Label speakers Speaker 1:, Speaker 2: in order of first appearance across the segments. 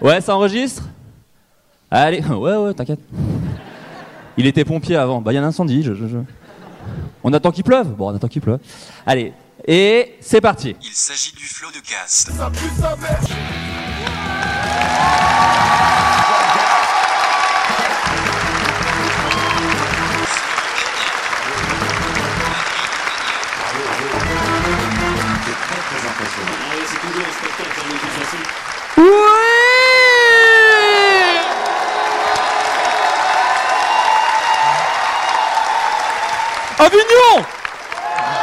Speaker 1: Ouais, ça enregistre Allez, ouais, ouais, t'inquiète. Il était pompier avant. Bah, il y a un incendie. Je, je- je- On attend qu'il pleuve Bon, on attend qu'il pleuve. Allez, et c'est parti.
Speaker 2: Il s'agit du flot de caste.
Speaker 1: Oui Avignon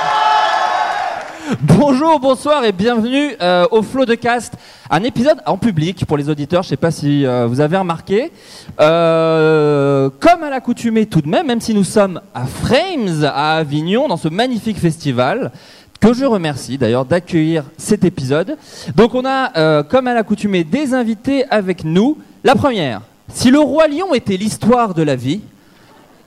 Speaker 1: Bonjour, bonsoir et bienvenue euh, au Flow de Cast, un épisode en public pour les auditeurs, je ne sais pas si euh, vous avez remarqué. Euh, comme à l'accoutumée tout de même, même si nous sommes à Frames, à Avignon, dans ce magnifique festival, que je remercie d'ailleurs d'accueillir cet épisode. Donc on a, euh, comme à l'accoutumée, des invités avec nous. La première, si le roi lion était l'histoire de la vie,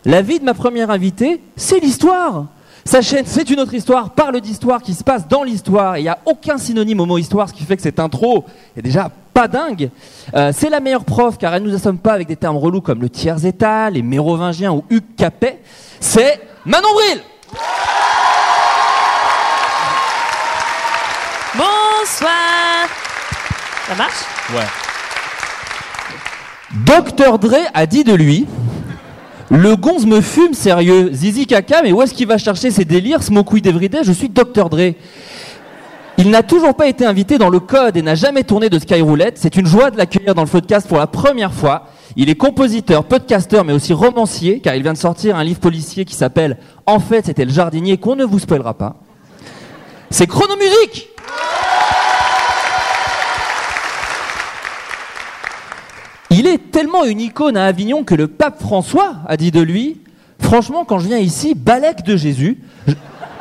Speaker 1: la vie de ma première invitée, c'est l'histoire. Sa chaîne, c'est une autre histoire, parle d'histoire qui se passe dans l'histoire. Il n'y a aucun synonyme au mot histoire, ce qui fait que cette intro est déjà pas dingue. Euh, c'est la meilleure prof, car elle ne nous assomme pas avec des termes relous comme le tiers état, les mérovingiens ou Hugues Capet. C'est Manon Bril
Speaker 3: Bonsoir Ça marche
Speaker 1: Docteur Dre a dit de lui Le gonze me fume sérieux, zizi caca, mais où est-ce qu'il va chercher ses délires, smoke weed everyday Je suis Docteur Dre. Il n'a toujours pas été invité dans le code et n'a jamais tourné de Skyroulette. C'est une joie de l'accueillir dans le podcast pour la première fois. Il est compositeur, podcasteur, mais aussi romancier, car il vient de sortir un livre policier qui s'appelle En fait, c'était le jardinier qu'on ne vous spoilera pas. C'est Chronomusique Il est tellement une icône à Avignon que le pape François a dit de lui Franchement, quand je viens ici, balèque de Jésus, je,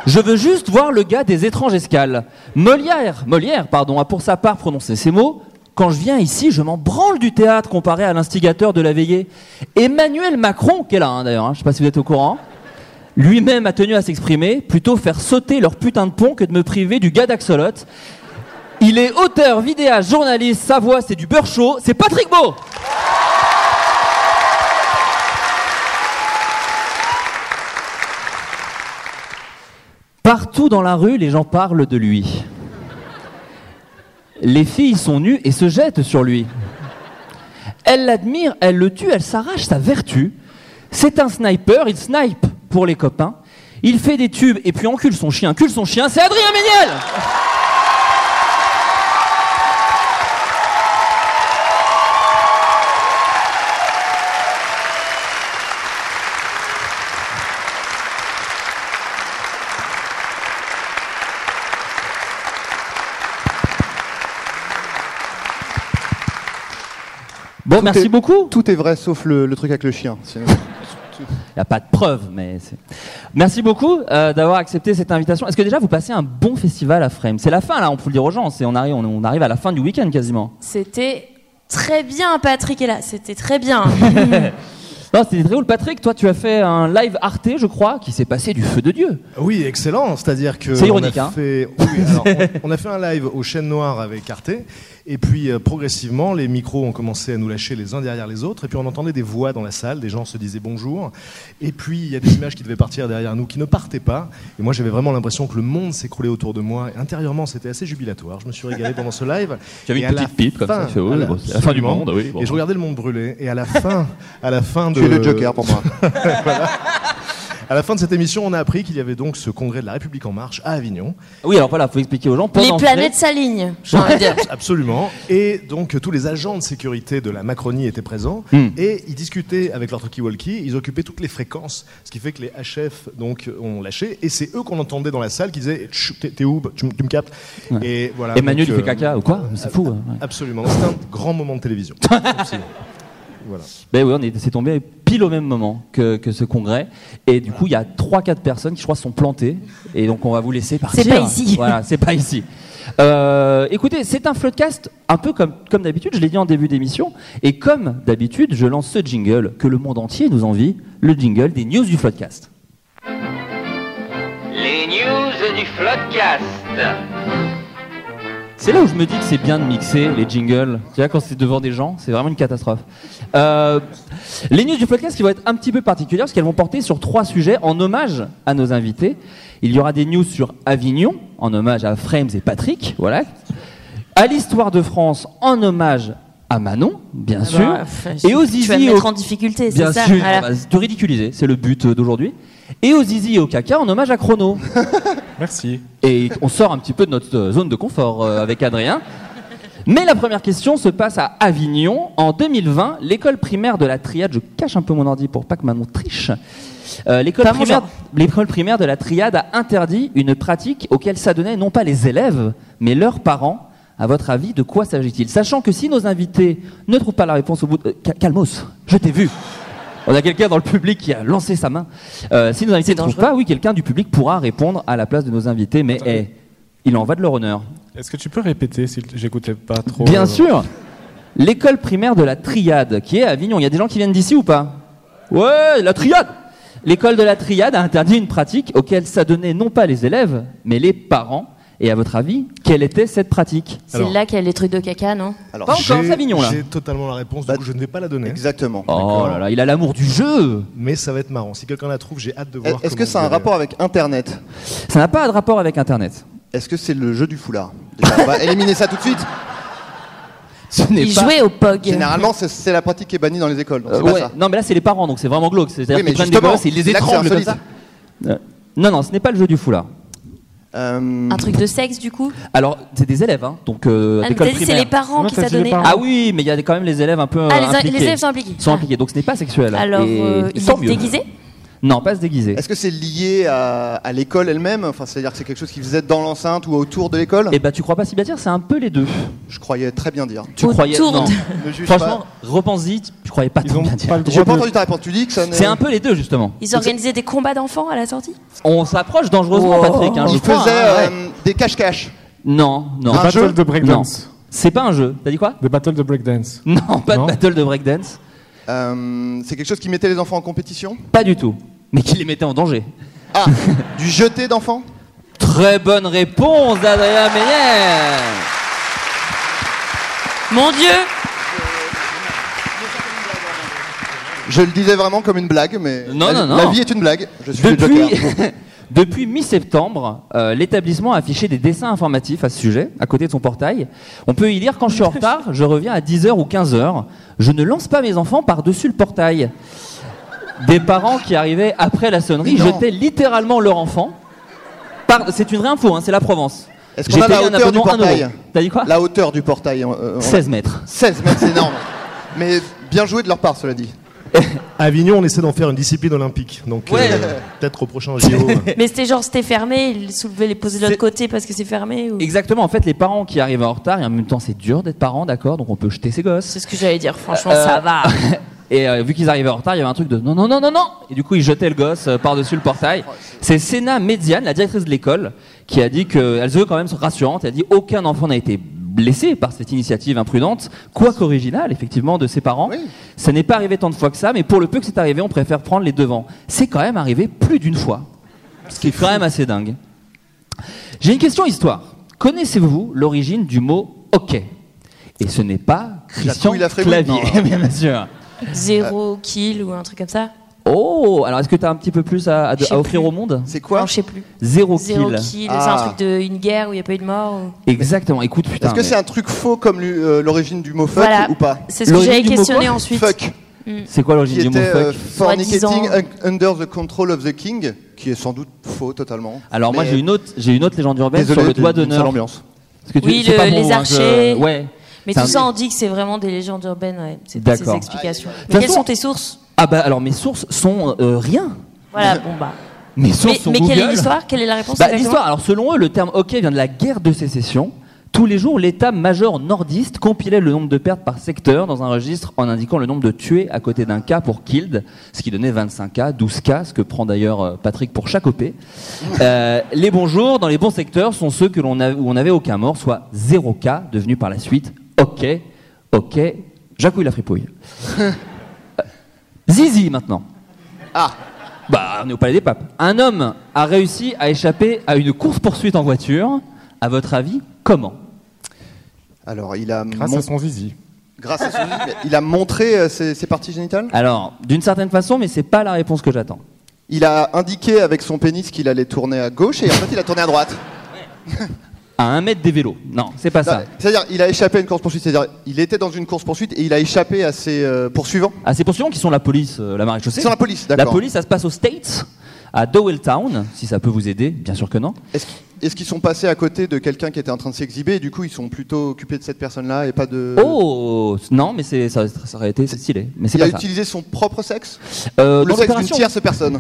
Speaker 1: je veux juste voir le gars des étranges escales. Molière, Molière, pardon, a pour sa part prononcé ces mots Quand je viens ici, je m'en branle du théâtre comparé à l'instigateur de la veillée. Emmanuel Macron, qui est là hein, d'ailleurs, hein, je ne sais pas si vous êtes au courant, lui-même a tenu à s'exprimer plutôt faire sauter leur putain de pont que de me priver du gars d'Axolot. Il est auteur, vidéaste, journaliste, sa voix c'est du beurre chaud, c'est Patrick Beau Partout dans la rue, les gens parlent de lui. Les filles sont nues et se jettent sur lui. Elles l'admirent, elles le tuent, elles s'arrachent sa vertu. C'est un sniper, il snipe pour les copains. Il fait des tubes et puis encule son chien, cule son chien, c'est Adrien Méniel Bon, merci
Speaker 4: est-
Speaker 1: beaucoup.
Speaker 4: Tout est vrai sauf le, le truc avec le chien. C'est-
Speaker 1: Il n'y a pas de preuve, mais c'est- Merci beaucoup euh, d'avoir accepté cette invitation. Est-ce que déjà vous passez un bon festival à Frame C'est la fin, là, on peut le dire aux gens. c'est- On arrive, on, on arrive à la fin du week-end quasiment.
Speaker 3: C'était très bien, Patrick est là. C'était très bien.
Speaker 1: Non, c'était très cool. Patrick, toi, tu as fait un live Arte, je crois, qui s'est passé du feu de Dieu.
Speaker 5: Oui, excellent. C'est-à-dire que
Speaker 1: C'est ironique,
Speaker 5: on a
Speaker 1: hein.
Speaker 5: fait, oui, alors, on, on a fait un live aux chaînes noires avec Arte, et puis euh, progressivement, les micros ont commencé à nous lâcher les uns derrière les autres, et puis on entendait des voix dans la salle, des gens se disaient bonjour, et puis il y a des images qui devaient partir derrière nous qui ne partaient pas, et moi j'avais vraiment l'impression que le monde s'écroulait autour de moi. Et intérieurement, c'était assez jubilatoire. Je me suis régalé pendant ce live.
Speaker 1: Tu avais
Speaker 5: Et
Speaker 1: une
Speaker 5: à la
Speaker 1: petite pipe comme ça,
Speaker 5: fin-
Speaker 1: tu fais, oui,
Speaker 5: à la-
Speaker 1: bon, c'est la fin du monde, oui, bon.
Speaker 5: Et je Euh. regardais le monde brûler, et à la fin, à la fin de
Speaker 4: Tu es le Joker pour moi.
Speaker 5: À la fin de cette émission, on a appris qu'il y avait donc ce congrès de la République en marche à Avignon.
Speaker 1: Oui, alors voilà, faut expliquer aux gens.
Speaker 3: Les
Speaker 1: pendant ce
Speaker 3: planètes s'alignent, j'ai envie de dire.
Speaker 5: Absolument. Et donc euh, tous les agents de sécurité de la Macronie étaient présents
Speaker 1: Hmm.
Speaker 5: et ils discutaient avec leur talkie-walkie. Ils occupaient toutes les fréquences, ce qui fait que les HF donc ont lâché. Et c'est eux qu'on entendait dans la salle qui disaient Chut, t'es- t'es où Bah, tu, m- tu me captes Et voilà.
Speaker 1: day, Emmanuel,
Speaker 5: donc,
Speaker 1: il fait
Speaker 5: euh,
Speaker 1: caca ou quoi C'est fou. hein, ouais.
Speaker 5: Absolument. C'était un grand moment de télévision.
Speaker 1: Ben oui, on est, c'est tombé pile au même moment que, que ce congrès. Et du coup, il y a 3-4 personnes qui, je crois, sont plantées. Et donc, on va vous laisser partir.
Speaker 3: pas ici.
Speaker 1: Voilà, c'est pas ici. Euh, écoutez, c'est un floodcast un peu comme, comme d'habitude, je l'ai dit en début d'émission. Et comme d'habitude, je lance ce jingle que le monde entier nous envie, le jingle des news du floodcast.
Speaker 6: Les news du Floodcast.
Speaker 1: C'est là où je me dis que c'est bien de mixer les jingles. Tu vois, quand c'est devant des gens, c'est vraiment une catastrophe. Euh, les news du podcast qui vont être un petit peu particulières parce qu'elles vont porter sur trois sujets en hommage à nos invités. Il y aura des news sur Avignon, en hommage à Frames et Patrick, voilà. À l'histoire de France, en hommage à Manon, bien
Speaker 3: Ah
Speaker 1: sûr.
Speaker 3: bah, enfin,
Speaker 1: et aux
Speaker 3: Tu vas me
Speaker 1: zizi,
Speaker 3: mettre
Speaker 1: au-
Speaker 3: en difficulté,
Speaker 1: bien
Speaker 3: c'est ça
Speaker 1: sûr,
Speaker 3: voilà.
Speaker 1: bah, de ridiculiser, c'est le but euh, d'aujourd'hui. Et aux zizi et au caca, en hommage à Chrono.
Speaker 7: Merci.
Speaker 1: Et on sort un petit peu de notre euh, zone de confort euh, avec Adrien. Mais la première question se passe à Avignon. En 2020, l'école primaire de la triade, je cache un peu mon ordi pour pas que Manon triche, Euh, l'école
Speaker 3: Pas mon
Speaker 1: primaire,
Speaker 3: genre.
Speaker 1: l'école primaire de la triade a interdit une pratique auquel s'adonnaient non pas les élèves, mais leurs parents. À votre avis, de quoi s'agit-il Sachant que si nos invités ne trouvent pas la réponse au bout de... euh, Cal- Calmos, je t'ai vu on a quelqu'un dans le public qui a lancé sa main. Euh, si nos invités ne trouvent
Speaker 3: dangereux.
Speaker 1: pas, oui, quelqu'un du public pourra répondre à la place de nos invités, mais eh, il en va de leur honneur.
Speaker 7: Est-ce que tu peux répéter si j'écoutais pas trop
Speaker 1: Bien
Speaker 7: euh,
Speaker 1: sûr L'école primaire de la Triade, qui est à Avignon. Il y a des gens qui viennent d'ici ou pas Ouais, la Triade L'école de la Triade a interdit une pratique auquel s'adonnaient non pas les élèves, mais les parents. Et à votre avis, quelle était cette pratique
Speaker 3: C'est
Speaker 5: Alors.
Speaker 3: là qu'il y a les trucs de caca, non
Speaker 4: Alors,
Speaker 1: Pas encore,
Speaker 5: J'ai-
Speaker 1: c'est Avignon, là.
Speaker 5: J'ai totalement la réponse,
Speaker 4: Bah,
Speaker 5: donc je ne vais pas la donner.
Speaker 4: Exactement.
Speaker 1: Oh là là, il a l'amour du jeu
Speaker 5: Mais ça va être marrant. Si quelqu'un la trouve, j'ai hâte de voir.
Speaker 4: Est-ce
Speaker 5: comment
Speaker 4: que ça a
Speaker 5: vous
Speaker 4: un
Speaker 5: allez-
Speaker 4: rapport avec Internet
Speaker 1: Ça n'a pas de rapport avec Internet.
Speaker 4: Est-ce que c'est le jeu du foulard Déjà, On va éliminer ça tout de suite.
Speaker 1: Ce n'est
Speaker 3: Ils
Speaker 1: pas-
Speaker 3: jouaient au POG.
Speaker 4: Généralement, c'est- c'est la pratique qui est bannie dans les écoles. donc
Speaker 1: Euh,
Speaker 4: c'est pas
Speaker 1: ouais.
Speaker 4: ça.
Speaker 1: Non, mais là, c'est les parents, donc c'est vraiment glauque. C'est-à-dire
Speaker 4: Oui, mais
Speaker 1: qu'ils prennent des
Speaker 4: justement,
Speaker 1: gosses et ils les
Speaker 4: c'est là que c'est
Speaker 1: étranglent comme ça.
Speaker 4: insolite.
Speaker 1: Euh, non, non, ce n'est pas le jeu du foulard.
Speaker 4: Euh,
Speaker 3: Un truc de sexe, du coup
Speaker 1: Alors, c'est des élèves, hein, donc euh,
Speaker 3: Ah, mais
Speaker 1: d'école
Speaker 3: t'as dit, c'est
Speaker 1: primaire.
Speaker 3: les parents
Speaker 7: Non,
Speaker 3: qui
Speaker 7: t'as dit les
Speaker 3: s'adonnaient.
Speaker 7: parents.
Speaker 1: Ah oui, mais il y a quand même les élèves un peu. euh,
Speaker 3: Ah, les- les,
Speaker 1: impliqués.
Speaker 3: élèves sont impliqués.
Speaker 1: Ils sont
Speaker 3: Ah.
Speaker 1: impliqués, donc ce n'est pas sexuel.
Speaker 3: Alors,
Speaker 1: Et
Speaker 3: euh, ils
Speaker 1: tant
Speaker 3: sont
Speaker 1: mieux.
Speaker 3: déguisés
Speaker 1: Non, pas se déguiser.
Speaker 4: Est-ce que c'est lié à, à l'école elle-même Enfin, c'est-à-dire que c'est quelque chose qui faisait dans l'enceinte ou autour de l'école
Speaker 1: Eh ben, tu crois pas si bien dire, c'est un peu les deux.
Speaker 4: Je croyais très bien dire.
Speaker 1: Tu
Speaker 3: Autour
Speaker 1: croyais.
Speaker 3: de-
Speaker 1: Non.
Speaker 4: Ne juge
Speaker 1: Franchement, repense-y, tu tu croyais pas
Speaker 7: Ils
Speaker 1: tant
Speaker 7: ont
Speaker 1: bien dire.
Speaker 7: pas le
Speaker 4: J'ai
Speaker 7: droit
Speaker 4: pas
Speaker 7: de-
Speaker 4: entendu ta réponse. Tu dis que ça ne-
Speaker 1: C'est un peu les deux, justement.
Speaker 3: Ils organisaient des combats d'enfants à la sortie
Speaker 1: On s'approche dangereusement,
Speaker 3: Oh.
Speaker 1: Patrick. hein,
Speaker 4: Il
Speaker 1: je crois,
Speaker 4: faisait
Speaker 1: hein, ouais.
Speaker 4: euh, des cache-cache.
Speaker 1: Non, non.
Speaker 7: Des
Speaker 4: Un jeu
Speaker 7: battles de breakdance.
Speaker 1: C'est pas un jeu. T'as dit quoi
Speaker 7: Des battles de breakdance.
Speaker 1: Non, pas
Speaker 7: Non.
Speaker 1: de battle de breakdance.
Speaker 4: Euh, c'est quelque chose qui mettait les enfants en compétition
Speaker 1: Pas du tout. Mais qui les mettait en danger.
Speaker 4: Ah, du jeté d'enfants
Speaker 1: Très bonne réponse d'Adrien Meyer.
Speaker 3: Mon Dieu
Speaker 4: Je le disais vraiment comme une blague, mais
Speaker 1: Non,
Speaker 4: la,
Speaker 1: non, non.
Speaker 4: la vie est une blague. Je suis le
Speaker 1: Depuis,
Speaker 4: Joker.
Speaker 1: depuis mi-septembre, euh, l'établissement a affiché des dessins informatifs à ce sujet, à côté de son portail. On peut y lire quand je suis en retard, je reviens à 10h ou 15h. Je ne lance pas mes enfants par-dessus le portail. Des parents qui arrivaient après la sonnerie
Speaker 4: Mais non.
Speaker 1: jetaient littéralement leur enfant. Par- C'est une vraie info, hein, c'est la Provence.
Speaker 4: Est-ce qu'on a
Speaker 1: J'ai
Speaker 4: la
Speaker 1: payé un
Speaker 4: hauteur du
Speaker 1: abonnement, un
Speaker 4: portail
Speaker 1: euro. T'as dit quoi
Speaker 4: La hauteur du portail. euh, on a-
Speaker 1: 16 mètres.
Speaker 4: 16 mètres, c'est énorme. Mais bien joué de leur part, cela dit.
Speaker 5: À Avignon, on essaie d'en faire une discipline olympique. Donc
Speaker 1: Ouais.
Speaker 5: euh, peut-être au prochain JO. euh,
Speaker 3: Mais c'était genre, c'était fermé, ils soulevaient les poser de
Speaker 1: C'est-
Speaker 3: l'autre côté parce que c'est fermé ou...
Speaker 1: Exactement, en fait, les parents qui arrivent en retard, et en même temps, c'est dur d'être parent, d'accord, donc on peut jeter ses gosses.
Speaker 3: C'est ce que j'allais dire, franchement,
Speaker 1: Euh,
Speaker 3: ça va.
Speaker 1: Et euh, vu qu'ils arrivaient en retard, il y avait un truc de non, non, non, non, non. Et du coup, ils jetaient le gosse euh, par-dessus le portail. C'est Sénat Médiane, la directrice de l'école, qui a dit qu'elle veut quand même être rassurante. Elle a dit aucun enfant n'a été blessé par cette initiative imprudente, quoique originale, effectivement, de ses parents.
Speaker 4: Oui.
Speaker 1: Ça n'est pas arrivé tant de fois que ça, mais pour le peu que c'est arrivé, on préfère prendre les devants. C'est quand même arrivé plus d'une fois. Ce qui est quand même assez dingue. J'ai une question histoire. Connaissez-vous l'origine du mot hockey Et ce n'est pas Christian
Speaker 4: couille, la frégouille,
Speaker 1: Clavier,
Speaker 4: non.
Speaker 1: bien sûr.
Speaker 3: Zéro kill ou un truc comme ça
Speaker 1: Oh, alors est-ce que t'as un petit peu plus à, à-
Speaker 3: Je sais
Speaker 1: à offrir
Speaker 3: plus.
Speaker 1: au monde
Speaker 4: C'est quoi
Speaker 3: Non, je sais plus.
Speaker 1: Zéro kill.
Speaker 3: Zéro kill, c'est un
Speaker 4: Ah.
Speaker 3: truc de une guerre où il n'y a pas eu de mort ou-
Speaker 1: Exactement, écoute putain.
Speaker 4: Est-ce que
Speaker 1: mais-
Speaker 4: c'est un truc faux comme l'u- euh, l'origine du mot fuck
Speaker 3: Voilà.
Speaker 4: ou pas
Speaker 3: C'est ce que
Speaker 1: L'origine
Speaker 3: j'avais
Speaker 1: du mot
Speaker 3: questionné
Speaker 1: quoi
Speaker 3: ensuite.
Speaker 4: Fuck.
Speaker 3: Mm.
Speaker 1: C'est quoi
Speaker 4: qui
Speaker 1: l'origine du mot
Speaker 4: était
Speaker 1: fuck
Speaker 4: euh, Fornicating
Speaker 3: Soi-disant.
Speaker 4: un- Under the Control of the King, qui est sans doute faux totalement.
Speaker 1: Alors moi
Speaker 4: Mais
Speaker 1: j'ai une autre, j'ai une autre légende urbaine
Speaker 4: désolé
Speaker 1: sur le
Speaker 4: d'une-
Speaker 1: doigt
Speaker 4: d'une sale
Speaker 1: d'honneur.
Speaker 4: ambiance.
Speaker 1: Parce que tu-
Speaker 3: Oui,
Speaker 1: c'est
Speaker 3: le-
Speaker 1: pas mon,
Speaker 3: les
Speaker 1: hein, je-
Speaker 3: archers.
Speaker 1: Ouais.
Speaker 3: Mais
Speaker 1: C'est
Speaker 3: tout
Speaker 1: un-
Speaker 3: ça, on dit que c'est vraiment des légendes urbaines, ouais. C'est
Speaker 1: D'accord.
Speaker 3: ces explications.
Speaker 1: toute
Speaker 3: Mais quelles
Speaker 1: façon-
Speaker 3: sont tes sources
Speaker 1: Ah bah alors mes sources sont euh, rien.
Speaker 3: Voilà, bon bah.
Speaker 1: Mes sources
Speaker 3: Mais,
Speaker 1: sont
Speaker 3: mais quelle est
Speaker 1: Google.
Speaker 3: l'histoire Quelle est la réponse
Speaker 1: Bah,
Speaker 3: exactement
Speaker 1: L'histoire, alors selon eux, le terme hockey vient de la guerre de sécession. Tous les jours, l'état-major nordiste compilait le nombre de pertes par secteur dans un registre en indiquant le nombre de tués à côté d'un cas pour killed, ce qui donnait 25 cas, 12 cas, ce que prend d'ailleurs euh, Patrick pour chaque OP. Euh, les bons jours dans les bons secteurs sont ceux que l'on a- où on n'avait aucun mort, soit 0 cas, devenu par la suite hockey, hockey, Jacouille la fripouille. Euh, Zizi maintenant. Bah, on est au palais des papes. Un homme a réussi à échapper à une course-poursuite en voiture. À votre avis, comment
Speaker 4: Alors, il a,
Speaker 7: Grâce
Speaker 4: mon-
Speaker 7: à son zizi.
Speaker 4: grâce à son- mais il a montré euh, ses, ses parties génitales
Speaker 1: Alors, d'une certaine façon, mais c'est pas la réponse que j'attends.
Speaker 4: Il a indiqué avec son pénis qu'il allait tourner à gauche et en fait il a tourné à droite.
Speaker 1: À un mètre des vélos. Non, c'est pas Ah, ça.
Speaker 4: Non, C'est-à-dire, il a échappé à une course-poursuite. C'est-à-dire, il était dans une course-poursuite et il a échappé à ses euh, poursuivants.
Speaker 1: Ah, ces poursuivants qui sont la police, euh, la maréchaussée.
Speaker 4: Ils sont la police,
Speaker 1: La
Speaker 4: d'accord.
Speaker 1: police, ça se passe aux States, à Dowelltown, si ça peut vous aider, bien sûr que non.
Speaker 4: Est-ce qu'- est-ce qu'ils sont passés à côté de quelqu'un qui était en train de s'exhiber et du coup ils sont plutôt occupés de cette personne-là et pas de.
Speaker 1: Oh Non, mais c'est, ça, ça aurait été stylé. Mais c'est
Speaker 4: Euh. il
Speaker 1: pas
Speaker 4: a
Speaker 1: ça.
Speaker 4: utilisé son propre sexe
Speaker 1: Euh,
Speaker 4: ou le
Speaker 1: dans
Speaker 4: sexe d'une
Speaker 1: l'opération-
Speaker 4: tierce personne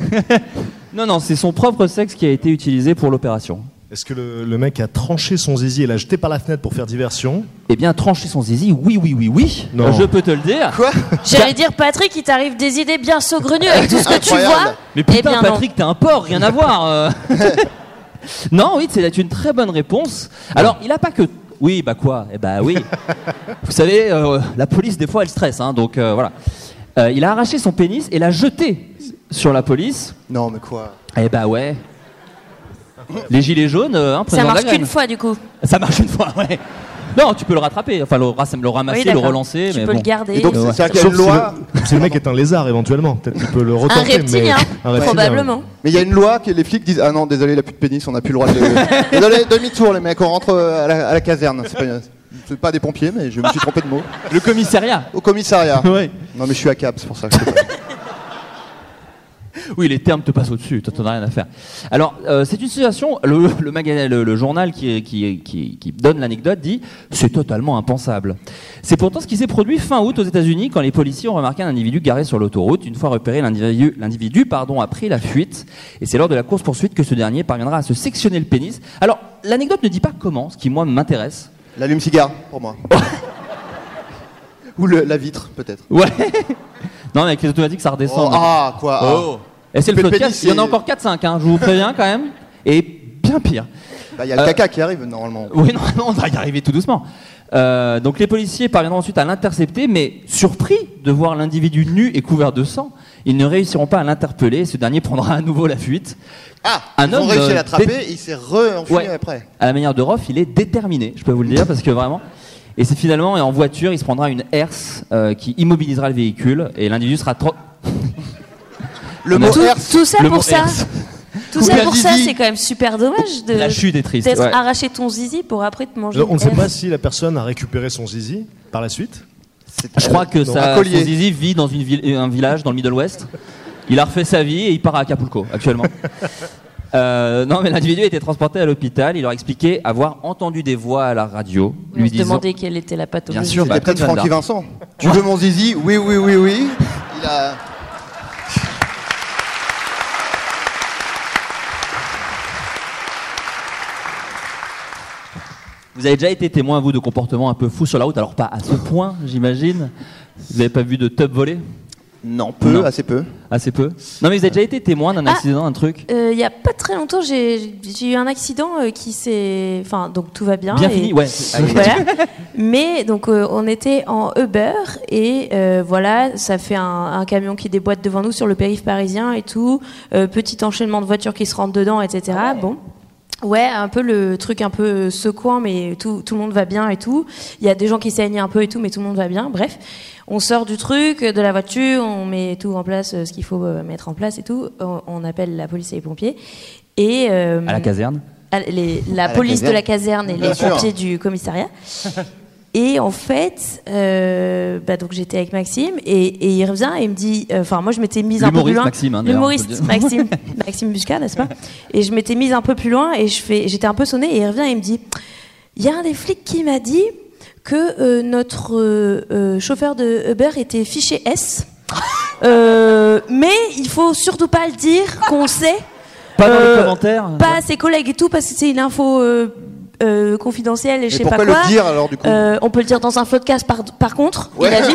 Speaker 1: Non, non, c'est son propre sexe qui a été utilisé pour l'opération.
Speaker 5: Est-ce que le, le mec a tranché son zizi et l'a jeté par la fenêtre pour faire diversion
Speaker 1: Eh bien, trancher son zizi, oui, oui, oui, oui.
Speaker 5: Non.
Speaker 1: Je peux te le dire.
Speaker 3: J'allais dire, Patrick, il t'arrive des idées bien saugrenues avec tout ce que tu
Speaker 4: Incroyable.
Speaker 3: vois.
Speaker 1: Mais putain,
Speaker 3: Eh bien, non.
Speaker 1: Patrick, t'es un porc, rien à voir. euh. non, oui, c'est une très bonne réponse. Alors, il a pas que. Oui, bah quoi Eh bah oui. Vous savez, euh, la police, des fois, elle stresse, hein, donc euh, voilà. Euh, il a arraché son pénis et l'a jeté sur la police.
Speaker 4: Non, mais quoi
Speaker 1: Eh bah ouais. Les gilets jaunes, euh, hein,
Speaker 3: Ça
Speaker 1: président de la
Speaker 3: marche
Speaker 1: graine.
Speaker 3: qu'une fois, du coup.
Speaker 1: Ça marche une fois, ouais. Non, tu peux le rattraper, enfin le, ras- le ramasser,
Speaker 3: Oui,
Speaker 1: le
Speaker 3: d'accord.
Speaker 1: relancer.
Speaker 3: Tu
Speaker 1: mais
Speaker 3: peux
Speaker 1: bon.
Speaker 3: le garder.
Speaker 4: Et donc,
Speaker 1: Ouais.
Speaker 4: c'est-à-dire qu'il y a
Speaker 5: Sauf
Speaker 4: une
Speaker 5: si
Speaker 4: loi.
Speaker 5: le, si le mec est un lézard éventuellement, peut-être qu'il peut le retenter.
Speaker 3: un
Speaker 5: mais-
Speaker 3: reptilien,
Speaker 5: un reptilien,
Speaker 3: hein. probablement.
Speaker 4: Mais il y a une loi que les flics disent Ah non, désolé, il a plus de pénis, on n'a plus le droit de. désolé, demi-tour, les mecs, on rentre euh, à la, à la caserne. C'est pas, euh, c'est pas des pompiers, mais je me suis trompé de mot.
Speaker 1: Le commissariat.
Speaker 4: Au commissariat.
Speaker 1: Ouais.
Speaker 4: Non, mais je suis à Cap, c'est pour ça que je sais pas.
Speaker 1: Oui, les termes te passent au-dessus, toi, t'en as rien à faire. Alors, euh, c'est une situation, le, le, magasin- le- le journal qui, qui, qui, qui donne l'anecdote dit c'est totalement impensable. C'est pourtant ce qui s'est produit fin août aux États-Unis quand les policiers ont remarqué un individu garé sur l'autoroute. Une fois repéré, l'individu l'individu, pardon, a pris la fuite et c'est lors de la course-poursuite que ce dernier parviendra à se sectionner le pénis. Alors, l'anecdote ne dit pas comment, ce qui, moi, m'intéresse.
Speaker 4: L'allume-cigare, pour moi. Ou le- la vitre, peut-être.
Speaker 1: Ouais Non, mais avec les automatiques, ça
Speaker 4: Oh,
Speaker 1: redescend.
Speaker 4: ah, quoi ah.
Speaker 1: Et c'est le
Speaker 4: Mais le
Speaker 1: podcast,
Speaker 4: pénis,
Speaker 1: il y en a
Speaker 4: c'est-
Speaker 1: encore 4-5, hein, je vous préviens quand même. Et bien pire.
Speaker 4: Bah, Il y a le
Speaker 1: Euh,
Speaker 4: caca qui arrive, normalement.
Speaker 1: Oui, non, non, on va y arriver tout doucement. Euh, donc les policiers parviendront ensuite à l'intercepter, mais surpris de voir l'individu nu et couvert de sang, ils ne réussiront pas à l'interpeller. Ce dernier prendra à nouveau la fuite.
Speaker 4: Ah,
Speaker 1: un
Speaker 4: ils ont
Speaker 1: homme,
Speaker 4: réussi
Speaker 1: euh,
Speaker 4: à l'attraper
Speaker 1: dé-
Speaker 4: et il s'est re-enfui
Speaker 1: Ouais.
Speaker 4: après.
Speaker 1: À la manière de Roth, il est déterminé, je peux vous le dire, parce que vraiment. Et c'est finalement et en voiture, il se prendra une herse euh, qui immobilisera le véhicule et l'individu sera trop.
Speaker 4: Le
Speaker 1: On
Speaker 4: mot
Speaker 1: a-
Speaker 3: Tout,
Speaker 4: herse.
Speaker 3: tout ça
Speaker 1: le mot
Speaker 3: pour ça.
Speaker 1: herse.
Speaker 3: Tout ça
Speaker 1: Combien
Speaker 3: pour ça,
Speaker 1: zizi
Speaker 3: c'est quand même super dommage de
Speaker 1: La chute est triste.
Speaker 3: d'être
Speaker 1: ouais.
Speaker 3: arraché ton zizi pour après te manger.
Speaker 5: Alors, on ne
Speaker 3: une
Speaker 5: sait pas
Speaker 3: herse.
Speaker 5: si la personne a récupéré son zizi par la suite.
Speaker 4: C'est-
Speaker 1: Je crois que
Speaker 4: Non,
Speaker 1: ça,
Speaker 4: un
Speaker 1: son
Speaker 4: collier.
Speaker 1: Zizi vit dans une ville- un village dans le Middle West. Il a refait sa vie et il part à Acapulco actuellement. Euh, non, mais l'individu a été transporté à l'hôpital. Il leur a expliqué avoir entendu des voix à la radio
Speaker 3: On
Speaker 1: lui
Speaker 3: se
Speaker 1: disant.
Speaker 3: demandait quelle était la pathologie.
Speaker 1: Bien sûr,
Speaker 4: C'était
Speaker 1: bah,
Speaker 4: peut-être
Speaker 1: comme Jeanne
Speaker 4: Francky
Speaker 1: d'Arc.
Speaker 4: Vincent. Tu veux mon zizi Oui, oui, oui, oui. Il a...
Speaker 1: Vous avez déjà été témoin vous de comportements un peu fous sur la route. Alors pas à ce point, j'imagine. Vous n'avez pas vu de tub voler
Speaker 4: Non, peu,
Speaker 1: Non.
Speaker 4: assez peu.
Speaker 1: assez peu. Non, mais vous avez déjà été témoin d'un
Speaker 3: Ah.
Speaker 1: accident, un truc.
Speaker 3: Euh, Il y a pas très longtemps, j'ai j'ai eu un accident euh, qui s'est. Enfin, donc tout va bien.
Speaker 1: Bien
Speaker 3: et-
Speaker 1: fini, ouais.
Speaker 3: Voilà. Mais donc euh, on était en Uber et euh, voilà, ça fait un, un camion qui déboîte devant nous sur le périph' parisien et tout, euh, petit enchaînement de voitures qui se rentrent dedans, etc. Bon. Ouais, un peu le truc un peu secouant, mais tout, tout le monde va bien et tout. Il y a des gens qui saignent un peu et tout, mais tout le monde va bien. Bref, on sort du truc, euh, de la voiture, on met tout en place, euh, ce qu'il faut euh, mettre en place et tout. On, on appelle la police et les pompiers. Et euh,
Speaker 1: À la caserne.
Speaker 3: à- les- la
Speaker 4: la
Speaker 3: police de
Speaker 4: caserne.
Speaker 3: la caserne et
Speaker 4: Bien
Speaker 3: les
Speaker 4: sûr.
Speaker 3: pompiers du commissariat. Et en fait, euh, bah, donc j'étais avec Maxime et, et il revient et il me dit, euh, enfin moi je m'étais mise un peu plus
Speaker 1: L'humoriste
Speaker 3: loin.
Speaker 1: Maxime, hein, d'ailleurs, on peut le
Speaker 3: L'humoriste
Speaker 1: dire.
Speaker 3: Maxime, Maxime Busca, n'est-ce pas Et je m'étais mise un peu plus loin et je fais, j'étais un peu sonnée et il revient et il me dit, il y a un des flics qui m'a dit que euh, notre euh, euh, chauffeur de Uber était fiché S. Euh, mais il faut surtout pas le dire qu'on sait
Speaker 1: Pas dans les
Speaker 3: Euh,
Speaker 1: commentaires.
Speaker 3: pas à ses collègues et tout parce que c'est une info euh, euh, confidentielle et je
Speaker 4: Et
Speaker 3: sais pas
Speaker 4: pourquoi
Speaker 3: quoi.
Speaker 4: le dire alors du coup
Speaker 3: Euh, on peut le dire dans un podcast par, par contre,
Speaker 4: Ouais.
Speaker 3: il a dit.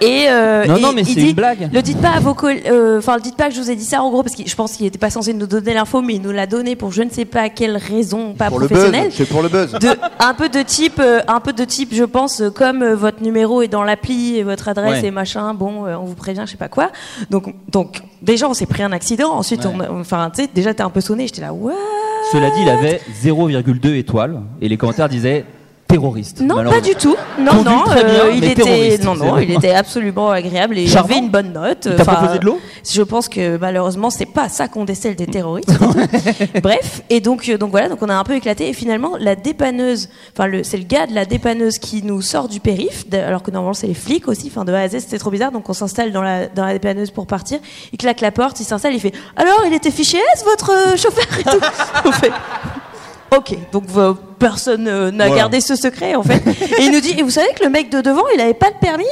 Speaker 3: Et euh,
Speaker 1: Non,
Speaker 3: et
Speaker 1: non, mais
Speaker 3: il
Speaker 1: c'est
Speaker 3: dit,
Speaker 1: une blague.
Speaker 3: Le dites pas à vos coll- euh, enfin le dites pas que je vous ai dit ça en gros parce que je pense qu'il était pas censé nous donner l'info mais il nous l'a donné pour je ne sais pas quelle raison pas
Speaker 4: Pour le buzz,
Speaker 3: professionnelle.
Speaker 4: c'est pour le buzz.
Speaker 3: De, un peu de type euh, un peu de type je pense euh, comme euh, votre numéro est dans l'appli et votre adresse
Speaker 1: Ouais.
Speaker 3: et machin bon euh, on vous prévient je sais pas quoi. Donc donc déjà on s'est pris un accident ensuite
Speaker 1: Ouais.
Speaker 3: on enfin tu sais déjà t'es un peu sonné j'étais là ouais
Speaker 1: Cela dit, il avait 0,2 étoiles et les commentaires disaient terroriste.
Speaker 3: Non, pas
Speaker 1: malheureusement.
Speaker 3: du tout. Non,
Speaker 1: Conduit
Speaker 3: non,
Speaker 1: très bien,
Speaker 3: euh, il
Speaker 1: mais
Speaker 3: était,
Speaker 1: terroriste,
Speaker 3: non, non,
Speaker 1: c'est
Speaker 3: il
Speaker 1: bon.
Speaker 3: était absolument agréable et il
Speaker 1: Charmant.
Speaker 3: avait une bonne note.
Speaker 1: Il t'a
Speaker 3: Enfin,
Speaker 1: proposé de l'eau
Speaker 3: Je pense que malheureusement, c'est pas ça qu'on décèle des terroristes. Bref, et donc, euh, donc voilà, donc on a un peu éclaté. Et finalement, la dépanneuse, enfin, le, c'est le gars de la dépanneuse qui nous sort du périph, d- alors que normalement c'est les flics aussi. Enfin, de A à Z, c'était trop bizarre. Donc on s'installe dans la, dans la dépanneuse pour partir. Il claque la porte, il s'installe, il fait Alors, il était fiché S, votre euh, chauffeur et tout. On fait, Ok, donc euh, personne euh, n'a
Speaker 5: Voilà.
Speaker 3: gardé ce secret en fait. Et il nous dit, et vous savez que le mec de devant, il avait pas de permis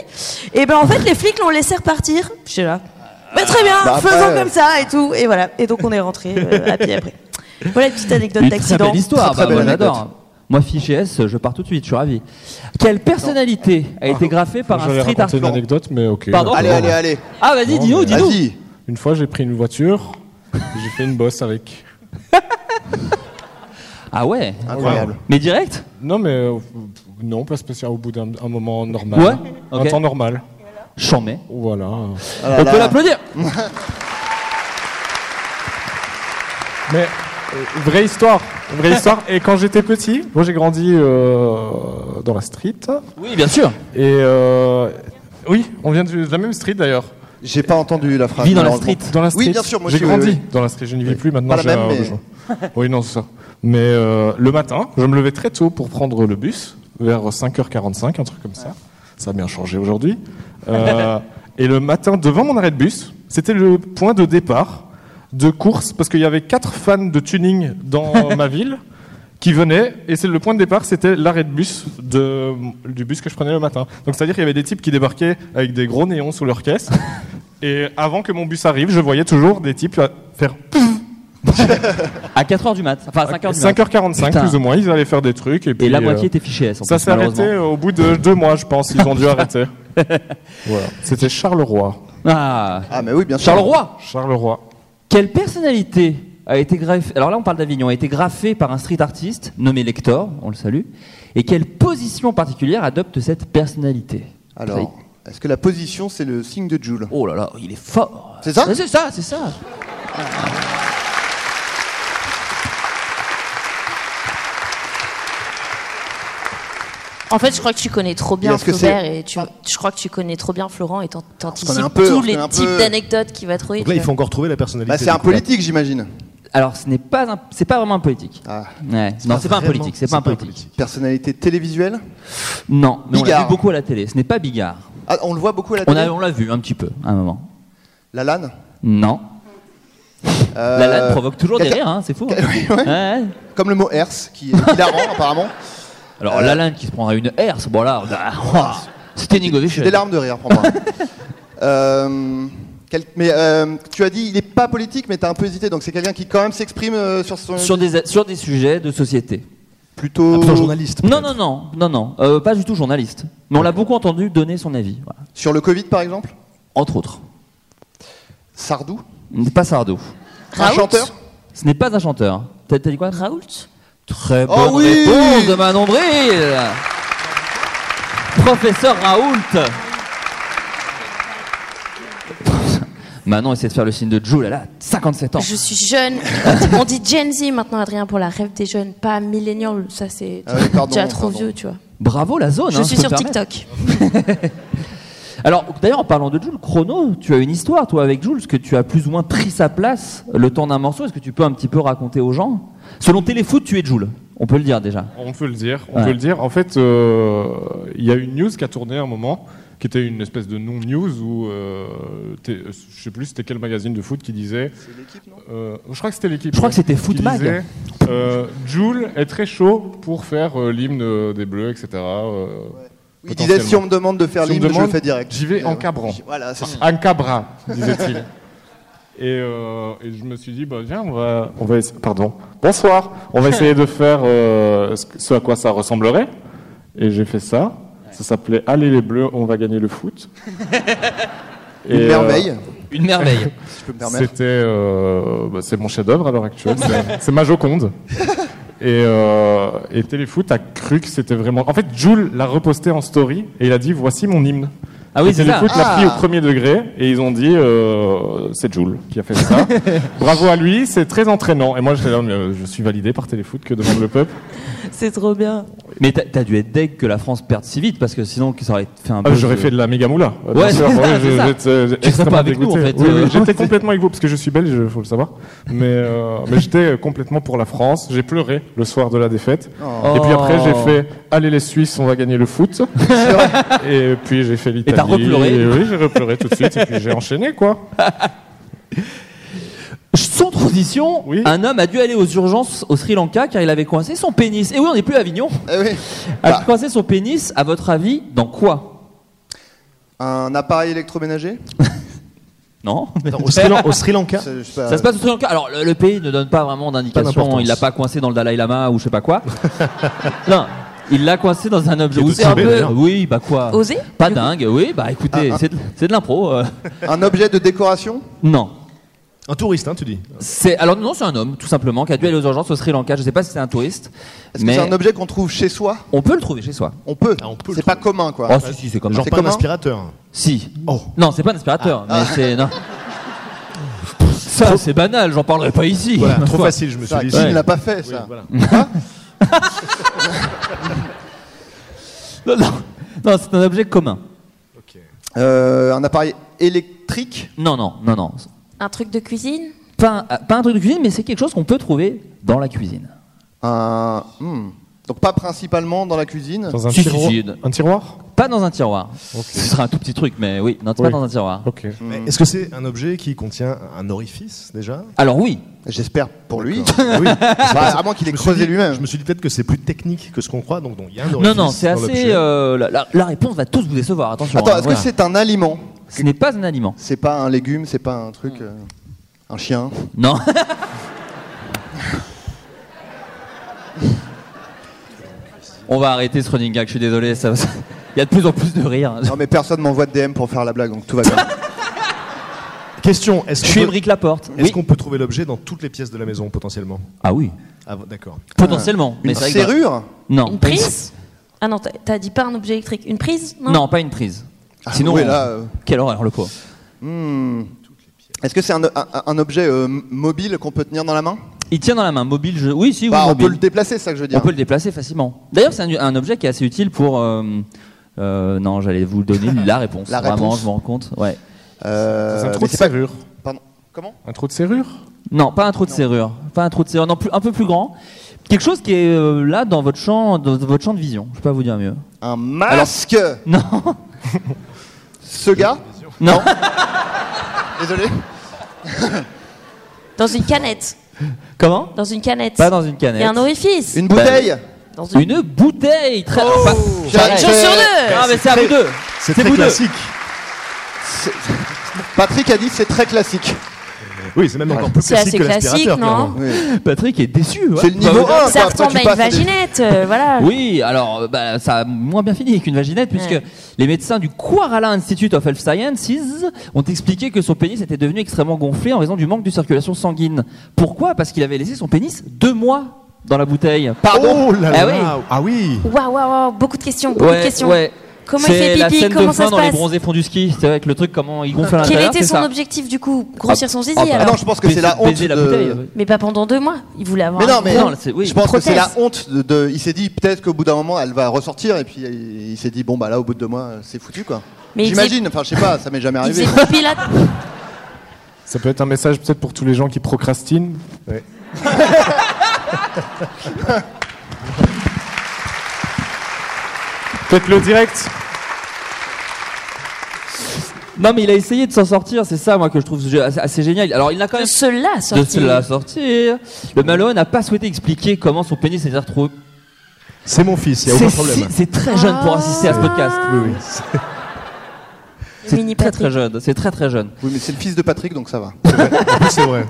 Speaker 3: Et ben en fait, les flics l'ont laissé repartir. Je suis là. Mais très bien,
Speaker 4: Bah, après,
Speaker 3: faisons
Speaker 4: euh,
Speaker 3: comme ça et tout. Et voilà. Et donc on est rentré euh, à pied après. Voilà une petite anecdote
Speaker 1: Une très
Speaker 3: d'accident.
Speaker 1: belle histoire,
Speaker 4: Très, très
Speaker 1: bah,
Speaker 4: belle
Speaker 1: moi,
Speaker 4: anecdote.
Speaker 1: j'adore. Moi, fiché S, je pars tout de suite, je suis ravi. Quelle personnalité a été graffée par un
Speaker 7: J'allais
Speaker 1: street art
Speaker 7: raconter une anecdote, mais ok.
Speaker 1: Pardon
Speaker 4: Allez, allez, allez.
Speaker 1: Ah, vas-y, dis-nous, dis-nous.
Speaker 4: Vas-y.
Speaker 7: Une fois, j'ai pris une voiture, et j'ai fait une bosse avec.
Speaker 1: Ah ouais
Speaker 4: Incroyable.
Speaker 1: Mais direct
Speaker 7: Non, mais euh, non, pas spécial. Au bout d'un un moment normal,
Speaker 1: Ouais, ok.
Speaker 7: un temps normal.
Speaker 1: Chambé.
Speaker 7: Voilà.
Speaker 4: Ah là
Speaker 1: On peut
Speaker 4: là.
Speaker 1: l'applaudir.
Speaker 7: Mais euh, vraie histoire, vraie histoire. Et quand j'étais petit, moi j'ai grandi euh, dans la street.
Speaker 1: Oui, bien sûr.
Speaker 7: Et euh, oui, on vient de de la même street d'ailleurs.
Speaker 4: J'ai pas entendu la phrase.
Speaker 1: Vis dans la
Speaker 4: malheureusement.
Speaker 1: street.
Speaker 7: Dans la street.
Speaker 4: Oui, bien sûr, moi
Speaker 7: J'ai
Speaker 4: aussi,
Speaker 7: grandi
Speaker 4: oui,
Speaker 7: dans la street. Je n'y vis plus maintenant.
Speaker 4: Pas la
Speaker 7: j'ai
Speaker 4: même,
Speaker 7: un
Speaker 4: mais-
Speaker 7: besoin. Oui, non, c'est ça. Mais euh, le matin, je me levais très tôt pour prendre le bus, vers 5h45, un truc comme ça. Ça a bien changé aujourd'hui. Euh, et le matin, devant mon arrêt de bus, c'était le point de départ de course, parce qu'il y avait quatre fans de tuning dans ma ville qui venaient, et c'est le point de départ, c'était l'arrêt de bus de, du bus que je prenais le matin. Donc c'est-à-dire qu'il y avait des types qui débarquaient avec des gros néons sous leur caisse, et avant que mon bus arrive, je voyais toujours des types euh, faire
Speaker 1: À 4h du mat. Enfin, à
Speaker 7: Ah,
Speaker 1: 5h du mat.
Speaker 7: 5h45
Speaker 1: Putain.
Speaker 7: plus ou moins, ils allaient faire des trucs. Et, puis,
Speaker 1: Et la
Speaker 7: euh,
Speaker 1: moitié était fiché S. en
Speaker 7: Ça
Speaker 1: plus,
Speaker 7: s'est arrêté
Speaker 1: malheureusement.
Speaker 7: euh, au bout de deux mois, je pense. Ils ont dû arrêter. Voilà. C'était Charleroi.
Speaker 1: Ah.
Speaker 4: Ah, mais oui, bien sûr.
Speaker 1: Charles Roy.
Speaker 7: Charleroi.
Speaker 1: Quelle personnalité a été graffée Alors là, on parle d'Avignon. A été graffée par un street artiste nommé Lector. On le salue. Et quelle position particulière adopte cette personnalité
Speaker 4: Alors, est-ce que la position, c'est le signe de Joule
Speaker 1: Oh là là, il est fort.
Speaker 4: C'est ça
Speaker 1: Ouais, C'est ça, c'est ça.
Speaker 3: En fait, je crois que tu connais trop
Speaker 4: Et
Speaker 3: bien
Speaker 4: est-ce que
Speaker 3: Flaubert et tu, je crois que tu connais trop bien Florent et t'an-
Speaker 4: connaît un
Speaker 3: t'anticipes
Speaker 4: peu,
Speaker 3: tous
Speaker 4: on connaît
Speaker 3: les
Speaker 4: un
Speaker 3: types
Speaker 4: peu.
Speaker 3: d'anecdotes qu'il va trouver.
Speaker 5: Donc là, il faut encore trouver la personnalité.
Speaker 4: Bah, c'est un
Speaker 5: du coup.
Speaker 4: politique, j'imagine.
Speaker 1: Alors, ce n'est pas un, c'est pas vraiment un politique.
Speaker 4: Ah.
Speaker 1: Ouais. Non, c'est pas un
Speaker 5: vraiment-
Speaker 1: politique, c'est pas un politique.
Speaker 4: Personnalité télévisuelle
Speaker 1: Non, mais on l'a
Speaker 4: Bigard.
Speaker 1: vu beaucoup à la télé. Ce n'est pas Bigard.
Speaker 4: Ah, on le voit beaucoup à la
Speaker 1: On
Speaker 4: télé.
Speaker 1: a- on l'a vu un petit peu, à un moment.
Speaker 4: La LAN
Speaker 1: Non.
Speaker 4: Euh,
Speaker 1: La LAN provoque toujours des
Speaker 4: quelqu'un-
Speaker 1: rires, hein, c'est fou. hein.
Speaker 4: Oui, ouais.
Speaker 1: Ouais.
Speaker 4: Comme le mot herse, qui est hilarant apparemment.
Speaker 1: Alors la LAN qui se prendra une herse, bon là, on a- Ouah, standing ovation.
Speaker 4: Des larmes de rire pour moi. Euh, quel- mais euh, tu as dit, il n'est pas politique, mais tu as un peu hésité. Donc c'est quelqu'un qui quand même s'exprime euh, sur son...
Speaker 1: Sur des, sur des sujets de société.
Speaker 4: Plutôt...
Speaker 5: Plutôt journaliste.
Speaker 1: Non,
Speaker 5: peut-être.
Speaker 1: non, non, non, non, euh, pas du tout journaliste. Mais on l'a beaucoup entendu donner son avis, voilà.
Speaker 4: Sur le Covid par exemple
Speaker 1: entre autres.
Speaker 4: Sardou
Speaker 1: Ce n'est pas Sardou.
Speaker 4: Un
Speaker 3: Raoult
Speaker 4: chanteur
Speaker 1: Ce n'est pas un chanteur. T'as t'as dit quoi
Speaker 3: Raoult
Speaker 1: Très
Speaker 4: Oh
Speaker 1: bonne
Speaker 4: oui
Speaker 1: réponse de Manon Bril Professeur Raoult Manon essaie de faire le signe de Jules, elle a 57 ans.
Speaker 3: Je suis jeune. On dit Gen Z maintenant, Adrien, pour la rêve des jeunes, pas millénial. Ça, c'est
Speaker 4: Ah oui, pardon,
Speaker 3: déjà trop
Speaker 4: pardon.
Speaker 3: vieux, tu vois.
Speaker 1: Bravo la zone.
Speaker 3: Je
Speaker 1: hein,
Speaker 3: suis
Speaker 1: peux
Speaker 3: sur
Speaker 1: me permettre.
Speaker 3: TikTok.
Speaker 1: Alors, d'ailleurs, en parlant de Jules, Chrono, tu as une histoire, toi, avec Jules, parce que tu as plus ou moins pris sa place le temps d'un morceau. Est-ce que tu peux un petit peu raconter aux gens Selon Téléfoot, tu es Jules. On peut le dire déjà.
Speaker 7: On peut le dire. On
Speaker 1: Ouais.
Speaker 7: peut le dire. En fait, euh, il y a une news qui a tourné à un moment, qui était une espèce de non-news où euh, t'es- euh, je sais plus c'était quel magazine de foot qui disait. Euh, je crois que c'était l'équipe.
Speaker 1: Je crois
Speaker 7: ouais,
Speaker 1: que c'était Foot
Speaker 7: qui
Speaker 1: Mag.
Speaker 7: disait, euh, Jules est très chaud pour faire euh, l'hymne euh, des Bleus, etc. euh,
Speaker 4: Il disait si on me demande de faire
Speaker 7: Si on me
Speaker 4: l'hymne, je le
Speaker 7: demande,
Speaker 4: fais direct.
Speaker 7: j'y vais en
Speaker 4: Ouais.
Speaker 7: cabrant. Ah.
Speaker 4: Voilà, c'est ça.
Speaker 7: Un cabra, disait-il. Et, euh, et je me suis dit, bah, viens, on va, on va essa- pardon, bonsoir, on va essayer de faire euh, ce que- ce à quoi ça ressemblerait. Et j'ai fait ça. Ça s'appelait Allez les Bleus, on va gagner le foot. Et,
Speaker 4: Une
Speaker 7: euh,
Speaker 4: merveille,
Speaker 1: Une merveille.
Speaker 4: si je peux me permettre.
Speaker 7: c'était, euh, bah, c'est mon chef-d'œuvre à l'heure actuelle. c'est- c'est ma Joconde. Et, euh, et Téléfoot a cru que c'était vraiment. En fait, Jules l'a reposté en story et il a dit voici mon hymne.
Speaker 1: Ah oui,
Speaker 7: Et
Speaker 1: c'est ça.
Speaker 7: Téléfoot l'a
Speaker 4: Ah.
Speaker 7: pris au premier degré et ils ont dit euh, c'est Jules qui a fait ça. Bravo à lui, c'est très entraînant. Et moi, j'étais là, mais, euh, je suis validé par Téléfoot que demande le peuple.
Speaker 3: C'est trop bien.
Speaker 1: Mais t'as- t'as dû être deg que la France perde si vite parce que sinon, ça aurait fait un peu.
Speaker 7: Ah, j'aurais
Speaker 1: de-
Speaker 7: fait de la méga moula.
Speaker 1: Ouais,
Speaker 7: Euh, bien sûr,
Speaker 1: c'est ça,
Speaker 7: ouais,
Speaker 1: c'est
Speaker 7: je-
Speaker 1: ça.
Speaker 7: j'étais, euh,
Speaker 1: Tu serais pas
Speaker 7: extrêmement
Speaker 1: avec nous, en
Speaker 7: dégoûté.
Speaker 1: fait,
Speaker 7: Oui,
Speaker 1: euh,
Speaker 7: oui, j'étais complètement avec vous parce que je suis belge, il faut le savoir. Mais, euh, mais j'étais euh, complètement pour la France. J'ai pleuré le soir de la défaite.
Speaker 4: Oh.
Speaker 7: Et puis après, j'ai
Speaker 1: Oh.
Speaker 7: fait Allez les Suisses, on va gagner le foot. et puis j'ai fait l'Italie.
Speaker 1: t'as repleuré.
Speaker 7: Et Oui, j'ai repleuré tout de suite. Et puis j'ai enchaîné, quoi.
Speaker 1: Sans transition,
Speaker 7: Oui.
Speaker 1: un homme a dû aller aux urgences au Sri Lanka car il avait coincé son pénis. Et oui, on n'est plus à Avignon.
Speaker 4: Eh oui.
Speaker 1: A
Speaker 4: Bah,
Speaker 1: coincé son pénis, à votre avis, dans quoi
Speaker 4: un appareil électroménager
Speaker 1: Non
Speaker 7: Euh.
Speaker 5: Attends, au, Sri Lan- au Sri Lanka
Speaker 4: C'est- je sais pas.
Speaker 1: Ça se passe au Sri Lanka. Alors, le, le pays ne donne pas vraiment d'indication.
Speaker 5: d'importance.
Speaker 1: Il l'a pas coincé dans le Dalai Lama ou je sais pas quoi. non, il l'a coincé dans un objet.
Speaker 5: Qui est
Speaker 1: Ou
Speaker 5: au
Speaker 1: c'est un
Speaker 5: Tibet,
Speaker 1: peu.
Speaker 5: d'ailleurs.
Speaker 1: Oui, bah quoi
Speaker 3: Osé
Speaker 1: Pas dingue. Oui, bah écoutez, c'est de, c'est de l'impro. euh.
Speaker 4: Un objet de décoration
Speaker 1: Non.
Speaker 5: Un touriste, hein, tu dis.
Speaker 1: C'est alors non, c'est un homme tout simplement qui a dû aller aux urgences au Sri Lanka. Je sais pas si c'est un touriste,
Speaker 4: Est-ce
Speaker 1: mais
Speaker 4: que c'est un objet qu'on trouve chez soi
Speaker 1: on peut le trouver chez soi.
Speaker 4: On peut.
Speaker 5: Ah, on peut le
Speaker 4: c'est pas commun, quoi.
Speaker 1: Oh, si, si, c'est comme
Speaker 5: Genre
Speaker 4: C'est
Speaker 5: pas un
Speaker 4: commun
Speaker 5: aspirateur.
Speaker 1: Si.
Speaker 5: Oh.
Speaker 1: Non, c'est pas un aspirateur, mais c'est non. Ça, c'est banal. J'en parlerai pas ici.
Speaker 5: Voilà, trop facile, je me
Speaker 4: C'est vrai
Speaker 5: suis
Speaker 4: que
Speaker 5: dit.
Speaker 4: Gilles
Speaker 1: Ouais.
Speaker 4: l'a pas fait,
Speaker 5: Oui,
Speaker 4: ça.
Speaker 5: voilà.
Speaker 1: Non, non, non, c'est un objet commun.
Speaker 4: Euh, un appareil électrique
Speaker 1: Non, non, non, non.
Speaker 3: Un truc de cuisine
Speaker 1: Pas un, ah, pas un truc de cuisine, mais c'est quelque chose qu'on peut trouver dans la cuisine.
Speaker 4: Un. hmm. Donc pas principalement dans la cuisine.
Speaker 7: Dans un,
Speaker 1: Si, si,
Speaker 7: tiroir.
Speaker 1: si.
Speaker 7: un tiroir
Speaker 1: Pas dans un tiroir. Ce serait un tout petit truc, mais oui, non, c'est
Speaker 7: Oui.
Speaker 1: pas dans un tiroir.
Speaker 7: Ok.
Speaker 5: Mais Est-ce que c'est un objet qui contient un orifice déjà
Speaker 1: Alors oui,
Speaker 4: J'espère pour lui.
Speaker 5: Ah oui.
Speaker 4: Bah, à moins qu'il ait
Speaker 5: Je me suis
Speaker 4: creusé
Speaker 5: dit-
Speaker 4: lui-même.
Speaker 5: Je me suis dit peut-être que c'est plus technique que ce qu'on croit, donc donc il y a un
Speaker 1: non,
Speaker 5: orifice
Speaker 1: non, c'est
Speaker 5: dans l'objet.
Speaker 1: assez. euh, la, la- la réponse va tous vous décevoir. Attention.
Speaker 4: Attends,
Speaker 1: hein,
Speaker 4: est-ce
Speaker 1: voilà.
Speaker 4: que c'est un aliment
Speaker 1: Ce n'est pas un aliment.
Speaker 4: C'est pas un légume, c'est pas un
Speaker 5: Hmm.
Speaker 4: truc. euh, Un chien.
Speaker 1: Non. On va arrêter ce running gag, je suis désolé, ça, ça- il y a de plus en plus de rire.
Speaker 4: Non, mais personne m'envoie de DM pour faire la blague, donc tout va bien.
Speaker 5: Question
Speaker 1: Je
Speaker 5: est-ce
Speaker 1: suis
Speaker 5: qu'on peut,
Speaker 1: Émeric Laporte.
Speaker 5: est-ce
Speaker 1: Oui.
Speaker 5: qu'on peut trouver l'objet dans toutes les pièces de la maison potentiellement
Speaker 1: Ah oui.
Speaker 5: Ah, D'accord.
Speaker 1: Potentiellement. mais
Speaker 4: Une
Speaker 1: c'est vrai que-
Speaker 4: serrure
Speaker 1: Non.
Speaker 3: Une prise Ah non, t'as- t'as dit pas un objet électrique. Une prise Non.
Speaker 1: Non, pas une prise. Sinon,
Speaker 4: oui, là, euh.
Speaker 1: quelle horreur le pauvre.
Speaker 4: Hmm. Est-ce que c'est un, un- un objet euh, mobile qu'on peut tenir dans la main
Speaker 1: Il tient dans la main mobile. Je... Oui, si, oui,
Speaker 4: Bah, On
Speaker 1: mobile.
Speaker 4: peut le déplacer, c'est ça que je veux
Speaker 1: On
Speaker 4: dire.
Speaker 1: peut le déplacer facilement. D'ailleurs, c'est un, un objet qui est assez utile pour. euh, euh, non, j'allais vous donner la réponse.
Speaker 4: La
Speaker 1: Vraiment,
Speaker 4: réponse.
Speaker 1: je me rends compte. Ouais.
Speaker 4: Euh,
Speaker 7: Dans un trou
Speaker 4: mais
Speaker 7: de
Speaker 4: c'est pas-
Speaker 7: serrure.
Speaker 4: Pardon. Comment
Speaker 7: Un trou de serrure
Speaker 1: Non, pas un trou de serrure. Pas un trou de serrure. Non, plus, un peu plus grand. Quelque chose qui est euh, là dans votre champ, dans votre champ de vision. Je peux pas vous dire mieux.
Speaker 4: Un masque
Speaker 1: Non,
Speaker 4: Ce gars
Speaker 1: non,
Speaker 4: Désolé.
Speaker 3: Dans une canette.
Speaker 1: Comment
Speaker 3: Dans une canette.
Speaker 1: Pas dans une
Speaker 3: Il
Speaker 1: canette.
Speaker 3: y a un orifice.
Speaker 4: Une bouteille
Speaker 3: Dans une...
Speaker 1: Une bouteille. Très. pas-
Speaker 4: J'arrête.
Speaker 3: Une chance sur deux
Speaker 1: Oh, Ah, mais c'est à vous deux.
Speaker 5: C'est
Speaker 1: C'est
Speaker 5: très
Speaker 1: vous deux.
Speaker 5: classique.
Speaker 4: C'est- Patrick a dit c'est très classique.
Speaker 5: Oui, c'est même encore plus
Speaker 3: C'est
Speaker 5: classique
Speaker 3: assez
Speaker 5: que
Speaker 3: classique,
Speaker 5: l'aspirateur.
Speaker 3: non
Speaker 1: Patrick est déçu. ouais.
Speaker 4: C'est le niveau 1.
Speaker 1: Bah,
Speaker 4: Quoi.
Speaker 3: Ça
Speaker 4: Après,
Speaker 3: retombe
Speaker 4: tu
Speaker 3: à une
Speaker 4: passes à des-
Speaker 3: vaginette, euh, voilà.
Speaker 1: Oui, alors euh, bah, ça a moins bien fini qu'une vaginette, puisque
Speaker 3: Ouais.
Speaker 1: les médecins du Koirala Institute of Health Sciences ont expliqué que son pénis était devenu extrêmement gonflé en raison du manque de circulation sanguine. Pourquoi Parce qu'il avait laissé son pénis deux mois dans la bouteille.
Speaker 4: Pardon
Speaker 5: Oh là
Speaker 1: Ah
Speaker 5: là
Speaker 1: oui.
Speaker 5: Ah oui
Speaker 3: Waouh, waouh, waouh, beaucoup de questions, beaucoup de
Speaker 1: Ouais,
Speaker 3: questions.
Speaker 1: ouais.
Speaker 3: Comment il
Speaker 1: C'est
Speaker 3: fait
Speaker 1: la
Speaker 3: pipi
Speaker 1: scène de
Speaker 3: Comment ça
Speaker 1: fin
Speaker 3: se
Speaker 1: dans les
Speaker 3: passe
Speaker 1: bronzés fonds du ski, c'est avec le truc comment il gonfle à
Speaker 3: Quel
Speaker 1: l'intérieur.
Speaker 3: était
Speaker 1: c'est
Speaker 3: son
Speaker 1: ça.
Speaker 3: objectif du coup Grossir son zizi
Speaker 1: Ah bah,
Speaker 4: Ah non,
Speaker 3: alors
Speaker 4: je pense que c'est
Speaker 1: Baiser-
Speaker 4: la honte
Speaker 1: baiser la bouteille.
Speaker 4: de...
Speaker 1: oui.
Speaker 3: Mais pas pendant deux mois. Il voulait avoir.
Speaker 4: Mais non,
Speaker 3: un
Speaker 4: mais
Speaker 3: gros-
Speaker 1: Non, là, c'est- oui,
Speaker 4: je pense que c'est la
Speaker 3: prothèse.
Speaker 4: honte de, de- Il s'est dit peut-être qu'au bout d'un moment elle va ressortir et puis euh, il, il s'est dit bon bah là au bout de deux mois euh, c'est foutu quoi.
Speaker 3: Mais il
Speaker 4: J'imagine, enfin je sais pas, ça m'est jamais
Speaker 3: Il
Speaker 4: arrivé.
Speaker 3: faisait pipi là.
Speaker 7: Ça peut être un message peut-être pour tous les gens qui procrastinent. Faites-le direct.
Speaker 1: Non, mais il a essayé de s'en sortir, c'est ça, moi, que je trouve assez, assez génial. Alors, il n'a quand même.
Speaker 3: Cela
Speaker 1: De
Speaker 3: sorti.
Speaker 1: se la sortir. Le Malone n'a pas souhaité expliquer comment son pénis s'est retrouvé.
Speaker 5: C'est mon fils, il n'y a
Speaker 1: C'est-
Speaker 5: aucun problème.
Speaker 1: c'est- C'est très jeune
Speaker 3: Ah.
Speaker 1: pour assister à ce podcast.
Speaker 5: Oui, oui.
Speaker 1: C'est
Speaker 3: Mini
Speaker 1: très
Speaker 3: Patrick.
Speaker 1: très jeune. C'est très très jeune.
Speaker 4: Oui, mais c'est le fils de Patrick, donc ça va.
Speaker 5: En plus, c'est vrai.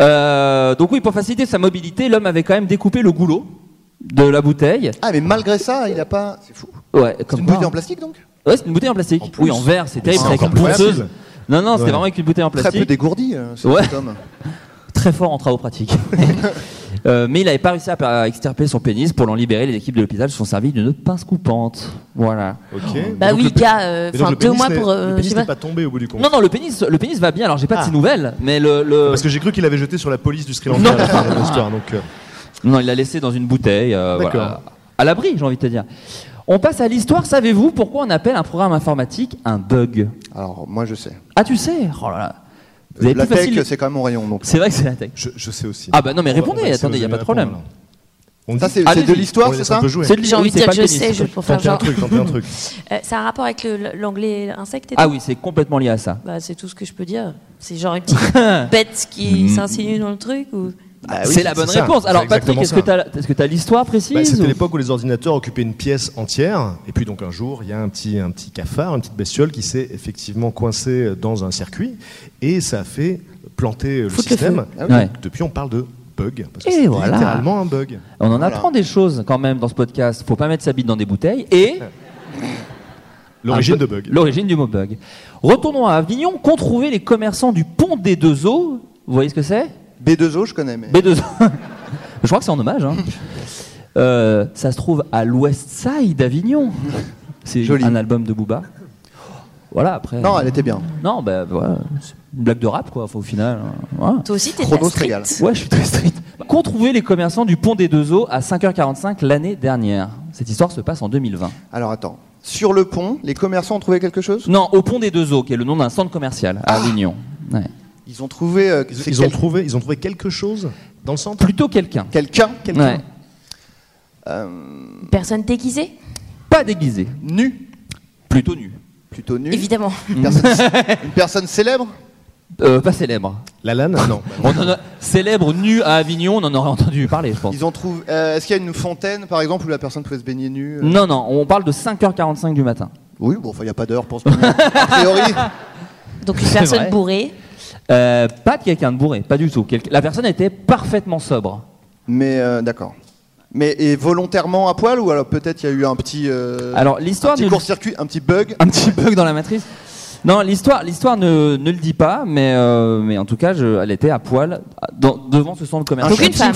Speaker 1: Euh, donc oui, pour faciliter sa mobilité, l'homme avait quand même découpé le goulot de la bouteille.
Speaker 4: Ah, mais malgré ça, il a pas. C'est fou.
Speaker 1: Ouais,
Speaker 4: C'est
Speaker 1: comme
Speaker 4: une
Speaker 1: quoi,
Speaker 4: bouteille
Speaker 1: hein.
Speaker 4: en plastique donc
Speaker 1: Ouais, c'est une bouteille en plastique.
Speaker 4: En plus.
Speaker 1: oui, en verre, c'est terrible.
Speaker 5: c'est
Speaker 1: avec une
Speaker 5: encore plus
Speaker 1: ponceuse.
Speaker 5: facile.
Speaker 1: Non, non, c'était
Speaker 5: Ouais.
Speaker 1: vraiment avec une bouteille en
Speaker 4: Très peu
Speaker 1: plastique. Très,
Speaker 4: dégourdi, euh, ce
Speaker 1: Ouais.
Speaker 4: petit homme.
Speaker 1: fort en travaux pratiques. Euh, mais il n'avait pas réussi à- à extirper son pénis. Pour l'en libérer, les équipes de l'hôpital se sont servies d'une pince coupante. Voilà.
Speaker 5: Ok.
Speaker 3: Bah
Speaker 5: Donc
Speaker 3: oui,
Speaker 5: le
Speaker 3: le
Speaker 5: pé-
Speaker 3: gars, euh,
Speaker 5: Mais donc,
Speaker 3: enfin,
Speaker 5: le
Speaker 3: deux
Speaker 5: pénis
Speaker 3: mois
Speaker 5: n'est-
Speaker 3: pour. euh,
Speaker 5: le
Speaker 3: je
Speaker 5: pénis
Speaker 3: sais
Speaker 5: n'est
Speaker 3: pas.
Speaker 5: pas tombé au bout du compte.
Speaker 1: Non, non, le pénis, le pénis va bien. Alors, j'ai pas de
Speaker 5: Ah.
Speaker 1: ces nouvelles, mais le. le-
Speaker 5: Parce que j'ai cru qu'il avait jeté sur la police du Sri Lanka
Speaker 1: Non.
Speaker 5: à la fin de l'histoire. Donc, euh,
Speaker 1: Non, il l'a laissé dans une bouteille, euh,
Speaker 5: D'accord.
Speaker 1: voilà, à l'abri, j'ai envie de te dire. On passe à l'histoire. Savez-vous pourquoi on appelle un programme informatique un bug
Speaker 4: Alors, moi je sais.
Speaker 1: Ah, tu sais Oh là là. Vous avez
Speaker 4: La
Speaker 1: plus
Speaker 4: tech,
Speaker 1: facile.
Speaker 4: c'est quand même mon rayon. Donc.
Speaker 1: C'est vrai que c'est la tech.
Speaker 5: je, je sais aussi.
Speaker 1: Ah bah non, mais
Speaker 5: On va-
Speaker 1: répondez,
Speaker 5: on va essayer
Speaker 1: attendez,
Speaker 5: de
Speaker 1: y a pas de
Speaker 5: répondre,
Speaker 1: problème.
Speaker 5: alors.
Speaker 4: Ça,
Speaker 5: On dit- Ah
Speaker 4: c'est
Speaker 1: Allez-y.
Speaker 4: c'est de
Speaker 5: on
Speaker 4: l'histoire,
Speaker 5: les
Speaker 4: c'est
Speaker 5: laisse
Speaker 4: ça
Speaker 5: un peu jouer.
Speaker 1: C'est de
Speaker 3: J'ai
Speaker 1: l'histoire,
Speaker 3: envie de
Speaker 1: c'est
Speaker 3: dire
Speaker 1: pas
Speaker 3: je
Speaker 1: le pénis.
Speaker 3: sais, je pour faire
Speaker 5: Tentez un
Speaker 3: genre.
Speaker 5: truc, tentez un truc.
Speaker 3: Euh, ça a un rapport avec le- l'anglais insecte et
Speaker 1: Ah
Speaker 3: tout
Speaker 1: oui, c'est complètement lié à ça.
Speaker 3: Bah, c'est tout ce que je peux dire. C'est genre une petite bête qui
Speaker 1: Mm.
Speaker 3: s'insinue dans le truc ou.
Speaker 1: c'est la bonne
Speaker 5: Bah c'est ça,
Speaker 1: réponse.
Speaker 5: c'est
Speaker 1: Alors Patrick,
Speaker 5: exactement
Speaker 1: est-ce que
Speaker 5: ça.
Speaker 1: t'as est-ce que t'as l'histoire précise
Speaker 5: Bah, C'était
Speaker 1: ou-
Speaker 5: l'époque où les ordinateurs occupaient une pièce entière. Et puis donc un jour, il y a un petit, un petit cafard, une petite bestiole qui s'est effectivement coincée dans un circuit. Et ça a fait planter le
Speaker 3: Foutre le
Speaker 5: système.
Speaker 4: Ah
Speaker 1: oui. Ouais.
Speaker 5: Depuis, on parle de bug. Parce que
Speaker 1: Et
Speaker 5: c'était
Speaker 1: voilà.
Speaker 5: littéralement un bug.
Speaker 1: On en
Speaker 4: Voilà.
Speaker 1: apprend des choses quand même dans ce podcast. Faut pas mettre sa bite dans des bouteilles et
Speaker 5: L'origine
Speaker 1: Un peu-
Speaker 5: de bug.
Speaker 1: L'origine du mot bug. Retournons à Avignon, qu'ont trouvé les commerçants du pont des deux eaux Vous voyez ce que c'est
Speaker 4: B2O, je connais, mais.
Speaker 1: B2. Je crois que c'est en hommage. hein. Euh, ça se trouve à l'Ouest Side d'Avignon. C'est
Speaker 4: Joli.
Speaker 1: un album de Booba. Voilà, après. euh,
Speaker 4: Non, elle était bien.
Speaker 1: Non, bah, voilà. c'est une blague de rap, quoi, au final. hein. Voilà.
Speaker 3: Toi aussi, t'es
Speaker 4: Chrono
Speaker 3: très
Speaker 4: se régale.
Speaker 3: strict.
Speaker 1: Ouais, je suis très street. Qu'ont trouvé les commerçants du pont des deux eaux à 5h45 l'année dernière Cette histoire se passe en 2020.
Speaker 4: Alors attends. Sur le pont, les commerçants ont trouvé quelque chose
Speaker 1: Non, au pont des deux eaux, qui est le nom d'un centre commercial
Speaker 4: Ah.
Speaker 1: à Avignon. Ouais.
Speaker 4: Ils ont trouvé. euh,
Speaker 5: Ils,
Speaker 4: c'est
Speaker 5: ils ont
Speaker 4: quel-
Speaker 5: trouvé, ils ont trouvé quelque chose dans le centre
Speaker 1: Plutôt quelqu'un.
Speaker 4: quelqu'un
Speaker 1: Ouais.
Speaker 3: Personne déguisée
Speaker 1: Pas déguisé.
Speaker 4: nu,
Speaker 1: Plutôt nu.
Speaker 4: plutôt nu.
Speaker 3: Évidemment.
Speaker 4: Une personne, une personne célèbre
Speaker 1: Euh, pas célèbre.
Speaker 5: La lane Non.
Speaker 1: On en a- Célèbre nu à Avignon, on en aurait entendu parler, je pense.
Speaker 4: Ils ont trouvé. euh, Est-ce qu'il y a une fontaine, par exemple, où la personne pouvait se baigner nue euh
Speaker 1: Non, non, on parle de 5h45 du matin.
Speaker 4: Oui, bon, enfin, il n'y a pas d'heure pour se baigner. A priori.
Speaker 3: Donc une
Speaker 1: C'est
Speaker 3: personne
Speaker 1: vrai.
Speaker 3: bourrée.
Speaker 1: Euh, pas de quelqu'un de bourré, pas du tout. Quelqu- La personne était parfaitement sobre.
Speaker 4: Mais euh, d'accord. Mais et volontairement à poil ou alors peut-être il y a eu un petit, euh,
Speaker 1: Alors,
Speaker 4: un
Speaker 1: l'histoire
Speaker 4: petit
Speaker 1: ne-
Speaker 4: court-circuit, un petit bug.
Speaker 1: Un petit bug dans la matrice. Non, l'histoire, l'histoire ne, ne le dit pas, mais, euh, mais en tout cas, je- elle était à poil dans- devant ce centre commercial.
Speaker 3: Donc une femme.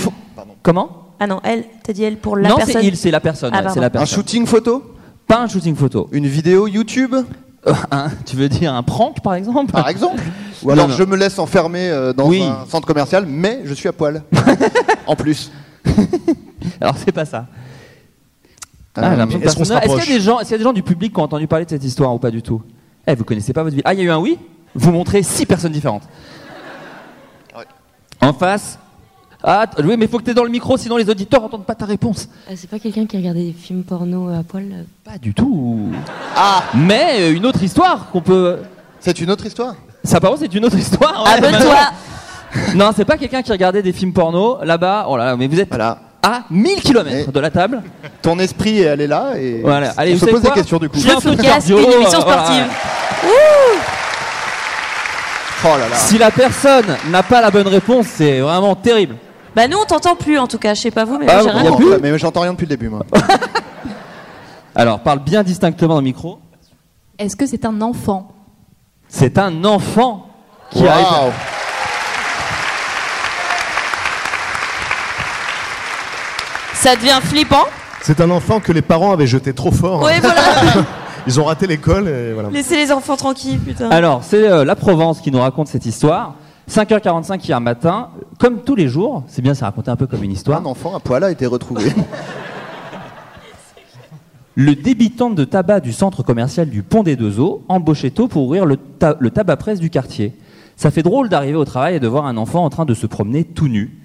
Speaker 1: Comment
Speaker 3: Ah non, elle, t'as dit elle pour la
Speaker 1: Non,
Speaker 3: personne.
Speaker 1: c'est il, c'est la personne.
Speaker 3: Ah,
Speaker 1: ouais, c'est
Speaker 3: pardon.
Speaker 1: la
Speaker 4: Un
Speaker 1: personne.
Speaker 4: shooting photo
Speaker 1: Pas un shooting photo.
Speaker 4: Une vidéo YouTube,
Speaker 1: Euh, un- tu veux dire un prank, par exemple
Speaker 4: par exemple Ou
Speaker 1: Non,
Speaker 4: alors
Speaker 1: non.
Speaker 4: je me laisse enfermer euh, dans
Speaker 1: Oui.
Speaker 4: un centre commercial, mais je suis à poil. en plus.
Speaker 1: Alors, c'est pas ça.
Speaker 4: Euh,
Speaker 1: Ah, j'ai l'impression que
Speaker 5: est-ce qu'on se
Speaker 1: personne- Est-ce
Speaker 5: rapproche
Speaker 1: qu'il y, a des gens- est-ce qu'il y a des gens du public qui ont entendu parler de cette histoire ou pas du tout Eh, vous connaissez pas votre vie. Ah, il y a eu un oui Vous montrez six personnes différentes.
Speaker 4: Ouais.
Speaker 1: En face. Ah, t- oui, mais faut que t'es dans le micro, sinon les auditeurs entendent pas ta réponse.
Speaker 8: Euh, C'est pas quelqu'un qui regardait des films porno à poil euh,
Speaker 1: Pas du tout.
Speaker 4: Ah,
Speaker 1: Mais euh, une autre histoire qu'on peut.
Speaker 4: c'est une autre histoire.
Speaker 1: Ça, par contre, c'est une autre histoire.
Speaker 4: Ah,
Speaker 1: ouais,
Speaker 3: Abonne-toi
Speaker 1: mais- Non, c'est pas quelqu'un qui regardait des films porno là-bas. Oh là là, mais vous êtes
Speaker 4: Voilà.
Speaker 1: à 1000 km
Speaker 4: Mais-
Speaker 1: de la table.
Speaker 4: Ton esprit elle est là et
Speaker 1: Voilà. Allez,
Speaker 4: on
Speaker 1: vous
Speaker 4: se
Speaker 1: savez
Speaker 4: pose des
Speaker 1: quoi
Speaker 4: questions du coup.
Speaker 1: Je-
Speaker 3: Le podcast,
Speaker 1: cardio,
Speaker 3: une émission
Speaker 1: euh, voilà.
Speaker 3: sportive.
Speaker 4: Oh là là.
Speaker 1: Si la personne n'a pas la bonne réponse, c'est vraiment terrible.
Speaker 3: Bah nous on t'entend plus en tout cas, je sais pas vous, mais
Speaker 1: Ah,
Speaker 3: j'ai
Speaker 1: bon,
Speaker 3: rien
Speaker 1: y a
Speaker 4: Non,
Speaker 1: plus
Speaker 4: ça, mais j'entends rien depuis le début moi.
Speaker 1: Alors, parle bien distinctement dans le micro.
Speaker 9: Est-ce que c'est un enfant
Speaker 1: C'est un enfant qui
Speaker 4: Waouh.
Speaker 1: arrive.
Speaker 3: Ça devient flippant.
Speaker 5: C'est un enfant que les parents avaient jeté trop fort.
Speaker 3: Ouais, voilà.
Speaker 5: Ils ont raté l'école et voilà.
Speaker 3: Laissez les enfants tranquilles, putain.
Speaker 1: Alors, c'est euh, la Provence qui nous raconte cette histoire. 5h45 hier matin, comme tous les jours, c'est bien, c'est raconté un peu comme une histoire.
Speaker 4: Un enfant à poil a été retrouvé.
Speaker 1: Le débitant de tabac du centre commercial du Pont des Deux Eaux embauché tôt pour ouvrir le, ta- le tabac presse du quartier. Ça fait drôle d'arriver au travail et de voir un enfant en train de se promener tout nu.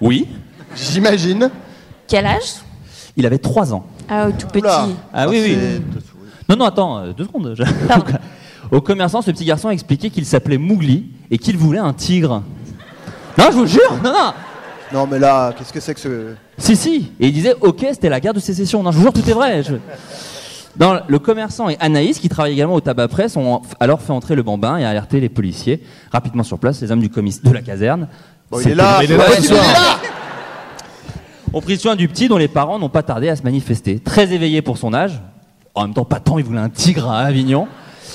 Speaker 1: Oui.
Speaker 4: J'imagine.
Speaker 3: Quel âge
Speaker 1: Il avait 3 ans.
Speaker 3: Ah, tout petit.
Speaker 1: Ah oui, oui. Non, non, attends, euh, deux secondes. Je- Au commerçant, ce petit garçon a expliqué qu'il s'appelait Mougli et qu'il voulait un tigre. Non, je vous jure, non, non.
Speaker 4: Non, mais là, qu'est-ce que c'est que ce.
Speaker 1: Si, si. Et il disait, ok, c'était la guerre de sécession. Non, je vous jure, tout est vrai. Je- Non, le commerçant et Anaïs, qui travaillent également au tabac presse, ont alors fait entrer le bambin et alerté les policiers. Rapidement sur place, les hommes du commis de la caserne.
Speaker 4: Bon, il est
Speaker 1: C'était-
Speaker 4: là, Mais il est là, c'est pas possible, il est là
Speaker 1: ont pris soin du petit dont les parents n'ont pas tardé à se manifester. Très éveillé pour son âge, en même temps pas tant, il voulait un tigre à Avignon.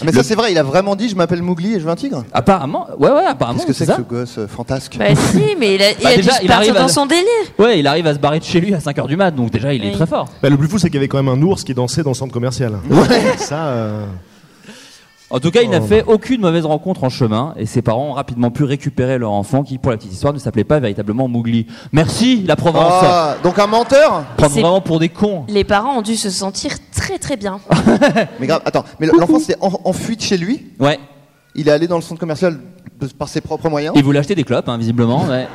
Speaker 4: Mais ça, c'est vrai, il a vraiment dit je m'appelle Mougli et je veux un tigre
Speaker 1: Apparemment, ouais, ouais, apparemment.
Speaker 4: Qu'est-ce que c'est
Speaker 1: Ah ça.
Speaker 4: que ce gosse euh, fantasque
Speaker 3: Bah si, mais il a, il
Speaker 1: Bah,
Speaker 3: a
Speaker 1: déjà,
Speaker 3: dû se
Speaker 1: il
Speaker 3: partir
Speaker 1: arrive à-
Speaker 3: dans son délire.
Speaker 1: Ouais, il arrive à se barrer de chez lui à 5h du mat, donc déjà il est
Speaker 3: Oui.
Speaker 1: très fort.
Speaker 5: Bah, le plus fou, c'est qu'il y avait quand même un ours qui dansait dans le centre commercial. Ça, euh,
Speaker 1: En tout cas, il n'a
Speaker 5: Oh.
Speaker 1: fait aucune mauvaise rencontre en chemin et ses parents ont rapidement pu récupérer leur enfant qui, pour la petite histoire, ne s'appelait pas véritablement Mougli. Merci, la Provence.
Speaker 4: Ah, donc un menteur
Speaker 1: Prendre
Speaker 3: C'est-
Speaker 1: vraiment pour des cons.
Speaker 3: Les parents ont dû se sentir très très bien.
Speaker 1: Ah.
Speaker 4: Mais grave, attends, mais l'enfant s'est en, en fuite chez lui
Speaker 1: Ouais.
Speaker 4: Il est allé dans le centre commercial de- par ses propres moyens
Speaker 1: Il voulait acheter des clopes, hein, visiblement, ouais.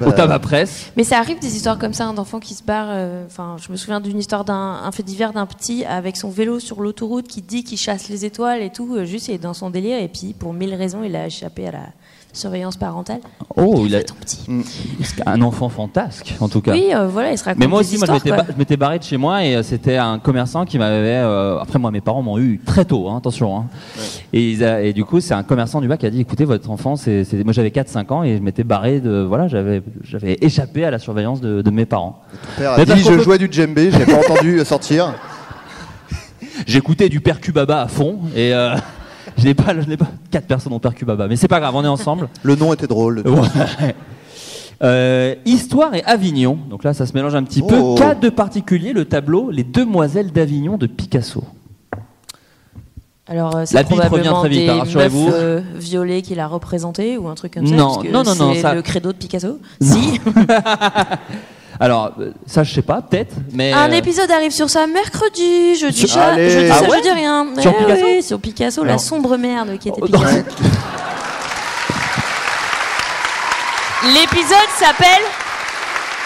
Speaker 4: Bah,
Speaker 1: au tabac presse.
Speaker 3: Mais ça arrive des histoires comme ça, un enfant qui se barre. euh, Enfin, je me souviens d'une histoire d'un un fait divers d'un petit avec son vélo sur l'autoroute qui dit qu'il chasse les étoiles et tout. euh, juste, il est dans son délire et puis pour mille raisons, il a échappé à la surveillance parentale.
Speaker 1: Oh, il a
Speaker 3: Ton petit.
Speaker 1: un enfant fantasque, en tout cas.
Speaker 3: Oui, euh, voilà, il se raconte.
Speaker 1: Mais moi
Speaker 3: des
Speaker 1: aussi, moi, je
Speaker 3: histoires,
Speaker 1: m'étais
Speaker 3: quoi.
Speaker 1: ba- je m'étais barré de chez moi et euh, c'était un commerçant qui m'avait. euh, après, moi, mes parents m'ont eu très tôt, hein, attention. hein. Et, ils a- et du coup, c'est un commerçant du bac qui a dit écoutez, votre enfant, c'est. c'est- Moi, j'avais 4-5 ans et je m'étais barré de. Voilà, j'avais j'avais échappé à la surveillance de, de mes parents.
Speaker 4: père a
Speaker 1: Mais parce
Speaker 4: dit
Speaker 1: qu'on
Speaker 4: je
Speaker 1: peut-
Speaker 4: jouais du djembé, je l'ai pas entendu euh, sortir.
Speaker 1: J'écoutais du Percubaba à fond et. euh, je n'ai pas, je n'ai pas quatre personnes ont Percubaba, mais c'est pas grave, on est ensemble.
Speaker 4: Le nom était drôle. le-
Speaker 1: Ouais. Euh, histoire et Avignon. Donc là, ça se mélange un petit
Speaker 4: Oh.
Speaker 1: peu. Cas de particulier, le tableau Les Demoiselles d'Avignon de Picasso.
Speaker 3: Alors, euh, c'est
Speaker 1: La bite revient
Speaker 3: probablement
Speaker 1: très vite, hein,
Speaker 3: des meufs
Speaker 1: rassurez-vous.
Speaker 3: euh, violées qu'il a représentées ou un truc comme ça.
Speaker 1: Non,
Speaker 3: parce que
Speaker 1: non, non, non,
Speaker 3: C'est
Speaker 1: ça-
Speaker 3: le credo de Picasso. Si.
Speaker 1: Alors, euh, ça, je sais pas, peut-être, mais.
Speaker 3: Un
Speaker 1: euh,
Speaker 3: épisode arrive sur ça mercredi. Je dis
Speaker 4: Sur-
Speaker 3: ça,
Speaker 4: Allez.
Speaker 3: je dis,
Speaker 4: Ah
Speaker 3: ça,
Speaker 1: ouais
Speaker 3: je dis rien.
Speaker 1: Sur
Speaker 3: Eh
Speaker 1: Picasso
Speaker 3: oui, sur Picasso, la
Speaker 1: Alors.
Speaker 3: sombre merde qui était
Speaker 1: Oh,
Speaker 3: Picasso.
Speaker 1: non.
Speaker 3: L'épisode s'appelle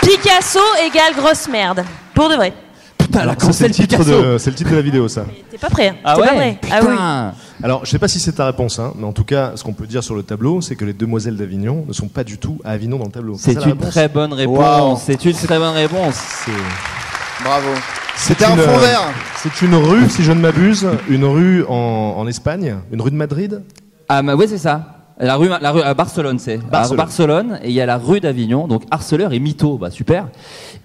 Speaker 3: Picasso égale grosse merde. Pour de vrai.
Speaker 1: Putain, la
Speaker 5: alors, ça, c'est
Speaker 1: cancel
Speaker 5: le titre
Speaker 1: Picasso
Speaker 5: de- c'est le titre de la vidéo, ça.
Speaker 3: T'es pas prêt hein
Speaker 1: Ah
Speaker 3: T'es pas
Speaker 1: ouais
Speaker 3: prêt
Speaker 1: Putain
Speaker 3: Ah oui.
Speaker 5: Alors, je sais pas si c'est ta réponse, hein, mais en tout cas, ce qu'on peut dire sur le tableau, c'est que les demoiselles d'Avignon ne sont pas du tout à Avignon dans le tableau.
Speaker 1: C'est
Speaker 5: ça, la
Speaker 1: une
Speaker 5: réponse
Speaker 1: très bonne réponse.
Speaker 4: Wow.
Speaker 1: C'est une très bonne réponse.
Speaker 5: C'est-
Speaker 4: Bravo.
Speaker 5: c'est
Speaker 4: C'était un
Speaker 5: une,
Speaker 4: fond
Speaker 5: euh,
Speaker 4: vert.
Speaker 5: C'est une rue, si je ne m'abuse, une rue en, en Espagne, une rue de Madrid.
Speaker 1: Ah, bah, ouais, c'est ça. La rue, la rue à Barcelone, c'est.
Speaker 5: Barcelone.
Speaker 1: À Barcelone, et il y a la rue d'Avignon, donc harceleur et mytho, bah super.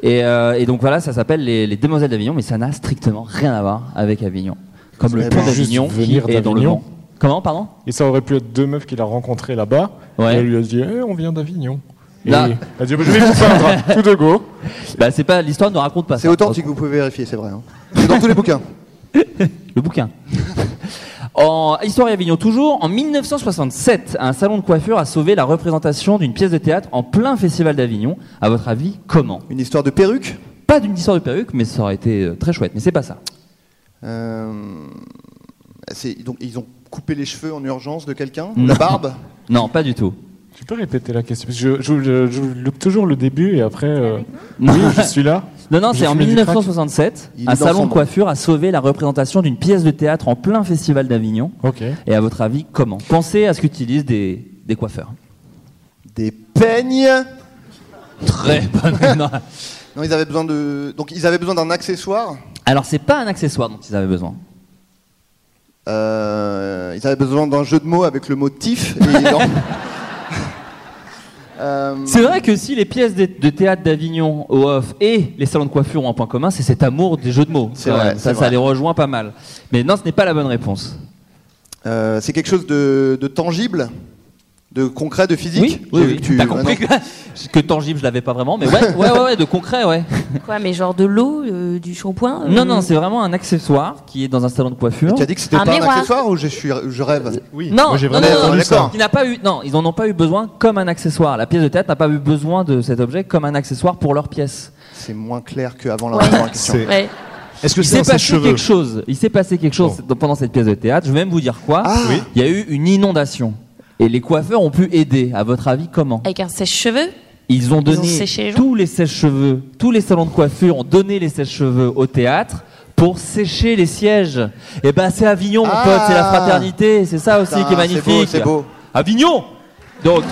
Speaker 1: Et, euh, et donc voilà, ça s'appelle les, les Demoiselles d'Avignon, mais ça n'a strictement rien à voir avec Avignon. Comme
Speaker 4: Eh
Speaker 1: le pont
Speaker 4: ben,
Speaker 1: d'Avignon
Speaker 7: juste
Speaker 1: qui
Speaker 7: venir
Speaker 1: est dans le
Speaker 7: d'Avignon.
Speaker 1: Mans. Comment, pardon
Speaker 7: Et ça aurait pu être deux meufs qu'il a rencontrées là-bas.
Speaker 1: Ouais.
Speaker 7: Et elle lui a dit Eh, on vient d'Avignon. Et
Speaker 1: Là.
Speaker 7: elle a dit Bah, je vais vous peindre, tout de go.
Speaker 1: Bah, c'est pas, l'histoire ne raconte pas ça.
Speaker 4: C'est authentique, vous pouvez vérifier, c'est vrai. hein. C'est dans tous les bouquins.
Speaker 1: Le bouquin. en Histoire et Avignon toujours, en 1967, un salon de coiffure a sauvé la représentation d'une pièce de théâtre en plein festival d'Avignon. À votre avis, comment
Speaker 4: Une histoire de perruque
Speaker 1: Pas d'une histoire de perruque, mais ça aurait été euh, très chouette. Mais c'est pas ça.
Speaker 4: Euh, c'est- donc, ils ont coupé les cheveux en urgence de quelqu'un
Speaker 1: Non.
Speaker 4: La barbe
Speaker 1: Non, pas du tout.
Speaker 7: Tu peux répéter la question Parce que je, je, je- je loupe toujours le début et après. euh,
Speaker 1: Non.
Speaker 7: Oui, je suis là.
Speaker 1: Non, non,
Speaker 7: Je
Speaker 1: c'est en
Speaker 7: fumais du crack.
Speaker 1: 1967,
Speaker 4: Il est
Speaker 1: un
Speaker 4: dans son
Speaker 1: salon de
Speaker 4: bras.
Speaker 1: coiffure a sauvé la représentation d'une pièce de théâtre en plein festival d'Avignon.
Speaker 7: Ok.
Speaker 1: Et à votre avis, comment Pensez à ce qu'utilisent des, des coiffeurs.
Speaker 4: Des peignes
Speaker 1: Très bonne. non.
Speaker 4: Non, ils avaient besoin de. Donc, ils avaient besoin d'un accessoire.
Speaker 1: Alors, c'est pas un accessoire dont ils avaient besoin.
Speaker 4: Euh, ils avaient besoin d'un jeu de mots avec le mot tif. et ils ont- Euh,
Speaker 1: C'est vrai que si les pièces de, de théâtre d'Avignon au off et les salons de coiffure ont un point commun, c'est cet amour des jeux de mots.
Speaker 4: C'est
Speaker 1: Quand
Speaker 4: vrai,
Speaker 1: même.
Speaker 4: c'est
Speaker 1: ça, ça
Speaker 4: vrai.
Speaker 1: les rejoint pas mal. Mais non, ce n'est pas la bonne réponse.
Speaker 4: euh, c'est quelque chose de, de tangible, de concret, de physique.
Speaker 1: oui,
Speaker 4: J'ai
Speaker 1: oui,
Speaker 4: vu
Speaker 1: oui.
Speaker 4: que tu-
Speaker 1: T'as compris
Speaker 4: Ah non.
Speaker 1: que, que tangible, je l'avais pas vraiment, mais ouais, ouais, ouais, ouais, de concret, ouais.
Speaker 3: Quoi, mais genre de l'eau, euh, du shampoing euh,
Speaker 1: Non, non, c'est vraiment un accessoire qui est dans un salon de coiffure.
Speaker 4: Tu as dit que c'était
Speaker 3: Un
Speaker 4: pas
Speaker 3: miroir.
Speaker 4: un accessoire ou je, suis, je rêve
Speaker 5: Oui.
Speaker 1: Non,
Speaker 5: Moi, j'ai
Speaker 1: non,
Speaker 5: vraiment
Speaker 1: non, non,
Speaker 5: entendu
Speaker 4: d'accord.
Speaker 5: ça.
Speaker 1: Qui n'a pas eu, non, ils n'en ont pas eu besoin comme un accessoire. La pièce de théâtre n'a pas eu besoin de cet objet comme un accessoire pour leur pièce.
Speaker 4: C'est moins clair qu'avant la
Speaker 3: Ouais.
Speaker 4: avant la question.
Speaker 5: C'est-
Speaker 3: Ouais.
Speaker 5: Est-ce que
Speaker 1: Il
Speaker 5: c'est
Speaker 1: s'est
Speaker 5: dans ses
Speaker 1: passé
Speaker 5: cheveux
Speaker 1: quelque chose. Il s'est passé quelque chose dans- pendant cette pièce de théâtre. Je vais même vous dire quoi.
Speaker 4: Ah. Oui.
Speaker 1: Il y a eu une inondation et les coiffeurs ont pu aider. À votre avis, comment
Speaker 3: Avec un sèche-cheveux
Speaker 1: Ils ont donné
Speaker 3: séché les gens.
Speaker 1: tous les sèches-cheveux, tous les salons de coiffure ont donné les sèches-cheveux au théâtre pour sécher les sièges. Et ben c'est Avignon, mon
Speaker 4: Ah.
Speaker 1: pote, c'est la fraternité, c'est ça aussi qui
Speaker 4: Putain,
Speaker 1: est
Speaker 4: c'est
Speaker 1: magnifique.
Speaker 4: beau, c'est beau.
Speaker 1: Avignon Donc.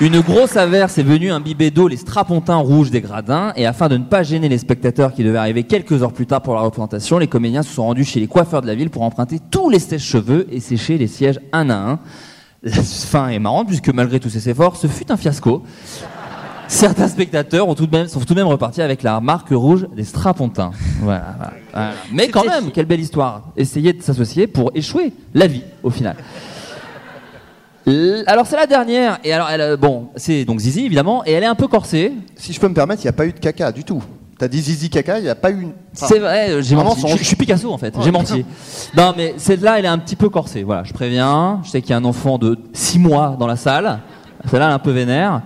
Speaker 1: Une grosse averse est venue imbiber d'eau les strapontins rouges des gradins et afin de ne pas gêner les spectateurs qui devaient arriver quelques heures plus tard pour la représentation, les comédiens se sont rendus chez les coiffeurs de la ville pour emprunter tous les sèches-cheveux et sécher les sièges un à un. La fin est marrante puisque malgré tous ces efforts, ce fut un fiasco. Certains spectateurs ont tout de même, sont tout de même repartis avec la marque rouge des strapontins. Voilà, voilà, voilà. Mais quand même, quelle belle histoire. Essayer de s'associer pour échouer la vie au final. L- Alors c'est la dernière et alors elle, euh, bon c'est donc Zizi évidemment et elle est un peu corsée.
Speaker 4: Si je peux me permettre, il n'y a pas eu de caca du tout. T'as dit zizi caca, il n'y a pas eu. une- Enfin,
Speaker 1: C'est vrai euh, j'ai
Speaker 4: un
Speaker 1: menti. Je,
Speaker 4: mensonge.
Speaker 1: je suis Picasso en fait
Speaker 4: Ouais,
Speaker 1: j'ai menti. Non mais celle-là elle est un petit peu corsée voilà je préviens je sais qu'il y a un enfant de 6 mois dans la salle celle-là elle est un peu vénère.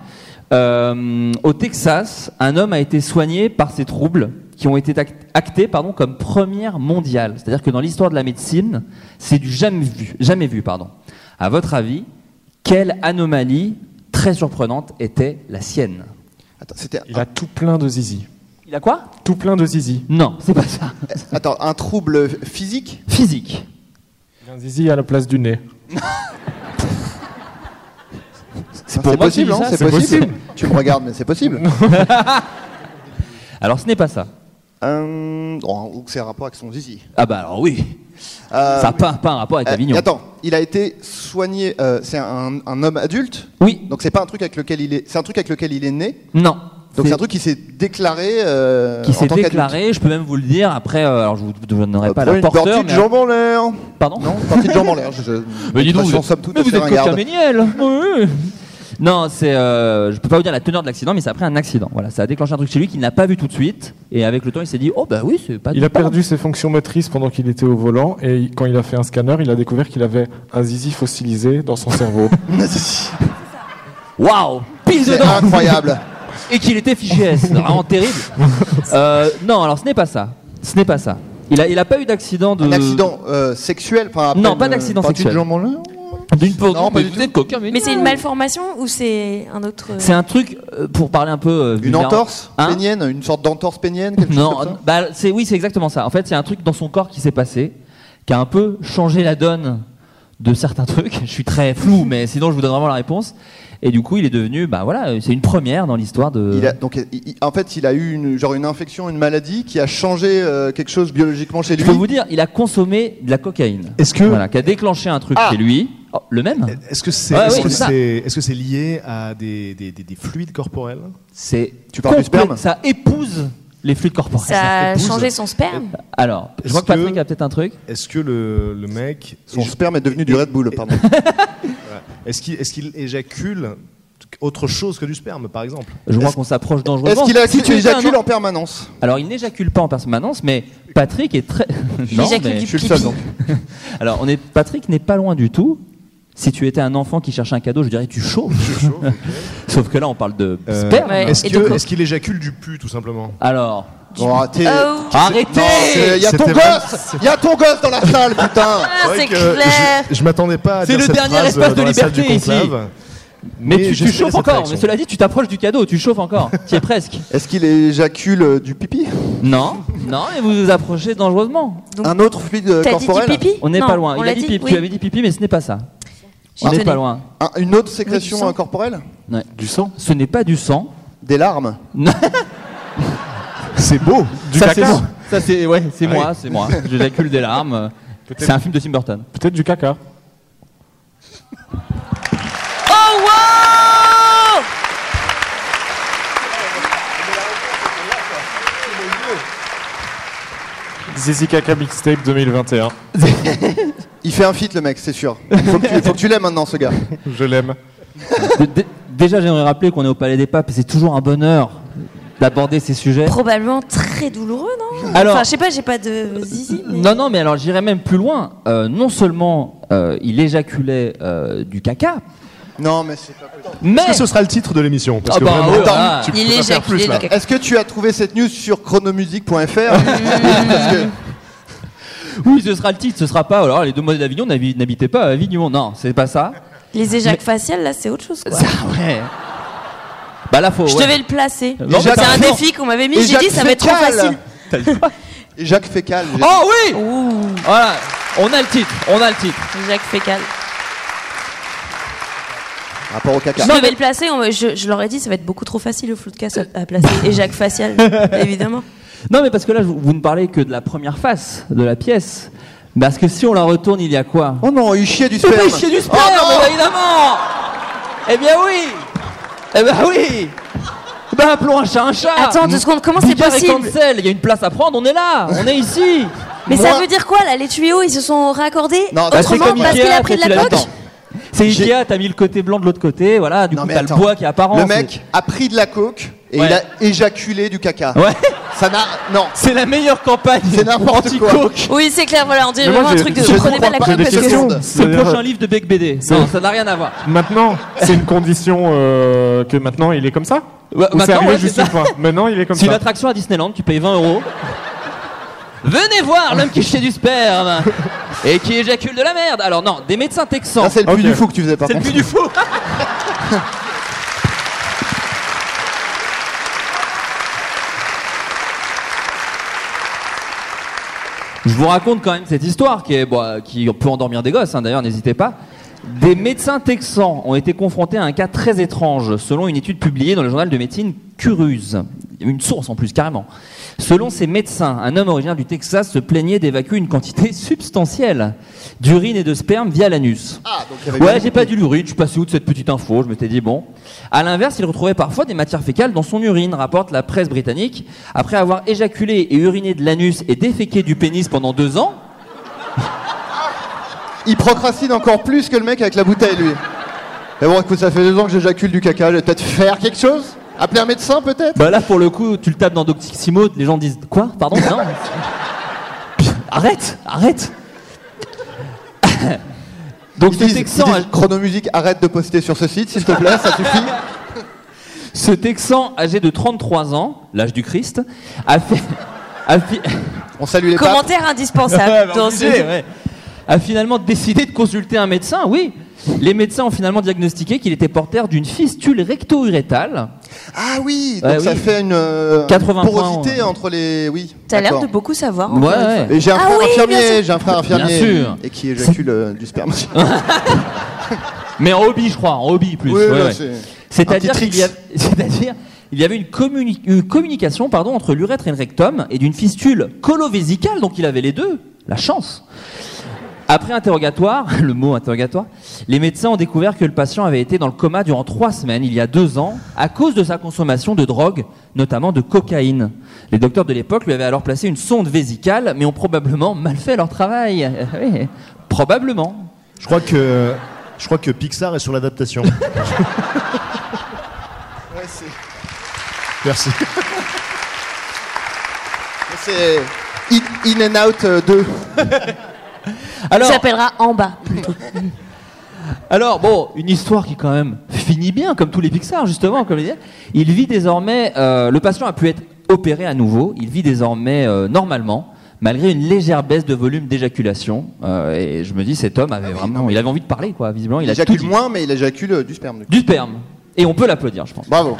Speaker 1: Euh, au Texas un homme a été soigné par ses troubles qui ont été act- actés pardon comme première mondiale c'est-à-dire que dans l'histoire de la médecine c'est du jamais vu jamais vu pardon. À votre avis quelle anomalie très surprenante était la sienne?
Speaker 4: Attends, c'était.
Speaker 7: Il a tout plein de zizi.
Speaker 1: Il a quoi
Speaker 7: Tout plein de zizi.
Speaker 1: Non, c'est pas ça.
Speaker 4: Attends, un trouble physique
Speaker 1: Physique.
Speaker 7: Il a un zizi à la place du nez.
Speaker 1: Ah,
Speaker 4: C'est
Speaker 1: pour moi que tu
Speaker 4: possible,
Speaker 1: dis
Speaker 4: hein,
Speaker 1: ça,
Speaker 4: c'est
Speaker 1: c'est
Speaker 4: possible. tu me regardes, mais c'est possible.
Speaker 1: Alors ce n'est pas ça.
Speaker 4: Euh, bon, ou que c'est un rapport avec son zizi.
Speaker 1: Ah bah alors oui.
Speaker 4: Euh,
Speaker 1: ça n'a pas, pas un rapport avec
Speaker 4: euh,
Speaker 1: Avignon.
Speaker 4: Attends, il a été soigné. euh, c'est un, un homme adulte,
Speaker 1: Oui.
Speaker 4: donc c'est pas un truc avec lequel il est. C'est un truc avec lequel il est né.
Speaker 1: Non.
Speaker 4: Donc c'est un truc qui s'est déclaré. euh,
Speaker 1: qui
Speaker 4: en
Speaker 1: s'est
Speaker 4: tant qu'adulte.
Speaker 1: déclaré. Je peux même vous le dire. Après, euh, alors je vous donnerai
Speaker 4: Euh,
Speaker 1: pas
Speaker 4: prenez
Speaker 1: la
Speaker 4: une
Speaker 1: porteur.
Speaker 4: tortue de
Speaker 1: Mais,
Speaker 4: jambon en l'air.
Speaker 1: pardon.
Speaker 4: Non, une tortue de jambon en l'air. Je, je-
Speaker 1: Mais dis donc, vous
Speaker 4: de toute façon,
Speaker 1: êtes-
Speaker 4: somme toute,
Speaker 1: mais
Speaker 4: on
Speaker 1: vous
Speaker 4: se
Speaker 1: êtes
Speaker 4: regarde.
Speaker 1: coquin méniel. Oui. Non, c'est. euh, je peux pas vous dire la teneur de l'accident, mais c'est après un accident. Voilà, ça a déclenché un truc chez lui qu'il n'a pas vu tout de suite. Et avec le temps, il s'est dit, oh bah oui, c'est pas.
Speaker 7: Il a
Speaker 1: pas-
Speaker 7: perdu ses fonctions motrices pendant qu'il était au volant et il- quand il a fait un scanner, il a découvert qu'il avait un zizi fossilisé dans son cerveau.
Speaker 1: Waouh, pile
Speaker 4: C'est
Speaker 1: dedans.
Speaker 4: incroyable.
Speaker 1: et qu'il était fiché S. Vraiment terrible. Euh, non, alors ce n'est pas ça. Ce n'est pas ça. Il a, il a pas eu d'accident de.
Speaker 4: Un accident euh, sexuel par rapport
Speaker 1: Non,
Speaker 4: à une
Speaker 1: pas d'accident
Speaker 4: tortue
Speaker 1: sexuel.
Speaker 4: de jambon en l'air
Speaker 1: D'une peau.
Speaker 4: Non, pas
Speaker 1: mais
Speaker 4: du
Speaker 1: vous
Speaker 4: tout.
Speaker 1: êtes coquin, mais,
Speaker 3: Mais c'est une malformation ou c'est un autre.
Speaker 1: C'est un truc euh, pour parler un peu. euh,
Speaker 4: Une
Speaker 1: vulgaire.
Speaker 4: entorse
Speaker 1: Hein
Speaker 4: pénienne Une sorte d'entorse pénienne quelque chose
Speaker 1: Non,
Speaker 4: comme ça
Speaker 1: bah, c'est oui, c'est exactement ça. En fait, c'est un truc dans son corps qui s'est passé, qui a un peu changé la donne de certains trucs. Je suis très flou, mais sinon je vous donne vraiment la réponse. Et du coup, il est devenu, bah voilà, euh, c'est une première dans l'histoire de.
Speaker 4: Il a- donc, il- il- en fait, il a eu une, genre une infection, une maladie qui a changé euh, quelque chose biologiquement chez
Speaker 1: Je
Speaker 4: lui.
Speaker 1: peux vous dire, il a consommé de la cocaïne.
Speaker 5: Est-ce que-
Speaker 1: voilà, qui a déclenché un
Speaker 4: Ah
Speaker 1: truc chez lui. Oh, le même
Speaker 4: Euh,
Speaker 5: Est-ce que c'est
Speaker 1: Ouais,
Speaker 5: est-ce
Speaker 1: oui,
Speaker 5: que
Speaker 1: c'est ça.
Speaker 5: c'est- est-ce que c'est lié à des, des- des- des fluides corporels
Speaker 1: C'est.
Speaker 4: Tu parles du
Speaker 1: complet-
Speaker 4: sperme
Speaker 1: Ça épouse les fluides corporels.
Speaker 3: Ça a
Speaker 5: fait douze.
Speaker 3: changé son sperme
Speaker 1: Alors, je
Speaker 5: Est-ce
Speaker 1: vois que Patrick
Speaker 5: que-
Speaker 1: a peut-être un truc.
Speaker 5: Est-ce que le, le mec
Speaker 4: Son sperme est devenu du Red Bull, pardon.
Speaker 5: Est-ce qu'il est-ce qu'il éjacule autre chose que du sperme, par exemple
Speaker 1: Je vois
Speaker 4: Est-ce-
Speaker 1: qu'on s'approche dangereusement.
Speaker 4: Est-ce qu'il a
Speaker 1: Si
Speaker 4: si tu
Speaker 1: étais un
Speaker 4: éjacules en permanence
Speaker 1: Alors, il n'éjacule pas en permanence, mais Patrick est très. Non,
Speaker 3: J'éjacule
Speaker 1: mais-
Speaker 3: du
Speaker 4: Je suis le seul,
Speaker 3: pipi.
Speaker 4: donc.
Speaker 1: Alors, on est... Patrick n'est pas loin du tout. Si tu étais un enfant qui cherchait un cadeau, je dirais tu chauffes. Sauf que là, on parle de
Speaker 5: Euh,
Speaker 1: sperme.
Speaker 3: Ouais.
Speaker 5: Est-ce
Speaker 3: Et
Speaker 5: que-
Speaker 3: donc-
Speaker 5: est-ce qu'il éjacule du pu, tout simplement
Speaker 1: Alors,
Speaker 4: Bon, ah, t'es-
Speaker 3: Oh,
Speaker 1: arrêtez
Speaker 4: Non, c'est- y a ton
Speaker 5: C'était
Speaker 4: gosse Y a ton gosse dans la salle, putain
Speaker 3: ah,
Speaker 5: vrai
Speaker 3: c'est
Speaker 5: que
Speaker 3: clair
Speaker 5: Je, je m'attendais pas à
Speaker 1: C'est
Speaker 5: dire
Speaker 1: le
Speaker 5: cette
Speaker 1: dernier
Speaker 5: phrase,
Speaker 1: espace
Speaker 5: euh,
Speaker 1: de
Speaker 5: dans la salle
Speaker 1: liberté
Speaker 5: du conclave,
Speaker 1: Mais, tu- tu,
Speaker 5: j'espérais
Speaker 1: chauffes
Speaker 5: cette
Speaker 1: encore.
Speaker 5: réaction.
Speaker 1: Mais cela dit, tu t'approches du cadeau, tu chauffes encore. tu es presque.
Speaker 4: Est-ce qu'il éjacule euh, du pipi
Speaker 1: Non, non, mais vous vous approchez dangereusement.
Speaker 3: Donc,
Speaker 4: Un autre fluide euh,
Speaker 3: T'as dit du
Speaker 4: corporel
Speaker 3: pipi
Speaker 1: On n'est
Speaker 3: Non,
Speaker 1: pas loin.
Speaker 3: On
Speaker 1: il a
Speaker 3: l'a
Speaker 1: dit,
Speaker 3: dit,
Speaker 1: pipi,
Speaker 3: oui.
Speaker 1: tu avais dit pipi, mais ce n'est pas ça.
Speaker 3: J'y
Speaker 1: On n'est
Speaker 3: tenais.
Speaker 1: pas loin.
Speaker 4: Un- Une autre
Speaker 3: Oui, du
Speaker 4: sécrétion
Speaker 3: sang.
Speaker 4: euh, corporelle
Speaker 1: Ouais. Du sang Ce n'est pas du sang.
Speaker 4: Des larmes
Speaker 5: C'est beau
Speaker 7: Du
Speaker 1: ça, c'est
Speaker 7: caca.
Speaker 1: moi. Ça, c'est ouais, c'est moi, c'est moi. J'éjacule des larmes. C'est un film de Tim Burton.
Speaker 7: Peut-être du caca.
Speaker 3: Oh wow
Speaker 7: Zizi caca mixtape 2021.
Speaker 4: Il fait un feat, le mec, c'est sûr. Faut que tu, faut que tu l'aimes maintenant, ce gars.
Speaker 7: Je l'aime.
Speaker 1: De- dé- Déjà, j'aimerais rappeler qu'on est au Palais des Papes et c'est toujours un bonheur d'aborder ces sujets.
Speaker 3: Probablement très douloureux, non
Speaker 1: Alors-
Speaker 3: Enfin, je sais pas, j'ai pas de zizi. mais-
Speaker 1: Non, non, mais alors j'irais même plus loin. Euh, non seulement euh, il éjaculait euh, du caca,
Speaker 4: Non, mais c'est pas possible.
Speaker 1: mais
Speaker 5: Est-ce que ce sera le titre de l'émission Parce
Speaker 1: Ah
Speaker 5: que
Speaker 1: bah,
Speaker 5: vraiment,
Speaker 1: oh là
Speaker 5: tu peux
Speaker 3: Il
Speaker 5: pas faire
Speaker 3: éjacule
Speaker 5: plus,
Speaker 3: du
Speaker 5: là.
Speaker 3: caca.
Speaker 4: Mmh. Est-ce que tu as trouvé cette news sur chronomusique.fr Parce que
Speaker 1: oui, ce sera le titre, ce sera pas. Alors, les demoiselles d'Avignon n'habi- n'habitaient pas à Avignon. Non, c'est pas ça.
Speaker 3: Les éjacs faciales, là, c'est autre chose. Quoi.
Speaker 1: Ouais. Bah là, faut.
Speaker 3: Je
Speaker 1: ouais.
Speaker 3: devais le placer.
Speaker 1: Non, mais
Speaker 3: c'est
Speaker 1: t'as
Speaker 3: un
Speaker 1: raison.
Speaker 3: défi qu'on m'avait mis.
Speaker 4: Et
Speaker 3: J'ai dit,
Speaker 4: Jacques
Speaker 3: ça va être trop
Speaker 4: Fécal.
Speaker 3: facile.
Speaker 4: Et Jacques Fécal. j'ai-
Speaker 1: Oh oui Voilà, on a le titre, on a le titre.
Speaker 3: Jacques Fécal.
Speaker 4: Rapport au caca.
Speaker 3: Je devais le placer. on- je, je leur ai dit, ça va être beaucoup trop facile le flou de casse à, à placer. Et Jacques facial, évidemment.
Speaker 1: Non, mais parce que là, vous, vous ne parlez que de la première face de la pièce. Parce que si on la retourne, il y a quoi
Speaker 4: Oh non, il chiait du
Speaker 1: Il
Speaker 4: sperme. Oh
Speaker 1: fait chier du sperme,
Speaker 4: non
Speaker 1: bah, évidemment Eh bien oui Eh bien oui Ben appelons un chat un chat
Speaker 3: Attends deux secondes, comment c'est
Speaker 1: Bigard et
Speaker 3: possible
Speaker 1: Cancel, il y a une place à prendre, on est là, on est ici
Speaker 3: Mais ça
Speaker 4: Moi-
Speaker 3: veut dire quoi là Les tuyaux, ils se sont raccordés
Speaker 4: Non, bah, c'est
Speaker 3: autrement
Speaker 4: comme
Speaker 3: parce
Speaker 1: Ikea,
Speaker 3: qu'il a pris de
Speaker 1: quand
Speaker 3: la
Speaker 1: tu l'as-
Speaker 3: coque
Speaker 4: Attends.
Speaker 1: C'est
Speaker 4: J'ai-
Speaker 1: Ikea, t'as mis le côté blanc de l'autre côté, voilà, du
Speaker 4: Non,
Speaker 1: coup
Speaker 4: mais
Speaker 1: t'as le
Speaker 4: attends.
Speaker 1: bois qui apparaît.
Speaker 4: Le mec a pris de la coke et
Speaker 1: Ouais.
Speaker 4: il a éjaculé du caca.
Speaker 1: Ouais
Speaker 4: Ça n'a. Non.
Speaker 1: C'est la meilleure campagne
Speaker 4: C'est n'importe quoi.
Speaker 1: anti-coke.
Speaker 3: Oui, c'est clair, voilà, on dit
Speaker 7: Mais moi,
Speaker 3: vraiment un
Speaker 7: j'ai-
Speaker 3: truc de.
Speaker 7: j'ai
Speaker 3: Je
Speaker 7: des
Speaker 3: prenais pas la
Speaker 4: trois
Speaker 3: coque
Speaker 4: par-
Speaker 3: parce
Speaker 4: j'ai des questions.
Speaker 3: que.
Speaker 4: secondes.
Speaker 1: C'est le prochain livre de Beck BD.
Speaker 7: C'est-
Speaker 1: Non, ça n'a rien à voir.
Speaker 7: Maintenant, c'est une condition euh, que maintenant il est comme ça
Speaker 1: Ouais,
Speaker 7: Ou c'est
Speaker 1: Bah, maintenant,
Speaker 7: arrivé
Speaker 1: ouais,
Speaker 7: juste
Speaker 1: c'est
Speaker 7: une
Speaker 1: ça.
Speaker 7: fois Maintenant il est comme
Speaker 1: C'est une
Speaker 7: ça.
Speaker 1: attraction à Disneyland, tu payes 20 euros. Venez voir l'homme qui chie du sperme et qui éjacule de la merde. Alors non, des médecins texans.
Speaker 4: Ça, c'est le
Speaker 7: Ok.
Speaker 4: plus du fou que tu faisais par
Speaker 1: C'est le
Speaker 4: contre.
Speaker 1: plus du fou. Je vous raconte quand même cette histoire qui, est, bon, qui peut endormir des gosses, hein, d'ailleurs, n'hésitez pas. Des médecins texans ont été confrontés à un cas très étrange, selon une étude publiée dans le journal de médecine Curuse. Une source en plus, carrément. Selon ces médecins, un homme originaire du Texas se plaignait d'évacuer une quantité substantielle d'urine et de sperme via l'anus.
Speaker 4: Ah, donc il y avait
Speaker 1: Ouais,
Speaker 4: bien-
Speaker 1: j'ai pas du l'urine, je suis passé où de cette petite info, je m'étais dit bon. À l'inverse, il retrouvait parfois des matières fécales dans son urine, rapporte la presse britannique. Après avoir éjaculé et uriné de l'anus et déféqué du pénis pendant deux ans,
Speaker 4: Il procrastine encore plus que le mec avec la bouteille, lui. Mais bon, écoute, ça fait deux ans que j'éjacule du caca, je vais peut-être faire quelque chose Appeler un médecin, peut-être
Speaker 1: bah là pour le coup, tu le tapes dans Doctissimo, les gens disent quoi Pardon Non. arrête, arrête. Donc ce
Speaker 4: Ils disent-
Speaker 1: texan,
Speaker 4: ils disent, Chronomusique, arrête de poster sur ce site, s'il te plaît, ça suffit.
Speaker 1: ce texan âgé de 33 ans, l'âge du Christ, a fait, a fi-
Speaker 4: On salue les papes.
Speaker 3: Commentaire indispensable. dans ce-
Speaker 1: bah, Obligé, bah, ouais. a finalement décidé de consulter un médecin, oui. Les médecins ont finalement diagnostiqué qu'il était porteur d'une fistule recto-urétale.
Speaker 4: Ah oui, donc
Speaker 1: Ouais,
Speaker 4: ça
Speaker 1: oui.
Speaker 4: fait une euh,
Speaker 1: 80 points,
Speaker 4: porosité
Speaker 1: ouais.
Speaker 4: entre les... Oui,
Speaker 3: T'as l'air de
Speaker 4: d'accord.
Speaker 3: beaucoup savoir.
Speaker 1: Ouais,
Speaker 3: encore une
Speaker 1: ouais.
Speaker 3: fois.
Speaker 4: Et j'ai un
Speaker 3: Ah
Speaker 4: frère
Speaker 3: oui, bien
Speaker 4: infirmier,
Speaker 3: sûr.
Speaker 4: j'ai un frère infirmier
Speaker 1: sûr.
Speaker 4: et qui éjacule euh, du sperme.
Speaker 1: Mais en hobby, je crois, en hobby plus.
Speaker 4: Oui,
Speaker 1: Ouais,
Speaker 4: là,
Speaker 1: ouais.
Speaker 4: c'est-
Speaker 1: C'est-à-dire
Speaker 4: un petit
Speaker 1: qu'il y, a- c'est-à-dire, il y avait une, communi- une communication pardon, entre l'urètre et le rectum et d'une fistule colovésicale, donc il avait les deux. La chance. Après interrogatoire, le mot interrogatoire, les médecins ont découvert que le patient avait été dans le coma durant trois semaines, il y a deux ans, à cause de sa consommation de drogue, notamment de cocaïne. Les docteurs de l'époque lui avaient alors placé une sonde vésicale, mais ont probablement mal fait leur travail. Oui, probablement.
Speaker 5: Je crois que, je crois que Pixar est sur l'adaptation. Merci.
Speaker 4: C'est In, In and Out euh, 2.
Speaker 1: Oh,
Speaker 3: Il
Speaker 1: Alors,
Speaker 3: s'appellera En bas.
Speaker 1: Alors bon, une histoire qui quand même finit bien, comme tous les Pixar justement, comme je disais. Il vit désormais, euh, le patient a pu être opéré à nouveau. Il vit désormais euh, normalement, malgré une légère baisse de volume d'éjaculation. Euh, et je me dis, cet homme avait vraiment, il avait envie de parler quoi. Visiblement, il,
Speaker 4: Il
Speaker 1: a tout
Speaker 4: éjacule
Speaker 1: dit.
Speaker 4: moins, mais il éjacule euh, du sperme. du coup.
Speaker 1: du sperme. Et on peut l'applaudir, je pense.
Speaker 4: Bravo.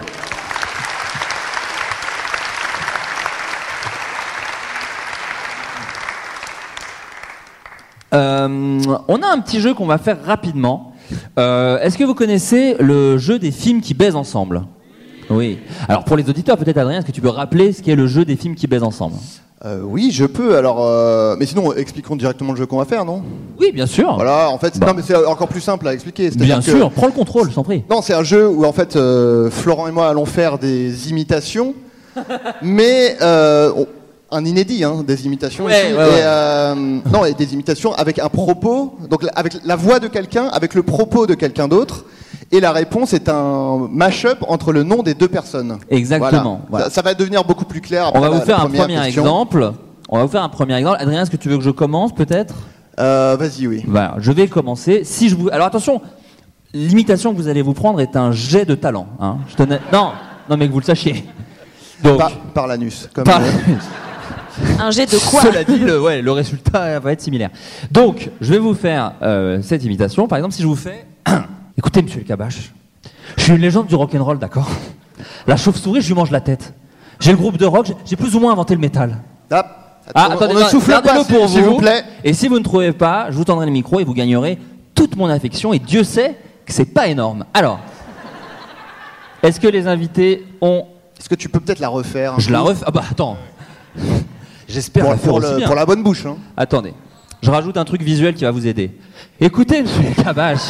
Speaker 1: Euh, on a un petit jeu qu'on va faire rapidement. Euh, Est-ce que vous connaissez le jeu des films qui baisent ensemble Oui. Alors pour les auditeurs, peut-être Adrien, est-ce que tu peux rappeler ce qu'est le jeu des films qui baisent ensemble
Speaker 4: Euh, oui, je peux. Alors, euh, mais sinon, expliquons directement le jeu qu'on va faire, non
Speaker 1: Oui, bien sûr.
Speaker 4: Voilà, en fait,
Speaker 1: Bah.
Speaker 4: non, mais c'est encore plus simple à expliquer. c'est-à-dire
Speaker 1: Bien
Speaker 4: que-
Speaker 1: sûr, prends le contrôle, je t'en prie.
Speaker 4: Non, c'est un jeu où en fait, euh, Florent et moi allons faire des imitations, mais euh, on- un inédit, hein, des imitations.
Speaker 1: Ouais,
Speaker 4: ici.
Speaker 1: ouais,
Speaker 4: et,
Speaker 1: ouais.
Speaker 4: euh, non, et des imitations avec un propos, donc la- avec la voix de quelqu'un, avec le propos de quelqu'un d'autre. Et la réponse est un mash-up entre le nom des deux personnes.
Speaker 1: Exactement,
Speaker 4: Voilà.
Speaker 1: voilà.
Speaker 4: Ça, ça va devenir beaucoup plus clair.
Speaker 1: On
Speaker 4: après
Speaker 1: va
Speaker 4: la-
Speaker 1: vous
Speaker 4: la
Speaker 1: faire un
Speaker 4: première
Speaker 1: premier
Speaker 4: question.
Speaker 1: exemple. On va vous faire un premier exemple. Adrien, est-ce que tu veux que je commence peut-être
Speaker 4: Euh, Vas-y, oui.
Speaker 1: Voilà, Bah, je vais commencer. Si je vous... Alors attention, l'imitation que vous allez vous prendre est un jet de talent. hein. Je tenais- Non, non mais que vous le sachiez. Donc,
Speaker 4: Par, par l'anus. Comme
Speaker 1: par-
Speaker 4: euh,
Speaker 3: Un jet de quoi
Speaker 1: Cela dit, le, ouais, le résultat va être similaire. Donc, je vais vous faire euh, cette imitation. Par exemple, si je vous fais. Écoutez, monsieur le cabache, je suis une légende du rock'n'roll, d'accord La chauve-souris, je lui mange la tête. J'ai le groupe de rock, j'ai- j'ai plus ou moins inventé le métal. Ah, attendez,
Speaker 4: on ne
Speaker 1: non,
Speaker 4: souffle
Speaker 1: gardez-le
Speaker 4: pas,
Speaker 1: pour
Speaker 4: s'il
Speaker 1: vous.
Speaker 4: vous plaît.
Speaker 1: Et si vous ne trouvez pas, je vous tendrai le micro et vous gagnerez toute mon affection. Et Dieu sait que c'est pas énorme. Alors, est-ce que les invités ont.
Speaker 4: Est-ce que tu peux peut-être la refaire un
Speaker 1: Je la
Speaker 4: peu
Speaker 1: refais. Ah bah attends. J'espère
Speaker 4: Pour-
Speaker 1: la faire
Speaker 4: pour
Speaker 1: aussi
Speaker 4: le-
Speaker 1: bien.
Speaker 4: pour la bonne bouche, hein.
Speaker 1: Attendez, je rajoute un truc visuel qui va vous aider. Écoutez, monsieur le Cabache.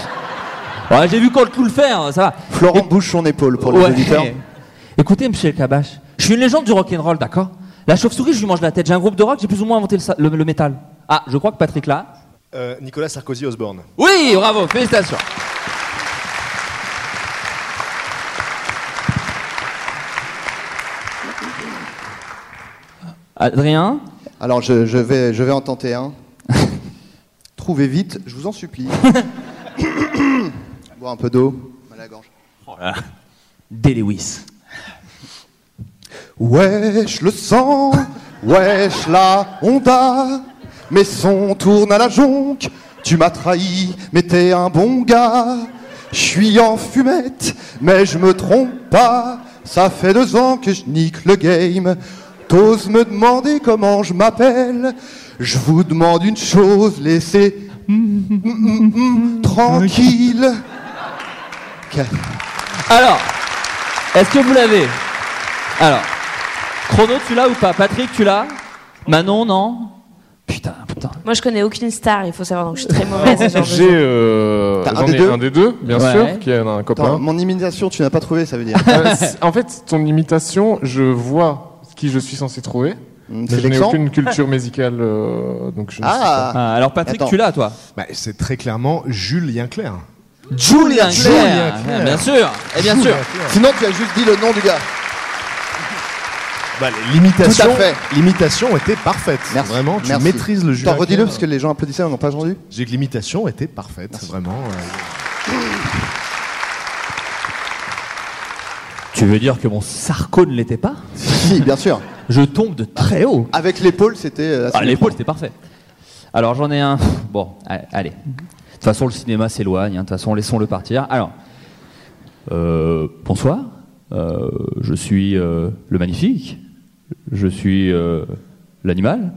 Speaker 1: Ouais, J'ai vu qu'on peut le faire, ça va.
Speaker 4: Florent bouge son épaule pour les
Speaker 1: Ouais.
Speaker 4: auditeurs.
Speaker 1: Écoutez, monsieur le Cabache, je suis une légende du rock'n'roll, d'accord La chauve-souris, je lui mange la tête. J'ai un groupe de rock, j'ai plus ou moins inventé le, sa- le- le métal. Ah, je crois que Patrick là.
Speaker 5: Euh, Nicolas Sarkozy Osborne.
Speaker 1: Oui, bravo, félicitations. Adrien
Speaker 4: Alors je, je vais, je vais en tenter un. Trouvez vite, je vous en supplie. Bois un peu d'eau. Mal à la gorge.
Speaker 1: Delewis.
Speaker 4: Wesh le sang, wesh la Honda, mais son tourne à la jonque, tu m'as trahi, mais t'es un bon gars. Je suis en fumette, mais je me trompe pas, ça fait deux ans que je nique le game. T'oses me demander comment je m'appelle, je vous demande une chose, laissez tranquille.
Speaker 1: Alors, est-ce que vous l'avez Alors, Chrono, tu l'as ou pas Patrick, tu l'as Manon, non Putain, putain.
Speaker 3: Moi, je connais aucune star, il faut savoir, donc je suis très mauvaise. à ce genre de
Speaker 7: J'ai
Speaker 3: jeu.
Speaker 7: euh,
Speaker 4: T'as un
Speaker 7: j'en
Speaker 4: des
Speaker 7: ai
Speaker 4: deux
Speaker 7: un des deux, bien
Speaker 1: Ouais.
Speaker 7: sûr, qui est un copain.
Speaker 4: Attends, mon imitation, tu n'as pas trouvé, ça veut dire.
Speaker 7: Euh, c'est- en fait, ton imitation, je vois qui je suis censé trouver.
Speaker 4: Mm,
Speaker 7: Mais
Speaker 4: C'est
Speaker 7: je n'ai
Speaker 4: vexant.
Speaker 7: aucune culture musicale, euh, donc je ne sais pas.
Speaker 4: Ah,
Speaker 1: Ah, alors, Patrick,
Speaker 4: Attends.
Speaker 1: tu l'as, toi
Speaker 5: Bah, c'est très clairement Julien Clerc.
Speaker 1: Julien Clerc.
Speaker 5: Clerc.
Speaker 1: Ah, Bien sûr, et Eh, bien sûr.
Speaker 4: sinon tu as juste dit le nom du gars.
Speaker 5: Bah, l'imitation,
Speaker 4: Tout à fait.
Speaker 5: l'imitation était parfaite.
Speaker 4: Merci.
Speaker 5: Vraiment, tu
Speaker 4: Merci.
Speaker 5: maîtrises le Julien.
Speaker 4: Attends, redis-le
Speaker 5: Clerc.
Speaker 4: parce que les gens applaudissaient, on n'a pas entendu.
Speaker 5: J'ai que l'imitation était parfaite, vraiment. euh,
Speaker 1: Tu veux dire que mon Sarko ne l'était pas
Speaker 4: si, bien sûr.
Speaker 1: Je tombe de très haut.
Speaker 4: Avec l'épaule, c'était. euh, assez
Speaker 1: Ah, l'épaule, c'était parfait. Alors, j'en ai un. Bon, allez, allez. De toute façon, le cinéma s'éloigne. hein. De toute façon, laissons-le partir. Alors, euh, bonsoir. Euh, je suis euh, le magnifique. Je suis euh, l'animal.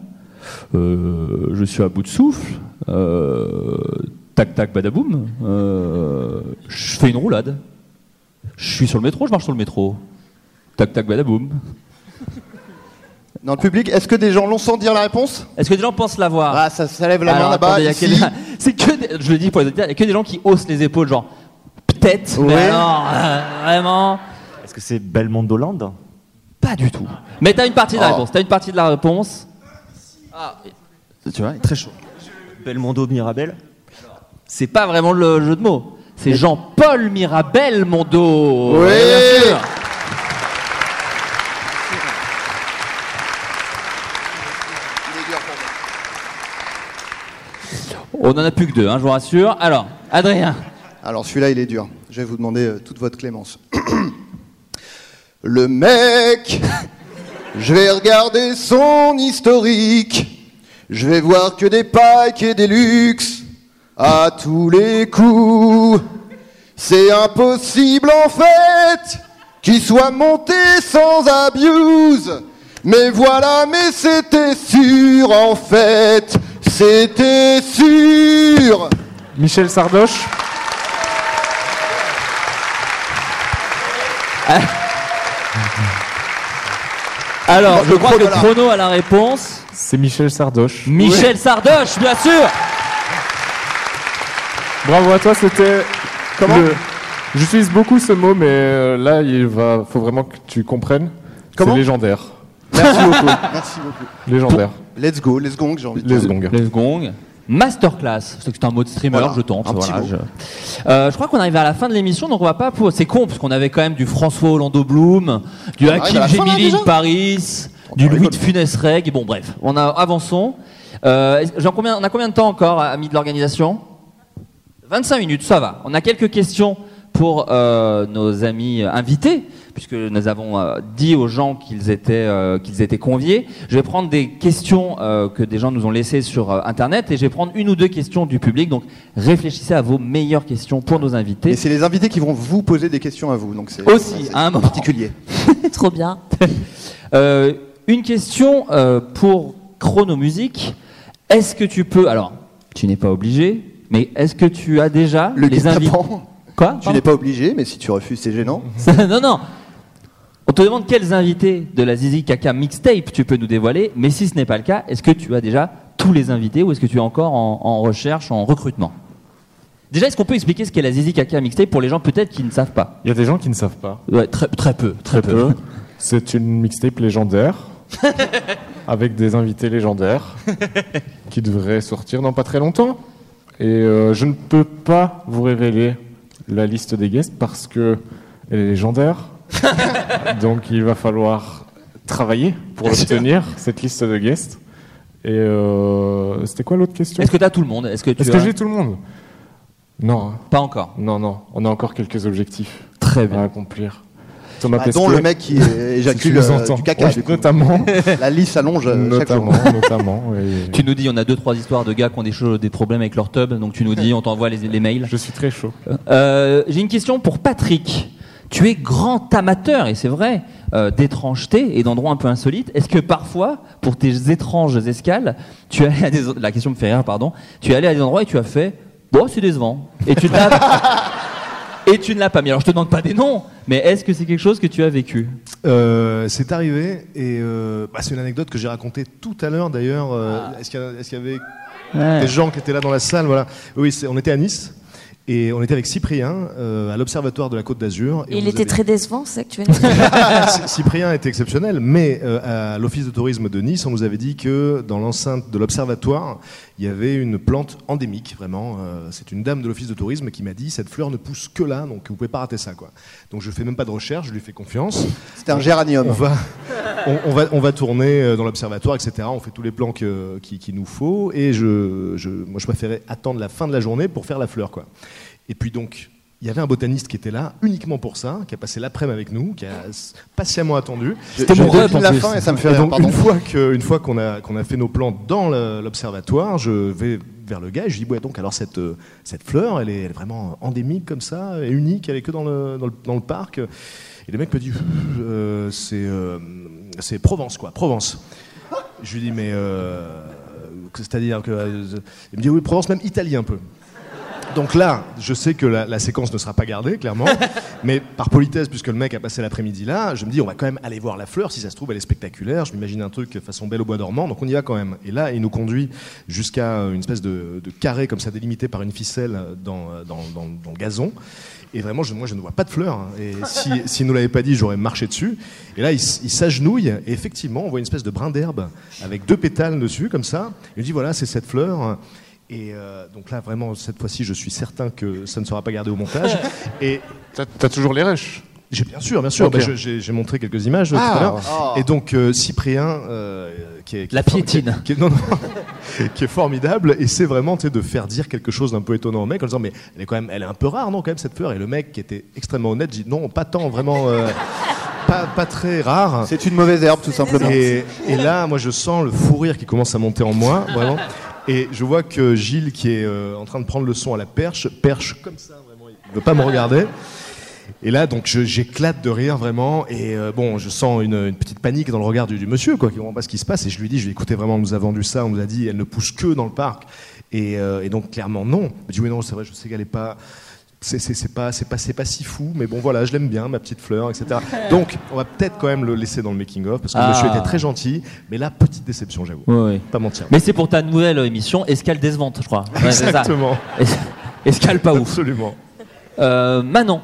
Speaker 1: Euh, je suis à bout de souffle. Euh, tac, tac, badaboum. Euh, je fais une roulade. Je suis sur le métro, je marche sur le métro. Tac, tac, badaboum.
Speaker 4: Dans le public, est-ce que des gens l'ont sans dire la réponse
Speaker 1: Est-ce que des gens pensent l'avoir
Speaker 4: Ah, ça se lève la
Speaker 1: Alors,
Speaker 4: main là-bas.
Speaker 1: attendez, il y a
Speaker 4: ici.
Speaker 1: que des- C'est que des- je le dis pour les auditeurs, il y a que des gens qui haussent les épaules, genre peut-être, mais
Speaker 4: Ouais.
Speaker 1: alors, euh, vraiment
Speaker 10: Est-ce que c'est Belmond d'Hollande
Speaker 1: pas du tout. Mais t'as une partie de la
Speaker 4: Oh.
Speaker 1: réponse. T'as une partie de la réponse. Ah, tu vois, il est très chaud.
Speaker 10: Belmondo Mirabel
Speaker 1: C'est pas vraiment le jeu de mots. C'est Jean-Paul Mirabel, mon dos.
Speaker 4: Ouais.
Speaker 1: Ouais, bien sûr. On en a plus que deux, hein, je vous rassure. Alors, Adrien.
Speaker 4: Alors celui-là, il est dur. Je vais vous demander euh, toute votre clémence. Le mec, je vais regarder son historique. Je vais voir que des packs et des luxes à tous les coups. C'est impossible en fait qu'il soit monté sans abuse. Mais voilà, mais c'était sûr en fait. C'était sûr.
Speaker 7: Michel Sardoche
Speaker 1: Alors,
Speaker 4: Moi,
Speaker 1: je
Speaker 4: le
Speaker 1: crois que
Speaker 4: chrono, là.
Speaker 1: Chrono a la réponse.
Speaker 7: C'est Michel Sardoche.
Speaker 1: Michel Sardoche, bien sûr.
Speaker 7: Bravo à toi, c'était.
Speaker 4: Comment
Speaker 7: le- J'utilise beaucoup ce mot, mais euh, là, il va... faut vraiment que tu comprennes.
Speaker 4: Comment
Speaker 7: C'est légendaire.
Speaker 4: Merci beaucoup. Merci beaucoup.
Speaker 7: Légendaire.
Speaker 4: Let's go, let's go, que j'ai envie de
Speaker 7: Les
Speaker 4: dire.
Speaker 7: secondes.
Speaker 1: Let's Gong. Masterclass, c'est que c'est un mot de streamer,
Speaker 4: Voilà,
Speaker 1: je tente.
Speaker 4: un petit
Speaker 1: voilà,
Speaker 4: mot.
Speaker 1: je... Euh, je crois qu'on arrive à la fin de l'émission, donc on va pas. pour- C'est con, parce qu'on avait quand même du François Hollando Bloom, du
Speaker 4: arrive à
Speaker 1: Hakim
Speaker 4: la fin, là,
Speaker 1: Gemili
Speaker 4: déjà
Speaker 1: de Paris, du Louis de Funès Reg. Bon, bref, on a, avançons. Euh, est-ce- j'en combien, on euh, a combien de temps encore, amis de l'organisation 25 minutes, ça va. On a quelques questions pour euh, nos amis euh, invités, puisque nous avons euh, dit aux gens qu'ils étaient, euh, qu'ils étaient conviés. Je vais prendre des questions euh, que des gens nous ont laissées sur euh, Internet et je vais prendre une ou deux questions du public. Donc réfléchissez à vos meilleures questions pour nos invités.
Speaker 4: Et c'est les invités qui vont vous poser des questions à vous. Donc c'est
Speaker 1: Aussi, à un moment.
Speaker 4: particulier.
Speaker 3: Trop bien.
Speaker 1: Euh, une question euh, pour Chronomusique. Est-ce que tu peux. Alors, tu n'es pas obligé, mais est-ce que tu as déjà
Speaker 4: Le
Speaker 1: les
Speaker 4: guide
Speaker 1: invités.
Speaker 4: t'apprend.
Speaker 1: Quoi
Speaker 4: Tu n'es pas obligé, mais si tu refuses, c'est gênant.
Speaker 1: Pardon Non, non. On te demande quels invités de la Zizi Kaka mixtape tu peux nous dévoiler, mais si ce n'est pas le cas, est-ce que tu as déjà tous les invités ou est-ce que tu es encore en, en recherche, en recrutement Déjà, est-ce qu'on peut expliquer ce qu'est la Zizi Kaka mixtape pour les gens peut-être qui ne savent pas
Speaker 7: Il y a des gens qui ne savent pas.
Speaker 1: Ouais, très, très peu, très, peu.
Speaker 7: C'est une mixtape légendaire. avec des invités légendaires. qui devraient sortir dans pas très longtemps. Et euh, je ne peux pas vous révéler la liste des guests parce que elle est légendaire. Donc il va falloir travailler pour obtenir cette liste de guests. Et euh, c'était quoi l'autre question
Speaker 1: Est-ce que tu as tout le monde Est-ce que, tu
Speaker 7: Est-ce que
Speaker 1: as-
Speaker 7: j'ai tout le monde Non. hein.
Speaker 1: Pas encore.
Speaker 7: Non, non, on a encore quelques objectifs
Speaker 1: Très
Speaker 7: à
Speaker 1: bien.
Speaker 7: accomplir. Thomas
Speaker 4: Ah, dont
Speaker 7: Pesquet,
Speaker 4: le mec qui euh,
Speaker 7: si tu
Speaker 4: éjacule
Speaker 7: nous
Speaker 4: euh,
Speaker 7: entends.
Speaker 4: du caca.
Speaker 7: Ouais,
Speaker 4: du coup.
Speaker 7: notamment,
Speaker 4: La liste s'allonge euh, chaque jour.
Speaker 7: notamment, notamment. oui.
Speaker 1: Tu nous dis, on a deux, trois histoires de gars qui ont des, choses, des problèmes avec leur tub, donc tu nous dis, on t'envoie les, les mails.
Speaker 7: Je suis très chaud.
Speaker 1: Euh, J'ai une question pour Patrick. Tu es grand amateur, et c'est vrai, euh, d'étrangeté et d'endroits un peu insolites. Est-ce que parfois, pour tes étranges escales, tu es allé à des... La question me fait rire, pardon. Tu es allé à des endroits et tu as fait... Bon, c'est décevant. Et tu, l'as- et tu ne l'as pas mis. Alors, je te demande pas des noms, mais est-ce que c'est quelque chose que tu as vécu
Speaker 5: Euh, c'est arrivé et euh, bah, c'est une anecdote que j'ai racontée tout à l'heure d'ailleurs. euh,
Speaker 3: Ah.
Speaker 5: Est-ce qu'il y, a- est-ce qu'il y avait des gens qui étaient là dans la salle Voilà. Oui, c'est- on était à Nice et on était avec Cyprien euh, à l'observatoire de la Côte d'Azur.
Speaker 3: Et
Speaker 5: on
Speaker 3: il
Speaker 5: nous
Speaker 3: était
Speaker 5: avait-
Speaker 3: très décevant, c'est ça que tu veux dire
Speaker 5: Cy- Cyprien était exceptionnel, mais euh, à l'office de tourisme de Nice, on nous avait dit que dans l'enceinte de l'observatoire, il y avait une plante endémique, vraiment. euh, c'est une dame de l'office de tourisme qui m'a dit cette fleur ne pousse que là, donc vous pouvez pas rater ça, quoi. Donc je fais même pas de recherche, je lui fais confiance.
Speaker 4: C'était un
Speaker 5: On
Speaker 4: géranium.
Speaker 5: va, on, on va, on va tourner euh, dans l'observatoire, etc. On fait tous les plans que- qui- qu'il nous faut. Et je, je- moi, je préférais attendre la fin de la journée pour faire la fleur. Quoi. Et puis donc, il y avait un botaniste qui était là uniquement pour ça, qui a passé l'après-midi avec nous, qui a s- patiemment attendu.
Speaker 4: C'était
Speaker 1: mon rêve, en
Speaker 4: la
Speaker 1: plus.
Speaker 4: fin et ça me fait
Speaker 5: Et
Speaker 4: rire,
Speaker 5: donc,
Speaker 4: pardon.
Speaker 5: une fois que- une fois qu'on a, qu'on a fait nos plans dans le- l'observatoire, je vais vers le gars et je lui dis ouais donc alors cette euh, cette fleur elle est, elle est vraiment endémique comme ça et unique elle est que dans le dans le, dans le parc et le mec me dit Euh, c'est euh, c'est Provence quoi Provence je lui dis mais c'est à dire que euh, il me dit oui Provence même Italie un peu donc là, je sais que la, la séquence ne sera pas gardée, clairement. mais par politesse, puisque le mec a passé l'après-midi là, je me dis, on va quand même aller voir la fleur. Si ça se trouve, elle est spectaculaire. Je m'imagine un truc façon belle au bois dormant. Donc on y va quand même. Et là, il nous conduit jusqu'à une espèce de, de carré comme ça délimité par une ficelle dans, dans- dans- dans le gazon. Et vraiment, je- moi, je ne vois pas de fleurs. hein. Et si- s'il nous l'avait pas dit, j'aurais marché dessus. Et là, il, s- il s'agenouille. Et effectivement, on voit une espèce de brin d'herbe avec deux pétales dessus, comme ça. Il dit, voilà, c'est cette fleur. Et euh, donc là, vraiment, cette fois-ci, je suis certain que ça ne sera pas gardé au montage. Et
Speaker 7: T'as- T'as toujours les rushs
Speaker 5: j'ai bien sûr, bien sûr,
Speaker 7: Ok.
Speaker 5: bah, je- j'ai j'ai montré quelques images euh, tout à l'heure. Et donc euh, Cyprien, euh, qui est qui
Speaker 1: La
Speaker 5: est for-
Speaker 1: piétine.
Speaker 5: qui est, qui est- non, non, qui est formidable. Et c'est vraiment tu sais, de faire dire quelque chose d'un peu étonnant au mec en disant mais elle est quand même, elle est un peu rare, non quand même cette fleur. Et le mec qui était extrêmement honnête dit non, pas tant, vraiment, euh, pas, pas très rare.
Speaker 4: C'est une mauvaise herbe, tout simplement.
Speaker 5: Et, et là, moi, je sens le fou rire qui commence à monter en moi, vraiment. Et je vois que Gilles, qui est euh, en train de prendre le son à la perche, perche comme ça, vraiment, il ne veut pas me regarder. Et là, donc, je- j'éclate de rire vraiment. Et euh, bon, je sens une, une petite panique dans le regard du, du monsieur, quoi, qui comprend pas ce qui se passe. Et je lui dis, je lui dis, écoutez, vraiment, on nous a vendu ça, on nous a dit, elle ne pousse que dans le parc. Et, euh, et donc, clairement, non. Je dis, oui, non, c'est vrai, je sais qu'elle est pas. C'est c'est- c'est pas, c'est pas, c'est pas si fou, mais bon, voilà, je l'aime bien, ma petite fleur, etc. Donc, on va peut-être quand même le laisser dans le making-of, parce que
Speaker 1: Ah.
Speaker 5: le monsieur était très gentil. Mais là, petite déception, j'avoue. Pas mentir.
Speaker 1: Mais c'est pour ta nouvelle émission, Escale décevante, je crois. Ouais, c'est ça.
Speaker 5: Exactement.
Speaker 1: Es- Escale pas ouf.
Speaker 5: Absolument.
Speaker 1: Euh, Manon,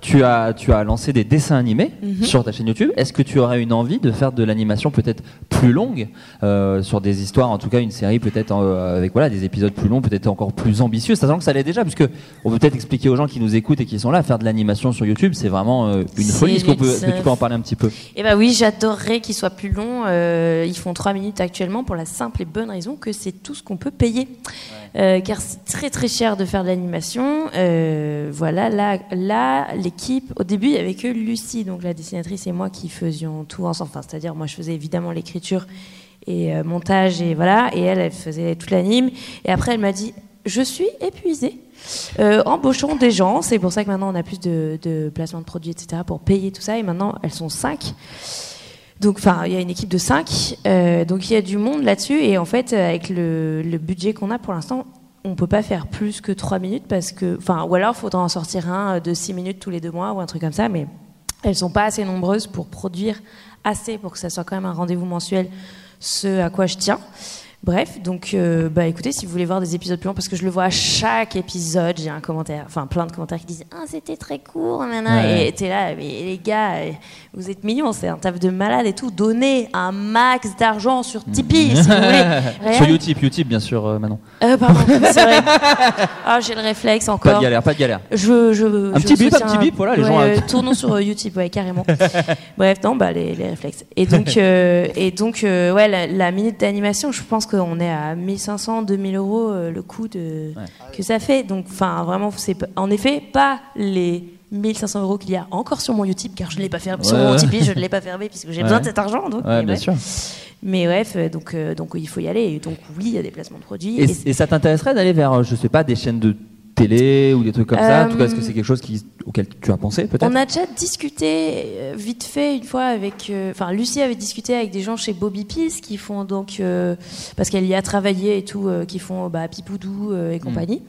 Speaker 1: tu as, tu as lancé des dessins animés sur ta chaîne YouTube. Est-ce que tu aurais une envie de faire de l'animation peut-être plus longue euh, sur des histoires, en tout cas une série peut-être euh, avec voilà des épisodes plus longs, peut-être encore plus ambitieux Ça sent que ça l'est déjà, puisque on peut peut-être expliquer aux gens qui nous écoutent et qui sont là, faire de l'animation sur YouTube, c'est vraiment euh, une
Speaker 3: C'est
Speaker 1: folie. Est-ce qu'on peut- est-ce que
Speaker 3: luxe.
Speaker 1: tu peux en parler un petit peu
Speaker 3: Eh ben oui, j'adorerais qu'ils soient plus longs. Euh, ils font 3 minutes actuellement pour la simple et bonne raison que c'est tout ce qu'on peut payer. euh, car c'est très très cher de faire de l'animation. Euh, voilà, là, là, l'équipe, au début, il n'y avait que Lucie, donc la dessinatrice et moi qui faisions tout ensemble. Enfin, c'est-à-dire, moi, je faisais évidemment l'écriture et euh, montage et voilà, et elle, elle faisait toute l'anime. Et après, elle m'a dit, je suis épuisée. Euh, embauchons des gens, c'est pour ça que maintenant on a plus de, de placements de produits, etc., pour payer tout ça. Et maintenant, elles sont 5. Donc, enfin, il y a une équipe de 5. donc, il y a du monde là-dessus. Et en fait, euh, avec le, le budget qu'on a pour l'instant, on peut pas faire plus que 3 minutes parce que. Enfin, ou alors, faudra en sortir un euh, de 6 minutes tous les deux mois ou un truc comme ça. Mais elles sont pas assez nombreuses pour produire assez pour que ça soit quand même un rendez-vous mensuel, ce à quoi je tiens. Bref, donc euh, bah écoutez, si vous voulez voir des épisodes plus longs, parce que je le vois à chaque épisode, j'ai un commentaire, enfin plein de commentaires qui disent ah c'était très court, nanana,
Speaker 11: Ouais.
Speaker 3: et t'es là, mais les gars, euh, vous êtes mignons, c'est un taf de malade et tout, donnez un max d'argent sur Tipeee si vous voulez. Réel.
Speaker 1: Sur Utip, Utip bien sûr, euh, Manon.
Speaker 3: Euh, pardon, c'est vrai. Ah, j'ai le réflexe encore.
Speaker 1: Pas de galère, pas de galère.
Speaker 3: Je, je,
Speaker 1: Un
Speaker 3: je
Speaker 1: petit bip,
Speaker 3: soutiens-
Speaker 1: un petit bip, voilà, les
Speaker 3: Ouais,
Speaker 1: gens,
Speaker 3: euh,
Speaker 1: euh,
Speaker 3: tournons sur euh, YouTube, ouais, carrément. Bref, non, bah, les, les réflexes. Et donc, euh, et donc euh, ouais, la, la minute d'animation, je pense qu'on est à 1500, 2000 euros euh, le coût de, que ça fait. Donc, enfin, vraiment, c'est p- en effet pas les 1500 euros qu'il y a encore sur mon YouTube, car je ne l'ai pas fermé, sur
Speaker 1: Ouais,
Speaker 3: mon
Speaker 1: ouais.
Speaker 3: Tipeee, je ne l'ai pas fermé, puisque j'ai
Speaker 1: Ouais.
Speaker 3: besoin de cet argent. Donc,
Speaker 1: Eh Ouais,
Speaker 3: mais
Speaker 1: bien sûr.
Speaker 3: Mais bref, euh, donc, euh, donc il faut y aller. Et donc, oui, il y a des placements de produits.
Speaker 1: Et,
Speaker 3: Et
Speaker 1: et ça t'intéresserait d'aller vers, euh, je sais pas, des chaînes de télé ou des trucs comme ça En tout cas, est-ce que
Speaker 3: Euh,
Speaker 1: c'est quelque chose qui, auquel tu as pensé peut-être
Speaker 3: On a déjà discuté euh, vite fait une fois avec. euh, Enfin, Lucie avait discuté avec des gens chez Bobby Pease qui font donc. euh, parce qu'elle y a travaillé et tout, euh, qui font euh, bah, Pipoudou euh, et compagnie.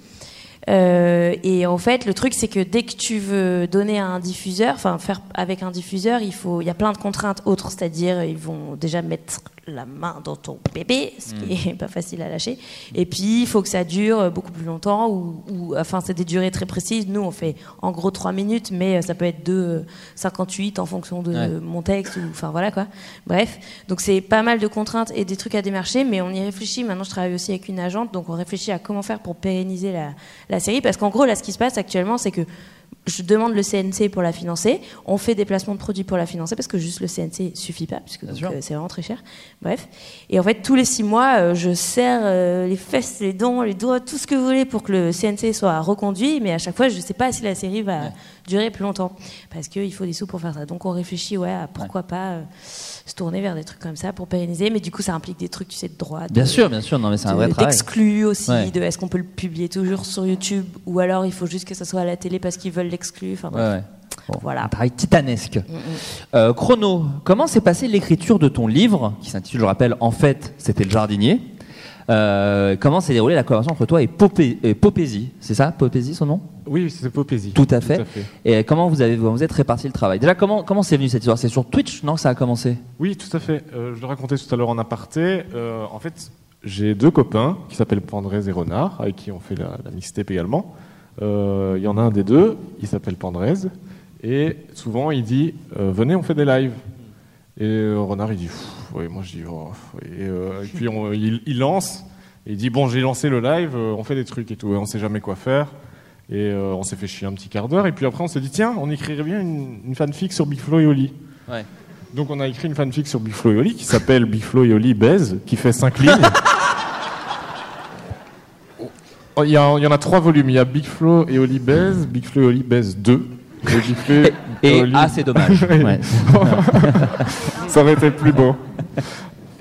Speaker 3: Euh, et en fait, le truc, c'est que dès que tu veux donner à un diffuseur, enfin faire avec un diffuseur, il faut, il y a plein de contraintes autres, c'est-à-dire ils vont déjà mettre la main dans ton bébé, ce qui est pas facile à lâcher. Et puis il faut que ça dure beaucoup plus longtemps, ou, ou- enfin c'est des durées très précises. Nous, on fait en gros 3 minutes, mais euh, ça peut être 2 58 en fonction de
Speaker 11: Ouais.
Speaker 3: mon texte, ou enfin voilà quoi. Bref, donc c'est pas mal de contraintes et des trucs à démarcher, mais on y réfléchit. Maintenant, je travaille aussi avec une agente, donc on réfléchit à comment faire pour pérenniser la, la série, parce qu'en gros, là, ce qui se passe actuellement, c'est que je demande le CNC pour la financer, on fait des placements de produits pour la financer, parce que juste le CNC suffit pas, puisque donc, euh, c'est vraiment très cher. Bref, et en fait, tous les six mois, euh, je serre euh, les fesses, les dents, les doigts, tout ce que vous voulez pour que le CNC soit reconduit, mais à chaque fois, je sais pas si la série va durer plus longtemps, parce qu'il faut des sous pour faire ça. Donc on réfléchit, ouais, à pourquoi pas euh, se tourner vers des trucs comme ça pour pérenniser, mais du coup, ça implique des trucs, tu sais, de droit.
Speaker 1: Bien
Speaker 3: de-
Speaker 1: sûr, bien sûr, non mais c'est un
Speaker 3: de-
Speaker 1: vrai travail.
Speaker 3: D'exclus aussi,
Speaker 1: Ouais.
Speaker 3: de est-ce qu'on peut le publier toujours sur YouTube, ou alors il faut juste que ça soit à la télé parce qu'ils veulent l'exclus. Enfin,
Speaker 1: Ouais,
Speaker 3: bref.
Speaker 1: ouais. Bon, Un travail titanesque.
Speaker 3: Mm,
Speaker 1: Euh, chrono, comment s'est passée l'écriture de ton livre, qui s'intitule, je rappelle, En fait, c'était le jardinier Euh, Comment s'est déroulée la collaboration entre toi et, Popé- et Popézy C'est ça, Popézy, son nom
Speaker 7: Oui, c'est Popézy.
Speaker 1: Tout à fait.
Speaker 7: Tout à fait.
Speaker 1: Et comment vous avez vous vous êtes réparti le travail Déjà, comment comment c'est venu cette histoire C'est sur Twitch, non que Ça a commencé
Speaker 7: Oui, tout à fait. Euh, je le racontais tout à l'heure en aparté. Euh, en fait, j'ai deux copains qui s'appellent Pandrez et Renard, avec qui on fait la, la mixtape également. Euh, Il y en a un des deux, il s'appelle Pandrez, et souvent il dit euh, Venez, on fait des lives. Et euh, Renard, il dit Pff, Oui, moi je dis Oh, oui. et, euh, et puis on- il, il lance, et il dit Bon, j'ai lancé le live, euh, on fait des trucs et tout, et on sait jamais quoi faire. Et euh, on s'est fait chier un petit quart d'heure, et puis après on s'est dit Tiens, on écrirait bien une, une fanfic sur Big Flo et Oli.
Speaker 1: Ouais.
Speaker 7: Donc on a écrit une fanfic sur Biflo et Oli qui s'appelle Biflo et Oli baise, qui fait 5 lignes. Oh, Il y, a- il y en a 3 volumes. Il y a Biflo et Oli baise, Bigflo et Oli baise 2. Et, Bigflo
Speaker 1: Et- et ah, c'est dommage. Ouais.
Speaker 7: Ça aurait été plus beau.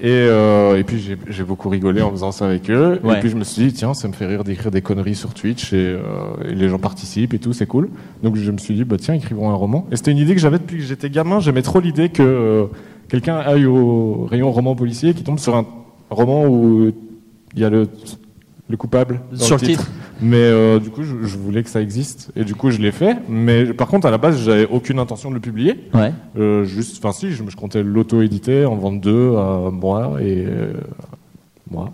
Speaker 7: Et, euh, et puis j'ai- j'ai beaucoup rigolé en faisant ça avec eux.
Speaker 1: Ouais.
Speaker 7: Et puis je me suis dit, tiens, ça me fait rire d'écrire des conneries sur Twitch et, euh, et les gens participent et tout, c'est cool. Donc je me suis dit, bah tiens, écrivons un roman. Et c'était une idée que j'avais depuis que j'étais gamin. J'aimais trop l'idée que euh, quelqu'un aille au rayon roman policier qui tombe sur un roman où il y a le, le coupable. dans
Speaker 1: Sur le titre.
Speaker 7: Mais euh, du coup, je, je voulais que ça existe. Et du coup, je l'ai fait. Mais par contre, à la base, j'avais aucune intention de le publier.
Speaker 1: Ouais.
Speaker 7: Euh, juste, enfin si, je, je comptais l'auto-éditer, en vendre deux à moi et euh, moi.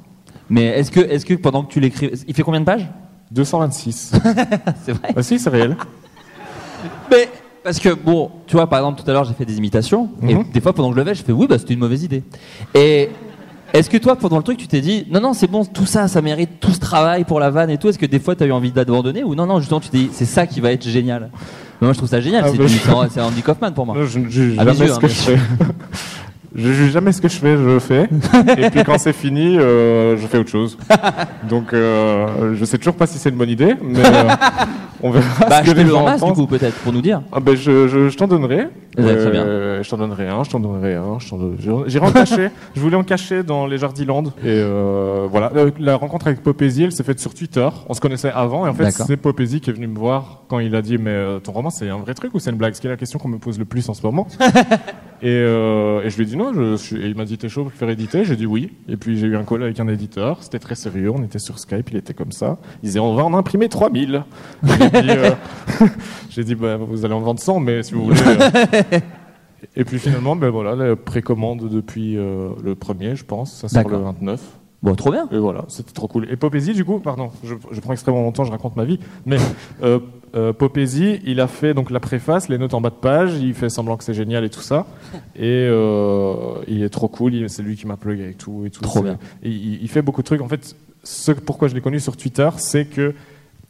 Speaker 1: Mais est-ce que, est que pendant que tu l'écris, il fait combien de pages
Speaker 7: 226.
Speaker 1: c'est vrai
Speaker 7: Ah si, c'est réel.
Speaker 1: Mais parce que bon, tu vois, par exemple, tout à l'heure, j'ai fait des imitations, et des fois, pendant que je levais, je fais oui, bah c'était une mauvaise idée. Et est-ce que toi, pendant le truc, tu t'es dit non, non, c'est bon, tout ça, ça mérite tout ce travail pour la vanne et tout. Est-ce que des fois, t'as eu envie d'abandonner ou non, non, justement, tu t'es dit c'est ça qui va être génial. Mais moi, je trouve ça génial.
Speaker 7: Ah,
Speaker 1: c'est
Speaker 7: bah,
Speaker 1: du-
Speaker 7: je-
Speaker 1: c'est un- c'est Andy Kaufman pour moi.
Speaker 7: Je ne juge
Speaker 1: Ah, mes
Speaker 7: jamais
Speaker 1: yeux,
Speaker 7: ce
Speaker 1: hein,
Speaker 7: que
Speaker 1: bien
Speaker 7: je
Speaker 1: sûr.
Speaker 7: fais. Je juge jamais ce que je fais, je le fais. Et puis quand c'est fini, euh, je fais autre chose. Donc euh, je sais toujours pas si c'est une bonne idée, mais euh, on verra.
Speaker 1: Bah,
Speaker 7: ce que
Speaker 1: achetez-le
Speaker 7: les gens
Speaker 1: en masse, du
Speaker 7: pensent.
Speaker 1: coup, peut-être, pour nous dire.
Speaker 7: Ah, ben, je je, je t'en donnerai. Euh,
Speaker 1: Ouais, Eh ben, très bien.
Speaker 7: je t'en donnerai un, je t'en donnerai un, je t'en donnerai- je- J'irai en cacher. je voulais en cacher dans les Jardiland. Et euh, voilà. Euh, La rencontre avec Popézy, elle s'est faite sur Twitter. On se connaissait avant. Et en fait,
Speaker 1: D'accord.
Speaker 7: c'est Popézy qui est venu me voir quand il a dit Mais euh, ton roman, c'est un vrai truc ou c'est une blague Ce qui est la question qu'on me pose le plus en ce moment. Et, euh, et je lui ai dit non, je suis... et il m'a dit t'es chaud pour le faire éditer J'ai dit oui. Et puis j'ai eu un call avec un éditeur, c'était très sérieux, on était sur Skype, il était comme ça. Il disait on va en imprimer 3000. J'ai dit, euh, j'ai dit bah, vous allez en vendre 100, mais si vous voulez. euh. Et puis finalement, ben voilà, la précommande depuis euh, le premier, je pense, ça sort le
Speaker 1: D'accord.
Speaker 7: 29.
Speaker 1: Bon, trop bien.
Speaker 7: Et voilà, c'était trop cool. Et Popézy, du coup, pardon, je, je prends extrêmement longtemps, je raconte ma vie, mais euh, euh, Popézy, il a fait donc la préface, les notes en bas de page, il fait semblant que c'est génial et tout ça, et euh, il est trop cool, il- c'est lui qui m'a plug avec tout et tout.
Speaker 1: Trop
Speaker 7: C'est-
Speaker 1: bien.
Speaker 7: et il, il fait beaucoup de trucs. En fait, ce pourquoi je l'ai connu sur Twitter, c'est que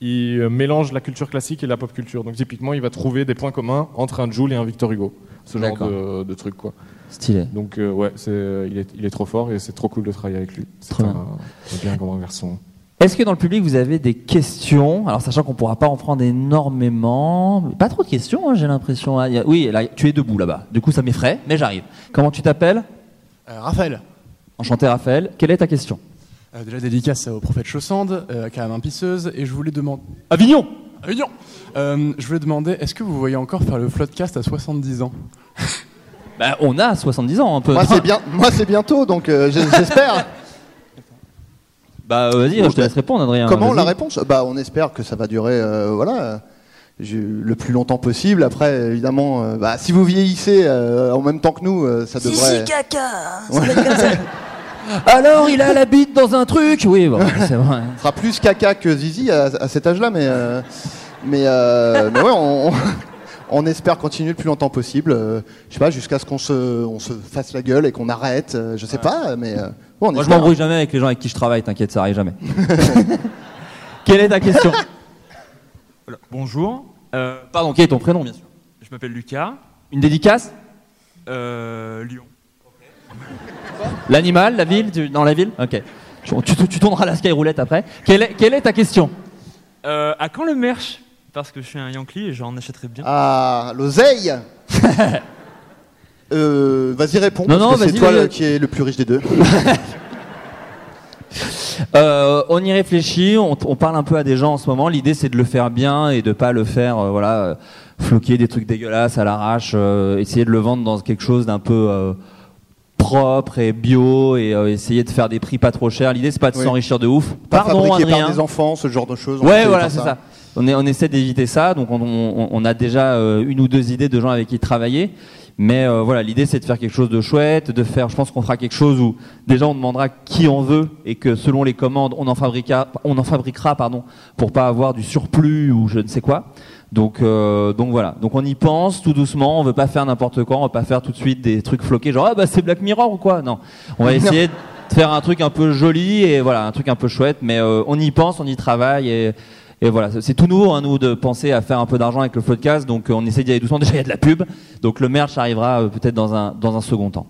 Speaker 7: il euh, mélange la culture classique et la pop culture. Donc typiquement, il va trouver des points communs entre un Jules et un Victor Hugo, ce genre
Speaker 1: D'accord.
Speaker 7: de, de truc quoi.
Speaker 1: Stylé.
Speaker 7: Donc euh, ouais, c'est- il, est, il est trop fort et c'est trop cool de travailler avec lui. C'est
Speaker 1: Trop
Speaker 7: un,
Speaker 1: bien.
Speaker 7: un bien grand garçon.
Speaker 1: Est-ce que dans le public vous avez des questions Alors sachant qu'on pourra pas en prendre énormément, mais pas trop de questions, hein, j'ai l'impression. Ah, il y a- Oui, là, tu es debout là-bas. Du coup, ça m'effraie, mais j'arrive. Comment tu t'appelles
Speaker 11: Euh, Raphaël,
Speaker 1: Enchanté, Raphaël. Quelle est ta question
Speaker 11: euh, de la dédicace au prophète Chaussande, euh, quand même un pisseuse, et je voulais demander.
Speaker 1: Avignon
Speaker 11: Avignon Euh, Je voulais demander, est-ce que vous voyez encore faire le floodcast à 70 ans
Speaker 1: Bah, on a 70 ans un peu.
Speaker 4: Moi, c'est bien, moi, c'est bientôt, donc euh, j'ai- j'espère.
Speaker 1: Bah, euh, vas-y, je te laisse répondre, Adrien.
Speaker 4: Comment
Speaker 1: Vas-y.
Speaker 4: la réponse Bah, on espère que ça va durer, euh, voilà, euh, j'ai- le plus longtemps possible. Après, évidemment, euh, bah, si vous vieillissez euh, en même temps que nous, euh, ça devrait.
Speaker 3: caca
Speaker 1: Alors, il a la bite dans un truc Oui, bon, c'est vrai.
Speaker 4: Ce sera plus caca que zizi à, à cet âge-là, mais euh, mais, euh, mais ouais, on, on- on espère continuer le plus longtemps possible. euh, je sais pas, jusqu'à ce qu'on se, on se fasse la gueule et qu'on arrête. euh, je sais pas, mais euh, ouais, on
Speaker 1: Moi, je
Speaker 4: espère.
Speaker 1: m'embrouille jamais avec les gens avec qui je travaille, t'inquiète, ça arrive jamais. Quelle est ta question
Speaker 12: Voilà. Bonjour. Euh,
Speaker 1: Pardon, quel est ton prénom, bien sûr
Speaker 12: Je m'appelle Lucas.
Speaker 1: Une dédicace
Speaker 12: Euh, Lyon.
Speaker 1: L'animal, la ville tu- Dans la ville Ok. Tu, tu- tu tourneras la skyroulette après. Quelle est, quelle est ta question
Speaker 12: Euh, à quand le merch Parce que je suis un Yankee et j'en achèterais bien.
Speaker 4: Ah, l'oseille Euh, Vas-y, réponds.
Speaker 1: Non,
Speaker 4: parce
Speaker 1: non,
Speaker 4: que c'est
Speaker 1: vas-y, euh,
Speaker 4: toi
Speaker 1: vas-y.
Speaker 4: le- qui est le plus riche des deux.
Speaker 1: Euh, on y réfléchit, on, on parle un peu à des gens en ce moment. L'idée, c'est de le faire bien et de pas le faire, euh, voilà, euh, floquer des trucs dégueulasses à l'arrache, euh, essayer de le vendre dans quelque chose d'un peu euh, propre et bio et euh, essayer de faire des prix pas trop chers. L'idée, c'est pas de
Speaker 4: Oui.
Speaker 1: s'enrichir de ouf.
Speaker 4: Pas
Speaker 1: Pardon,
Speaker 4: fabriqué
Speaker 1: Adrien.
Speaker 4: par des enfants, ce genre de choses. on
Speaker 1: Ouais,
Speaker 4: fait
Speaker 1: voilà,
Speaker 4: comme
Speaker 1: c'est ça. On, est, on essaie d'éviter ça, donc on, on- on a déjà euh, une ou deux idées de gens avec qui travailler. Mais euh, voilà, l'idée c'est de faire quelque chose de chouette, de faire. Je pense qu'on fera quelque chose où déjà on demandera qui en veut et que selon les commandes, on en fabriquera, on en fabriquera, pardon, pour pas avoir du surplus ou je ne sais quoi. Donc, euh, donc voilà. Donc on y pense tout doucement. On veut pas faire n'importe quoi. On veut pas faire tout de suite des trucs floqués, genre ah bah c'est Black Mirror ou quoi. Non, on va essayer de faire un truc un peu joli et voilà, un truc un peu chouette. Mais euh, on y pense, on y travaille et, et voilà, c'est- c'est tout nouveau, hein, nous, de penser à faire un peu d'argent avec le podcast. Donc, euh, on essaie d'y aller doucement. Déjà, il y a de la pub. Donc, le merch arrivera euh, peut-être dans un, dans un second temps.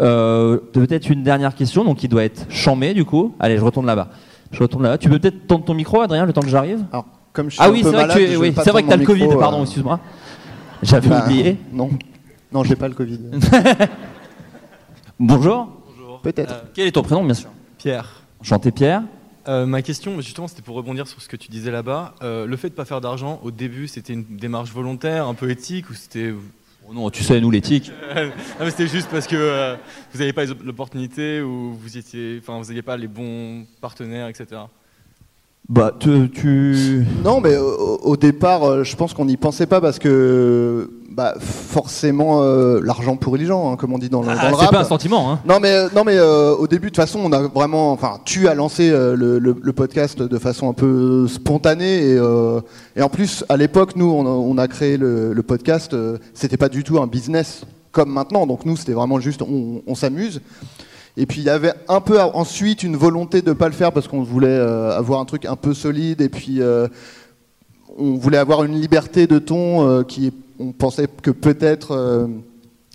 Speaker 1: Euh, peut-être une dernière question, donc qui doit être chambée, du coup. Allez, je retourne là-bas. Je retourne là-bas. Tu peux peut-être tendre ton micro, Adrien, le temps que j'arrive
Speaker 4: Alors, comme je suis
Speaker 1: Ah
Speaker 4: un
Speaker 1: oui,
Speaker 4: peu
Speaker 1: c'est vrai que
Speaker 4: malade,
Speaker 1: tu
Speaker 4: je
Speaker 1: es-
Speaker 4: vais
Speaker 1: oui,
Speaker 4: pas
Speaker 1: c'est vrai que t'as le
Speaker 4: tendre mon
Speaker 1: Covid,
Speaker 4: micro,
Speaker 1: pardon,
Speaker 4: euh.
Speaker 1: excuse-moi. J'avais
Speaker 4: Bah,
Speaker 1: oublié.
Speaker 4: Non, non, j'ai pas le Covid.
Speaker 1: Bonjour.
Speaker 4: Peut-être.
Speaker 1: Euh, Quel est ton prénom, bien sûr
Speaker 13: Pierre.
Speaker 1: Chanté Pierre.
Speaker 13: Euh, ma question, justement, c'était pour rebondir sur ce que tu disais là-bas. Euh, le fait de ne pas faire d'argent, au début, c'était une démarche volontaire, un peu éthique, ou c'était.
Speaker 1: Oh non, tu sais, nous, l'éthique.
Speaker 13: Euh, non, mais c'était juste parce que euh, vous n'avez pas les op- l'opportunité ou vous étiez, enfin, vous n'aviez pas les bons partenaires, etc.
Speaker 1: Bah, tu. tu...
Speaker 4: Non, mais au, au départ, euh, je pense qu'on n'y pensait pas parce que bah, forcément, euh, l'argent pourrit les gens, hein, comme on dit dans le, dans
Speaker 1: Ah,
Speaker 4: le
Speaker 1: c'est
Speaker 4: rap.
Speaker 1: pas un sentiment, hein.
Speaker 4: Non, mais, euh, non, mais euh, au début, de toute façon, on a vraiment. Enfin, tu as lancé euh, le, le- le podcast de façon un peu spontanée. Et, euh, et en plus, à l'époque, nous, on a, on a créé le, le podcast. euh, c'était pas du tout un business comme maintenant. Donc, nous, c'était vraiment juste on, on s'amuse. Et puis il y avait un peu a- ensuite une volonté de pas le faire parce qu'on voulait euh, avoir un truc un peu solide et puis euh, on voulait avoir une liberté de ton euh, qui on pensait que peut-être euh,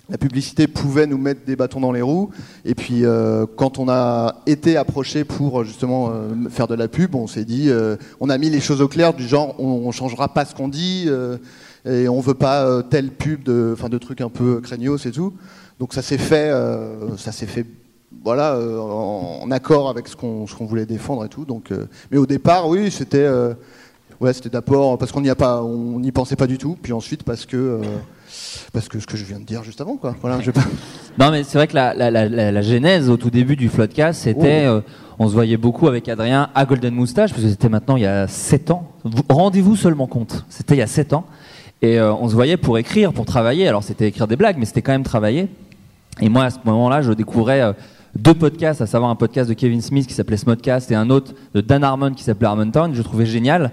Speaker 4: la publicité pouvait nous mettre des bâtons dans les roues. Et puis, euh, quand on a été approché pour euh, justement euh, faire de la pub, on s'est dit, euh, on a mis les choses au clair du genre, on, on changera pas ce qu'on dit euh, et on veut pas euh, telle pub de, enfin, de trucs un peu craignos et tout. Donc ça s'est fait, euh, ça s'est fait, voilà, euh, en, en accord avec ce qu'on ce qu'on voulait défendre et tout. Donc, euh, mais au départ, oui, c'était, euh, ouais, c'était d'abord parce qu'on n'y a pas, on n'y pensait pas du tout. Puis ensuite parce que. euh, parce que ce que je viens de dire juste avant, quoi. Voilà, je vais pas-
Speaker 1: Non, mais c'est vrai que la, la- la- la- la genèse au tout début du Floodcast, c'était.
Speaker 4: Oh.
Speaker 1: euh, on se voyait beaucoup avec Adrien à Golden Moustache, parce que c'était maintenant il y a 7 ans. Vous- Rendez-vous seulement compte, c'était il y a 7 ans. Et euh, on se voyait pour écrire, pour travailler. Alors c'était écrire des blagues, mais c'était quand même travailler. Et moi, à ce moment-là, je découvrais euh, deux podcasts, à savoir un podcast de Kevin Smith qui s'appelait Smodcast et un autre de Dan Harmon qui s'appelait Harmontown. Je trouvais génial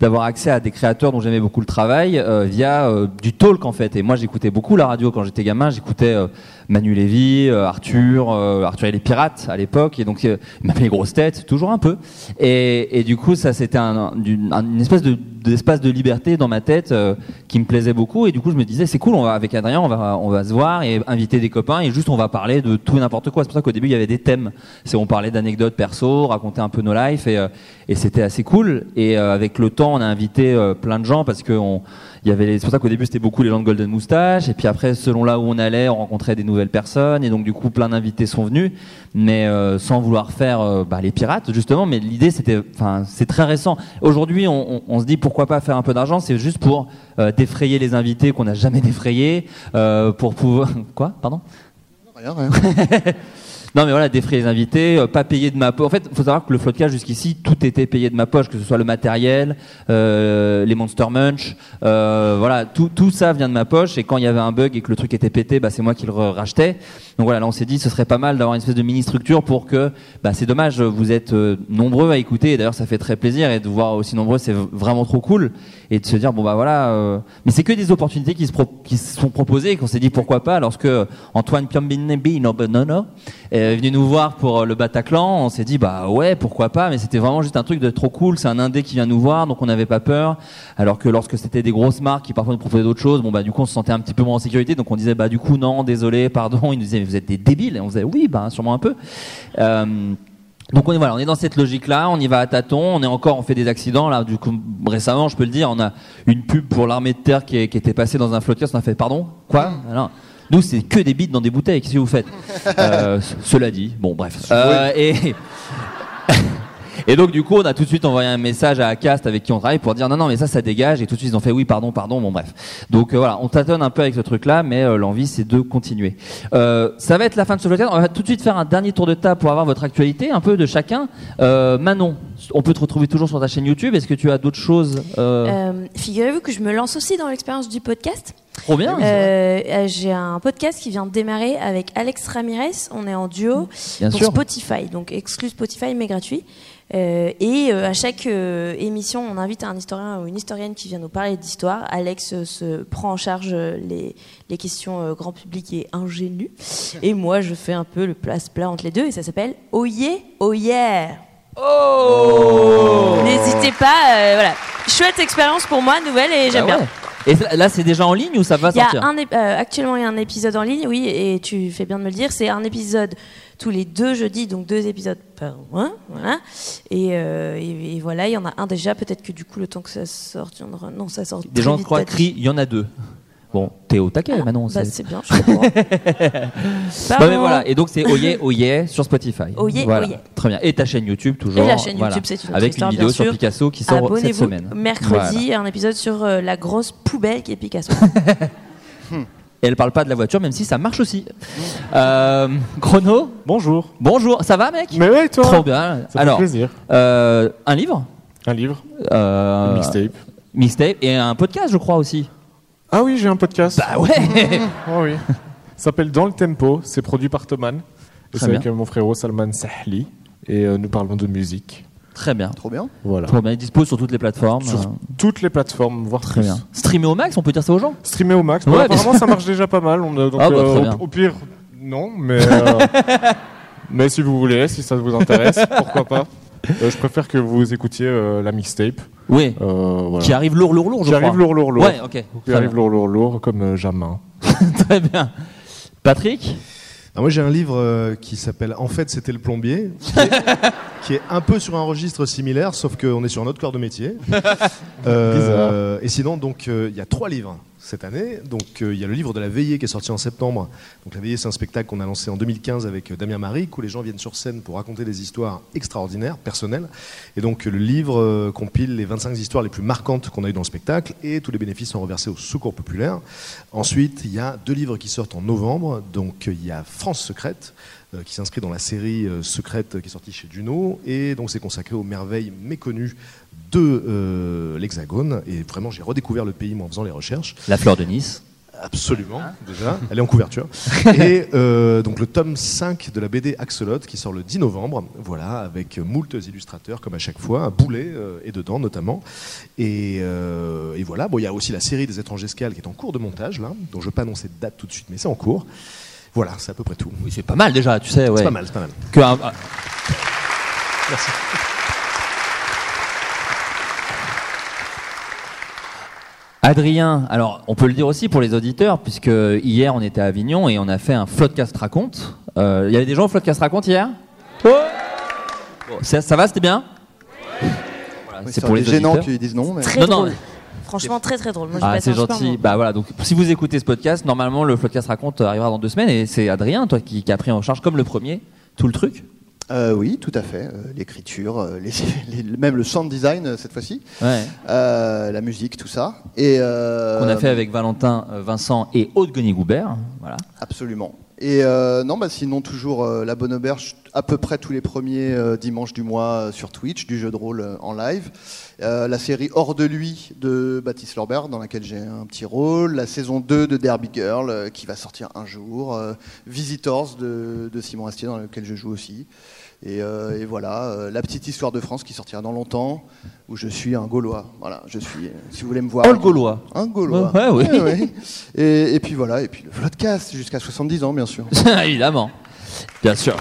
Speaker 1: d'avoir accès à des créateurs dont j'aimais beaucoup le travail euh, via euh, du talk en fait. Et moi, j'écoutais beaucoup la radio quand j'étais gamin. J'écoutais euh, Manu Lévy, euh, Arthur, euh, Arthur et les Pirates à l'époque, et donc euh, même les grosses têtes, toujours un peu. Et, et du coup, ça, c'était un, un- d'une- un- une espèce de d'espace de liberté dans ma tête euh, qui me plaisait beaucoup et du coup je me disais c'est cool on va, avec Adrien on va, on va se voir et inviter des copains et juste on va parler de tout et n'importe quoi c'est pour ça qu'au début il y avait des thèmes c'est on parlait d'anecdotes perso raconter un peu nos lives et, euh, et c'était assez cool et euh, avec le temps on a invité euh, plein de gens parce que on, il y avait les- c'est pour ça qu'au début c'était beaucoup les gens de Golden Moustache et puis après selon là où on allait on rencontrait des nouvelles personnes et donc du coup plein d'invités sont venus mais euh, sans vouloir faire euh, bah, les pirates justement mais l'idée c'était enfin c'est très récent aujourd'hui on, on- on se dit pourquoi pas faire un peu d'argent c'est juste pour euh, défrayer les invités qu'on n'a jamais défrayés euh, pour pouvoir quoi pardon
Speaker 4: Rien, hein, rien.
Speaker 1: non mais voilà, défrayer les invités, euh, pas payer de ma poche. En fait, faut savoir que le Floodcast jusqu'ici, tout était payé de ma poche, que ce soit le matériel, euh, les Monster Munch, euh, voilà, tout, tout ça vient de ma poche. Et quand il y avait un bug et que le truc était pété, bah, c'est moi qui le re- rachetais. Donc voilà, là on s'est dit, ce serait pas mal d'avoir une espèce de mini structure pour que, bah, c'est dommage, vous êtes euh, nombreux à écouter. Et d'ailleurs, ça fait très plaisir et de vous voir aussi nombreux, c'est v- vraiment trop cool. Et de se dire, bon bah voilà, euh, mais c'est que des opportunités qui se, pro- qui se sont proposées et qu'on s'est dit pourquoi pas. Lorsque Antoine Piombinbi Nobonono est venu nous voir pour euh, le Bataclan, on s'est dit bah ouais, pourquoi pas. Mais c'était vraiment juste un truc de trop cool. C'est un indé qui vient nous voir, donc on n'avait pas peur. Alors que lorsque c'était des grosses marques qui parfois nous proposaient d'autres choses, bon bah du coup on se sentait un petit peu moins en sécurité. Donc on disait bah du coup non, désolé, pardon. Ils nous disaient mais vous êtes des débiles. Et on faisait oui, bah sûrement un peu. Euh, donc on est, voilà, on est dans cette logique-là, on y va à tâtons, on est encore, on fait des accidents là. Du coup, récemment, je peux le dire, on a une pub pour l'armée de terre qui, est- qui était passée dans un flotteur, on a fait pardon, quoi Alors, Nous, c'est que des bites dans des bouteilles, qu'est-ce que vous faites Euh, c- Cela dit, bon bref. Euh, et, et donc du coup, on a tout de suite envoyé un message à Acast avec qui on travaille pour dire non, non, mais ça, ça dégage. Et tout de suite, ils ont fait oui, pardon, pardon. Bon, bref. Donc euh, voilà, on tâtonne un peu avec ce truc-là, mais euh, l'envie, c'est de continuer. Euh, ça va être la fin de ce podcast. On va tout de suite faire un dernier tour de table pour avoir votre actualité, un peu de chacun. Euh, Manon, on peut te retrouver toujours sur ta chaîne YouTube. Est-ce que tu as d'autres choses euh,
Speaker 3: Euh, Figurez-vous que je me lance aussi dans l'expérience du podcast.
Speaker 1: Trop bien. Ah
Speaker 3: Euh, euh, J'ai un podcast qui vient de démarrer avec Alex Ramirez. On est en duo
Speaker 1: Bien
Speaker 3: pour
Speaker 1: sûr.
Speaker 3: Spotify, donc exclu Spotify mais gratuit. Euh, et euh, à chaque euh, émission, on invite un historien ou une historienne qui vient nous parler d'histoire. Alex euh, se prend en charge euh, les, les questions euh, grand public et ingénues. Et moi, je fais un peu le place plat entre les deux et ça s'appelle Oyez, Oyer. Oh N'hésitez pas, euh, voilà. Chouette expérience pour moi, nouvelle et j'aime
Speaker 1: Bah
Speaker 3: bien.
Speaker 1: ouais. Et ça- là, c'est déjà en ligne ou ça va
Speaker 3: Il y a
Speaker 1: sortir
Speaker 3: un ép- euh, actuellement, il y a un épisode en ligne, oui, et tu fais bien de me le dire. C'est un épisode tous les deux jeudis, donc deux épisodes par mois. Voilà. Et, euh, et- et voilà, il y en a un déjà. Peut-être que du coup, le temps que ça sorte, il y en aura- non, ça sort.
Speaker 1: Des
Speaker 3: très
Speaker 1: gens
Speaker 3: vite,
Speaker 1: croient
Speaker 3: peut-être.
Speaker 1: crient, il y en a deux. Bon, t'es au taquet, Manon.
Speaker 3: Bah, c'est bien, je suis au courant. Ah
Speaker 1: Non, Bah, mais voilà, et donc c'est Oye Oye sur Spotify.
Speaker 3: Oye,
Speaker 1: Voilà.
Speaker 3: Oye.
Speaker 1: Très bien. Et ta chaîne YouTube toujours.
Speaker 3: Et la chaîne YouTube,
Speaker 1: voilà.
Speaker 3: c'est une autre
Speaker 1: Avec une
Speaker 3: histoire,
Speaker 1: vidéo
Speaker 3: bien
Speaker 1: sur
Speaker 3: sûr.
Speaker 1: Picasso qui sort cette
Speaker 3: Abonnez-vous
Speaker 1: semaine.
Speaker 3: mercredi,
Speaker 1: Voilà.
Speaker 3: un épisode sur euh, la grosse poubelle qui est Picasso.
Speaker 1: Et elle parle pas de la voiture, même si ça marche aussi. Euh, Chrono.
Speaker 7: Bonjour.
Speaker 1: Bonjour. Ça va, mec
Speaker 7: Mais ouais, toi
Speaker 1: Trop bien.
Speaker 7: Ça fait
Speaker 1: Alors,
Speaker 7: plaisir.
Speaker 1: euh, un livre.
Speaker 7: Un livre.
Speaker 1: Euh,
Speaker 7: Une mixtape.
Speaker 1: Mixtape et un podcast, je crois aussi.
Speaker 7: Ah oui, j'ai un podcast.
Speaker 1: Bah ouais
Speaker 7: Ah oui. Ça s'appelle Dans le Tempo, c'est produit par Thoman. Et
Speaker 1: Très
Speaker 7: c'est avec
Speaker 1: bien.
Speaker 7: euh, mon frérot Salman Sahli. Et euh, nous parlons de musique.
Speaker 1: Très bien.
Speaker 4: Trop bien.
Speaker 7: Voilà.
Speaker 1: Trop bien. Il dispose sur toutes les plateformes.
Speaker 7: Sur
Speaker 1: Euh,
Speaker 7: toutes les plateformes, voire
Speaker 1: Très
Speaker 7: plus.
Speaker 1: bien. Streamer au max, on peut dire ça aux gens
Speaker 7: Streamer au max.
Speaker 1: Ouais,
Speaker 7: Bon,
Speaker 1: bien
Speaker 7: apparemment,
Speaker 1: sûr.
Speaker 7: ça marche déjà pas mal. On, euh, donc,
Speaker 1: Ah bah,
Speaker 7: euh,
Speaker 1: très
Speaker 7: au-
Speaker 1: bien.
Speaker 7: au, pire, non, mais. euh, mais si vous voulez, si ça vous intéresse, pourquoi pas. Euh, je préfère que vous écoutiez euh, la mixtape. Euh,
Speaker 1: Oui. Euh, Qui arrive lourd, lourd, lourd, je
Speaker 7: Qui
Speaker 1: crois.
Speaker 7: arrive lourd, lourd, lourd.
Speaker 1: Ouais, ok.
Speaker 7: Qui
Speaker 1: Très
Speaker 7: arrive
Speaker 1: bien.
Speaker 7: lourd, lourd, lourd, comme euh, Jamin.
Speaker 1: Très bien. Patrick
Speaker 5: Ah, moi j'ai un livre euh, qui s'appelle En fait c'était le plombier, qui est, qui est un peu sur un registre similaire, sauf qu'on est sur un autre corps de métier. Euh, et sinon donc euh, il y a trois livres cette année. Donc euh, il y a le livre de la veillée qui est sorti en septembre. Donc la veillée c'est un spectacle qu'on a lancé en 2015 avec euh, Damien Maric où les gens viennent sur scène pour raconter des histoires extraordinaires, personnelles. Et donc euh, le livre euh, compile les 25 histoires les plus marquantes qu'on a eues dans le spectacle et tous les bénéfices sont reversés au Secours populaire. Ensuite il y a deux livres qui sortent en novembre. Donc euh, il y a France secrète euh, qui s'inscrit dans la série euh, Secrète euh, qui est sortie chez Duno. Et donc c'est consacré aux merveilles méconnues de euh, l'Hexagone. Et vraiment, j'ai redécouvert le pays moi, en faisant les recherches.
Speaker 1: La fleur de Nice.
Speaker 5: Absolument, déjà. Hein Elle est en couverture. Et euh, donc le tome 5 de la BD Axolot qui sort le 10 novembre, voilà, avec moult illustrateurs comme à chaque fois, Boulet euh, est dedans notamment. Et, euh, et voilà, bon, il y a aussi la série des étranges escales qui est en cours de montage, là, dont je ne vais pas annoncer de date tout de suite, mais c'est en cours. Voilà, c'est à peu près tout.
Speaker 1: Oui, c'est pas mal déjà, tu sais. Ouais.
Speaker 5: C'est pas mal, c'est pas mal.
Speaker 1: Que euh, un- un-
Speaker 5: Merci.
Speaker 1: Adrien, alors on peut le dire aussi pour les auditeurs, puisque hier on était à Avignon et on a fait un Floodcast Raconte. Euh, Il y avait des gens au Floodcast Raconte hier Ouais. Bon, ça, ça va, c'était bien Voilà,
Speaker 4: Oui, ça aurait été gênant qu'ils disent non, mais-
Speaker 3: Très
Speaker 1: Non, non,
Speaker 3: drôle. Franchement, très très drôle. Moi, je
Speaker 1: Ah,
Speaker 3: passe
Speaker 1: c'est
Speaker 3: un super
Speaker 1: gentil.
Speaker 3: moment.
Speaker 1: Bah voilà, donc si vous écoutez ce podcast, normalement le podcast raconte arrivera dans deux semaines et c'est Adrien, toi qui, qui a pris en charge comme le premier tout le truc.
Speaker 4: Euh, oui, tout à fait. Euh, L'écriture, euh, les- les- même le sound design euh, cette fois-ci,
Speaker 1: Ouais.
Speaker 4: Euh, la musique, tout ça. Et euh,
Speaker 1: qu'on a fait avec Valentin, euh, Vincent et Aude Gonigoubert. Voilà.
Speaker 4: Absolument. Et euh, non, bah sinon toujours euh, la bonne auberge à peu près tous les premiers euh, dimanches du mois euh, sur Twitch, du jeu de rôle euh, en live. Euh, la série Hors de lui de Baptiste Lorbert dans laquelle j'ai un petit rôle. La saison 2 de Derby Girl euh, qui va sortir un jour. Euh, Visitors de, de Simon Astier dans laquelle je joue aussi. Et, euh, et voilà, euh, la petite histoire de France qui sortira dans longtemps, où je suis un Gaulois. Voilà, je suis, euh, si vous voulez me voir.
Speaker 1: Oh, le Gaulois.
Speaker 4: Un Gaulois.
Speaker 1: Ouais, ouais, oui.
Speaker 4: Ouais, ouais. Et, et puis voilà, et puis le podcast jusqu'à 70 ans, bien sûr.
Speaker 1: Évidemment. Bien sûr.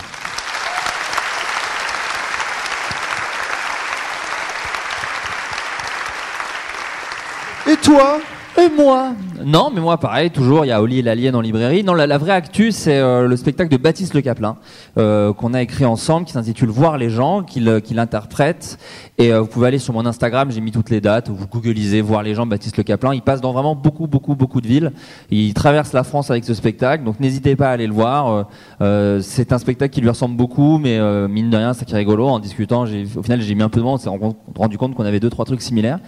Speaker 4: Et toi
Speaker 1: Et moi Non, mais moi pareil, toujours, il y a Oli et l'Alien en librairie. Non, la, la vraie actu, c'est euh, le spectacle de Baptiste Le Caplin, euh, qu'on a écrit ensemble, qui s'intitule Voir les gens, qu'il euh, qu'il interprète. Et euh, vous pouvez aller sur mon Instagram, j'ai mis toutes les dates, vous googlisez Voir les gens, Baptiste Le Caplin. Il passe dans vraiment beaucoup, beaucoup, beaucoup de villes. Il traverse la France avec ce spectacle, donc n'hésitez pas à aller le voir. Euh, euh, c'est un spectacle qui lui ressemble beaucoup, mais euh, mine de rien, c'est qui est rigolo. En discutant, j'ai- au final, j'ai mis un peu de monde, on s'est rendu- rendu compte qu'on avait deux, trois trucs similaires.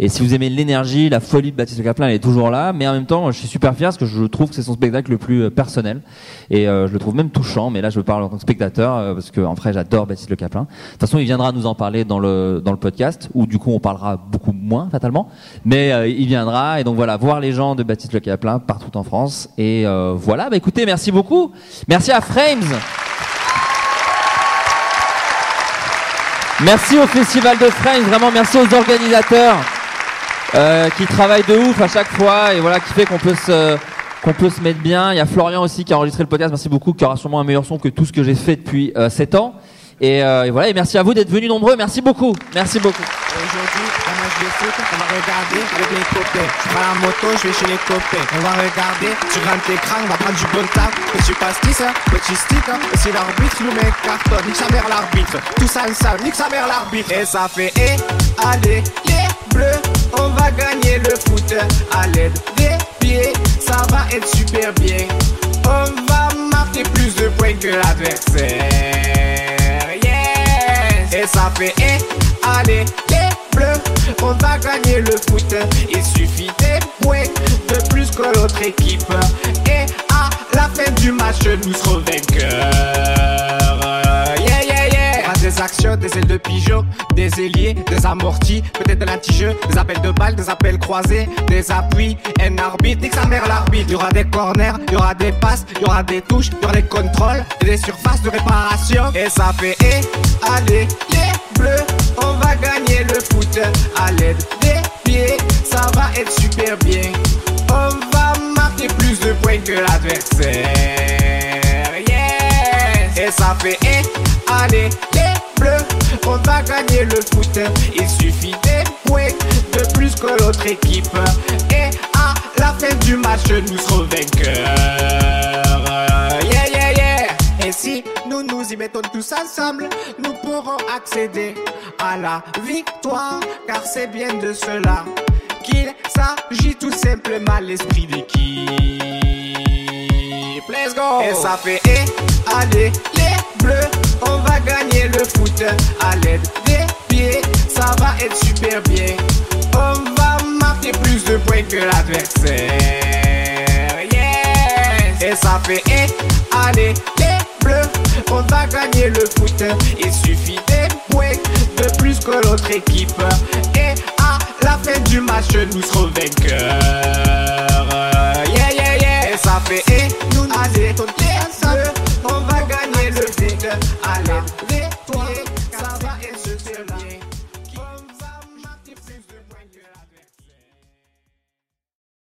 Speaker 1: Et si vous aimez l'énergie, la folie de Baptiste Le Caplin, elle est toujours là. Mais en même temps, je suis super fier parce que je trouve que c'est son spectacle le plus euh, personnel. Et euh, je le trouve même touchant. Mais là, je parle en tant que spectateur euh, parce que, en vrai, j'adore Baptiste Le Caplin. De toute façon, il viendra nous en parler dans le, dans le podcast où, du coup, on parlera beaucoup moins, fatalement. Mais euh, il viendra. Et donc, voilà, voir les gens de Baptiste Le Caplin partout en France. Et euh, voilà. Bah, écoutez, merci beaucoup. Merci à Frames. Merci au Festival de Frames, vraiment merci aux organisateurs euh, qui travaillent de ouf à chaque fois et voilà qui fait qu'on peut se qu'on peut se mettre bien. Il y a Florian aussi qui a enregistré le podcast, merci beaucoup, qui aura sûrement un meilleur son que tout ce que j'ai fait depuis 7 ans. Et, euh, et voilà, et merci à vous d'être venus nombreux, merci beaucoup, merci beaucoup.
Speaker 14: Aujourd'hui, on mange des foot, on va regarder avec les copains. Je prends la moto, je vais chez les copains. On va regarder, tu rentres l'écran, on va prendre du bon tape. Petit pastis, hein, petit stick, hein. et si l'arbitre nous met carton, nique sa mère l'arbitre. Tout ça, le sale, nique sa mère l'arbitre. Et ça fait, et allez, les bleus, on va gagner le foot à l'aide des pieds. Ça va être super bien. On va marquer plus de points que l'adversaire. Yes! Et ça fait, eh, allez, les bleus, on va gagner le foot. Il suffit des points de plus que l'autre équipe. Et à la fin du match, nous serons vainqueurs. Yeah, yeah, yeah. On passe Des actions, des ailes de pigeon, des ailiers, des amortis, peut-être de l'anti-jeu, des appels de balles, des appels croisés, des appuis, un arbitre, nique sa mère l'arbitre. Il y aura des corners, il y aura des passes, il y aura des touches, il y aura des contrôles, et des surfaces de réparation. Et ça fait, et allez, les bleus, on va gagner le foot à l'aide des pieds, ça va être super bien. On va marquer plus de points que l'adversaire. Yes! Et ça fait eh, allez, les bleus, on va gagner le foot. Il suffit des points de plus que l'autre équipe. Et à la fin du match, nous serons vainqueurs. si mettons tous ensemble, nous pourrons accéder à la victoire, car c'est bien de cela qu'il s'agit tout simplement l'esprit d'équipe. Let's go! Et ça fait et allez les bleus, on va gagner le foot à l'aide des pieds, ça va être super bien. On va marquer plus de points que l'adversaire. Yes! Et ça fait et allez les bleus, on va gagner le foot. Il suffit des points de plus que l'autre équipe. Et à la fin du match, nous serons vainqueurs.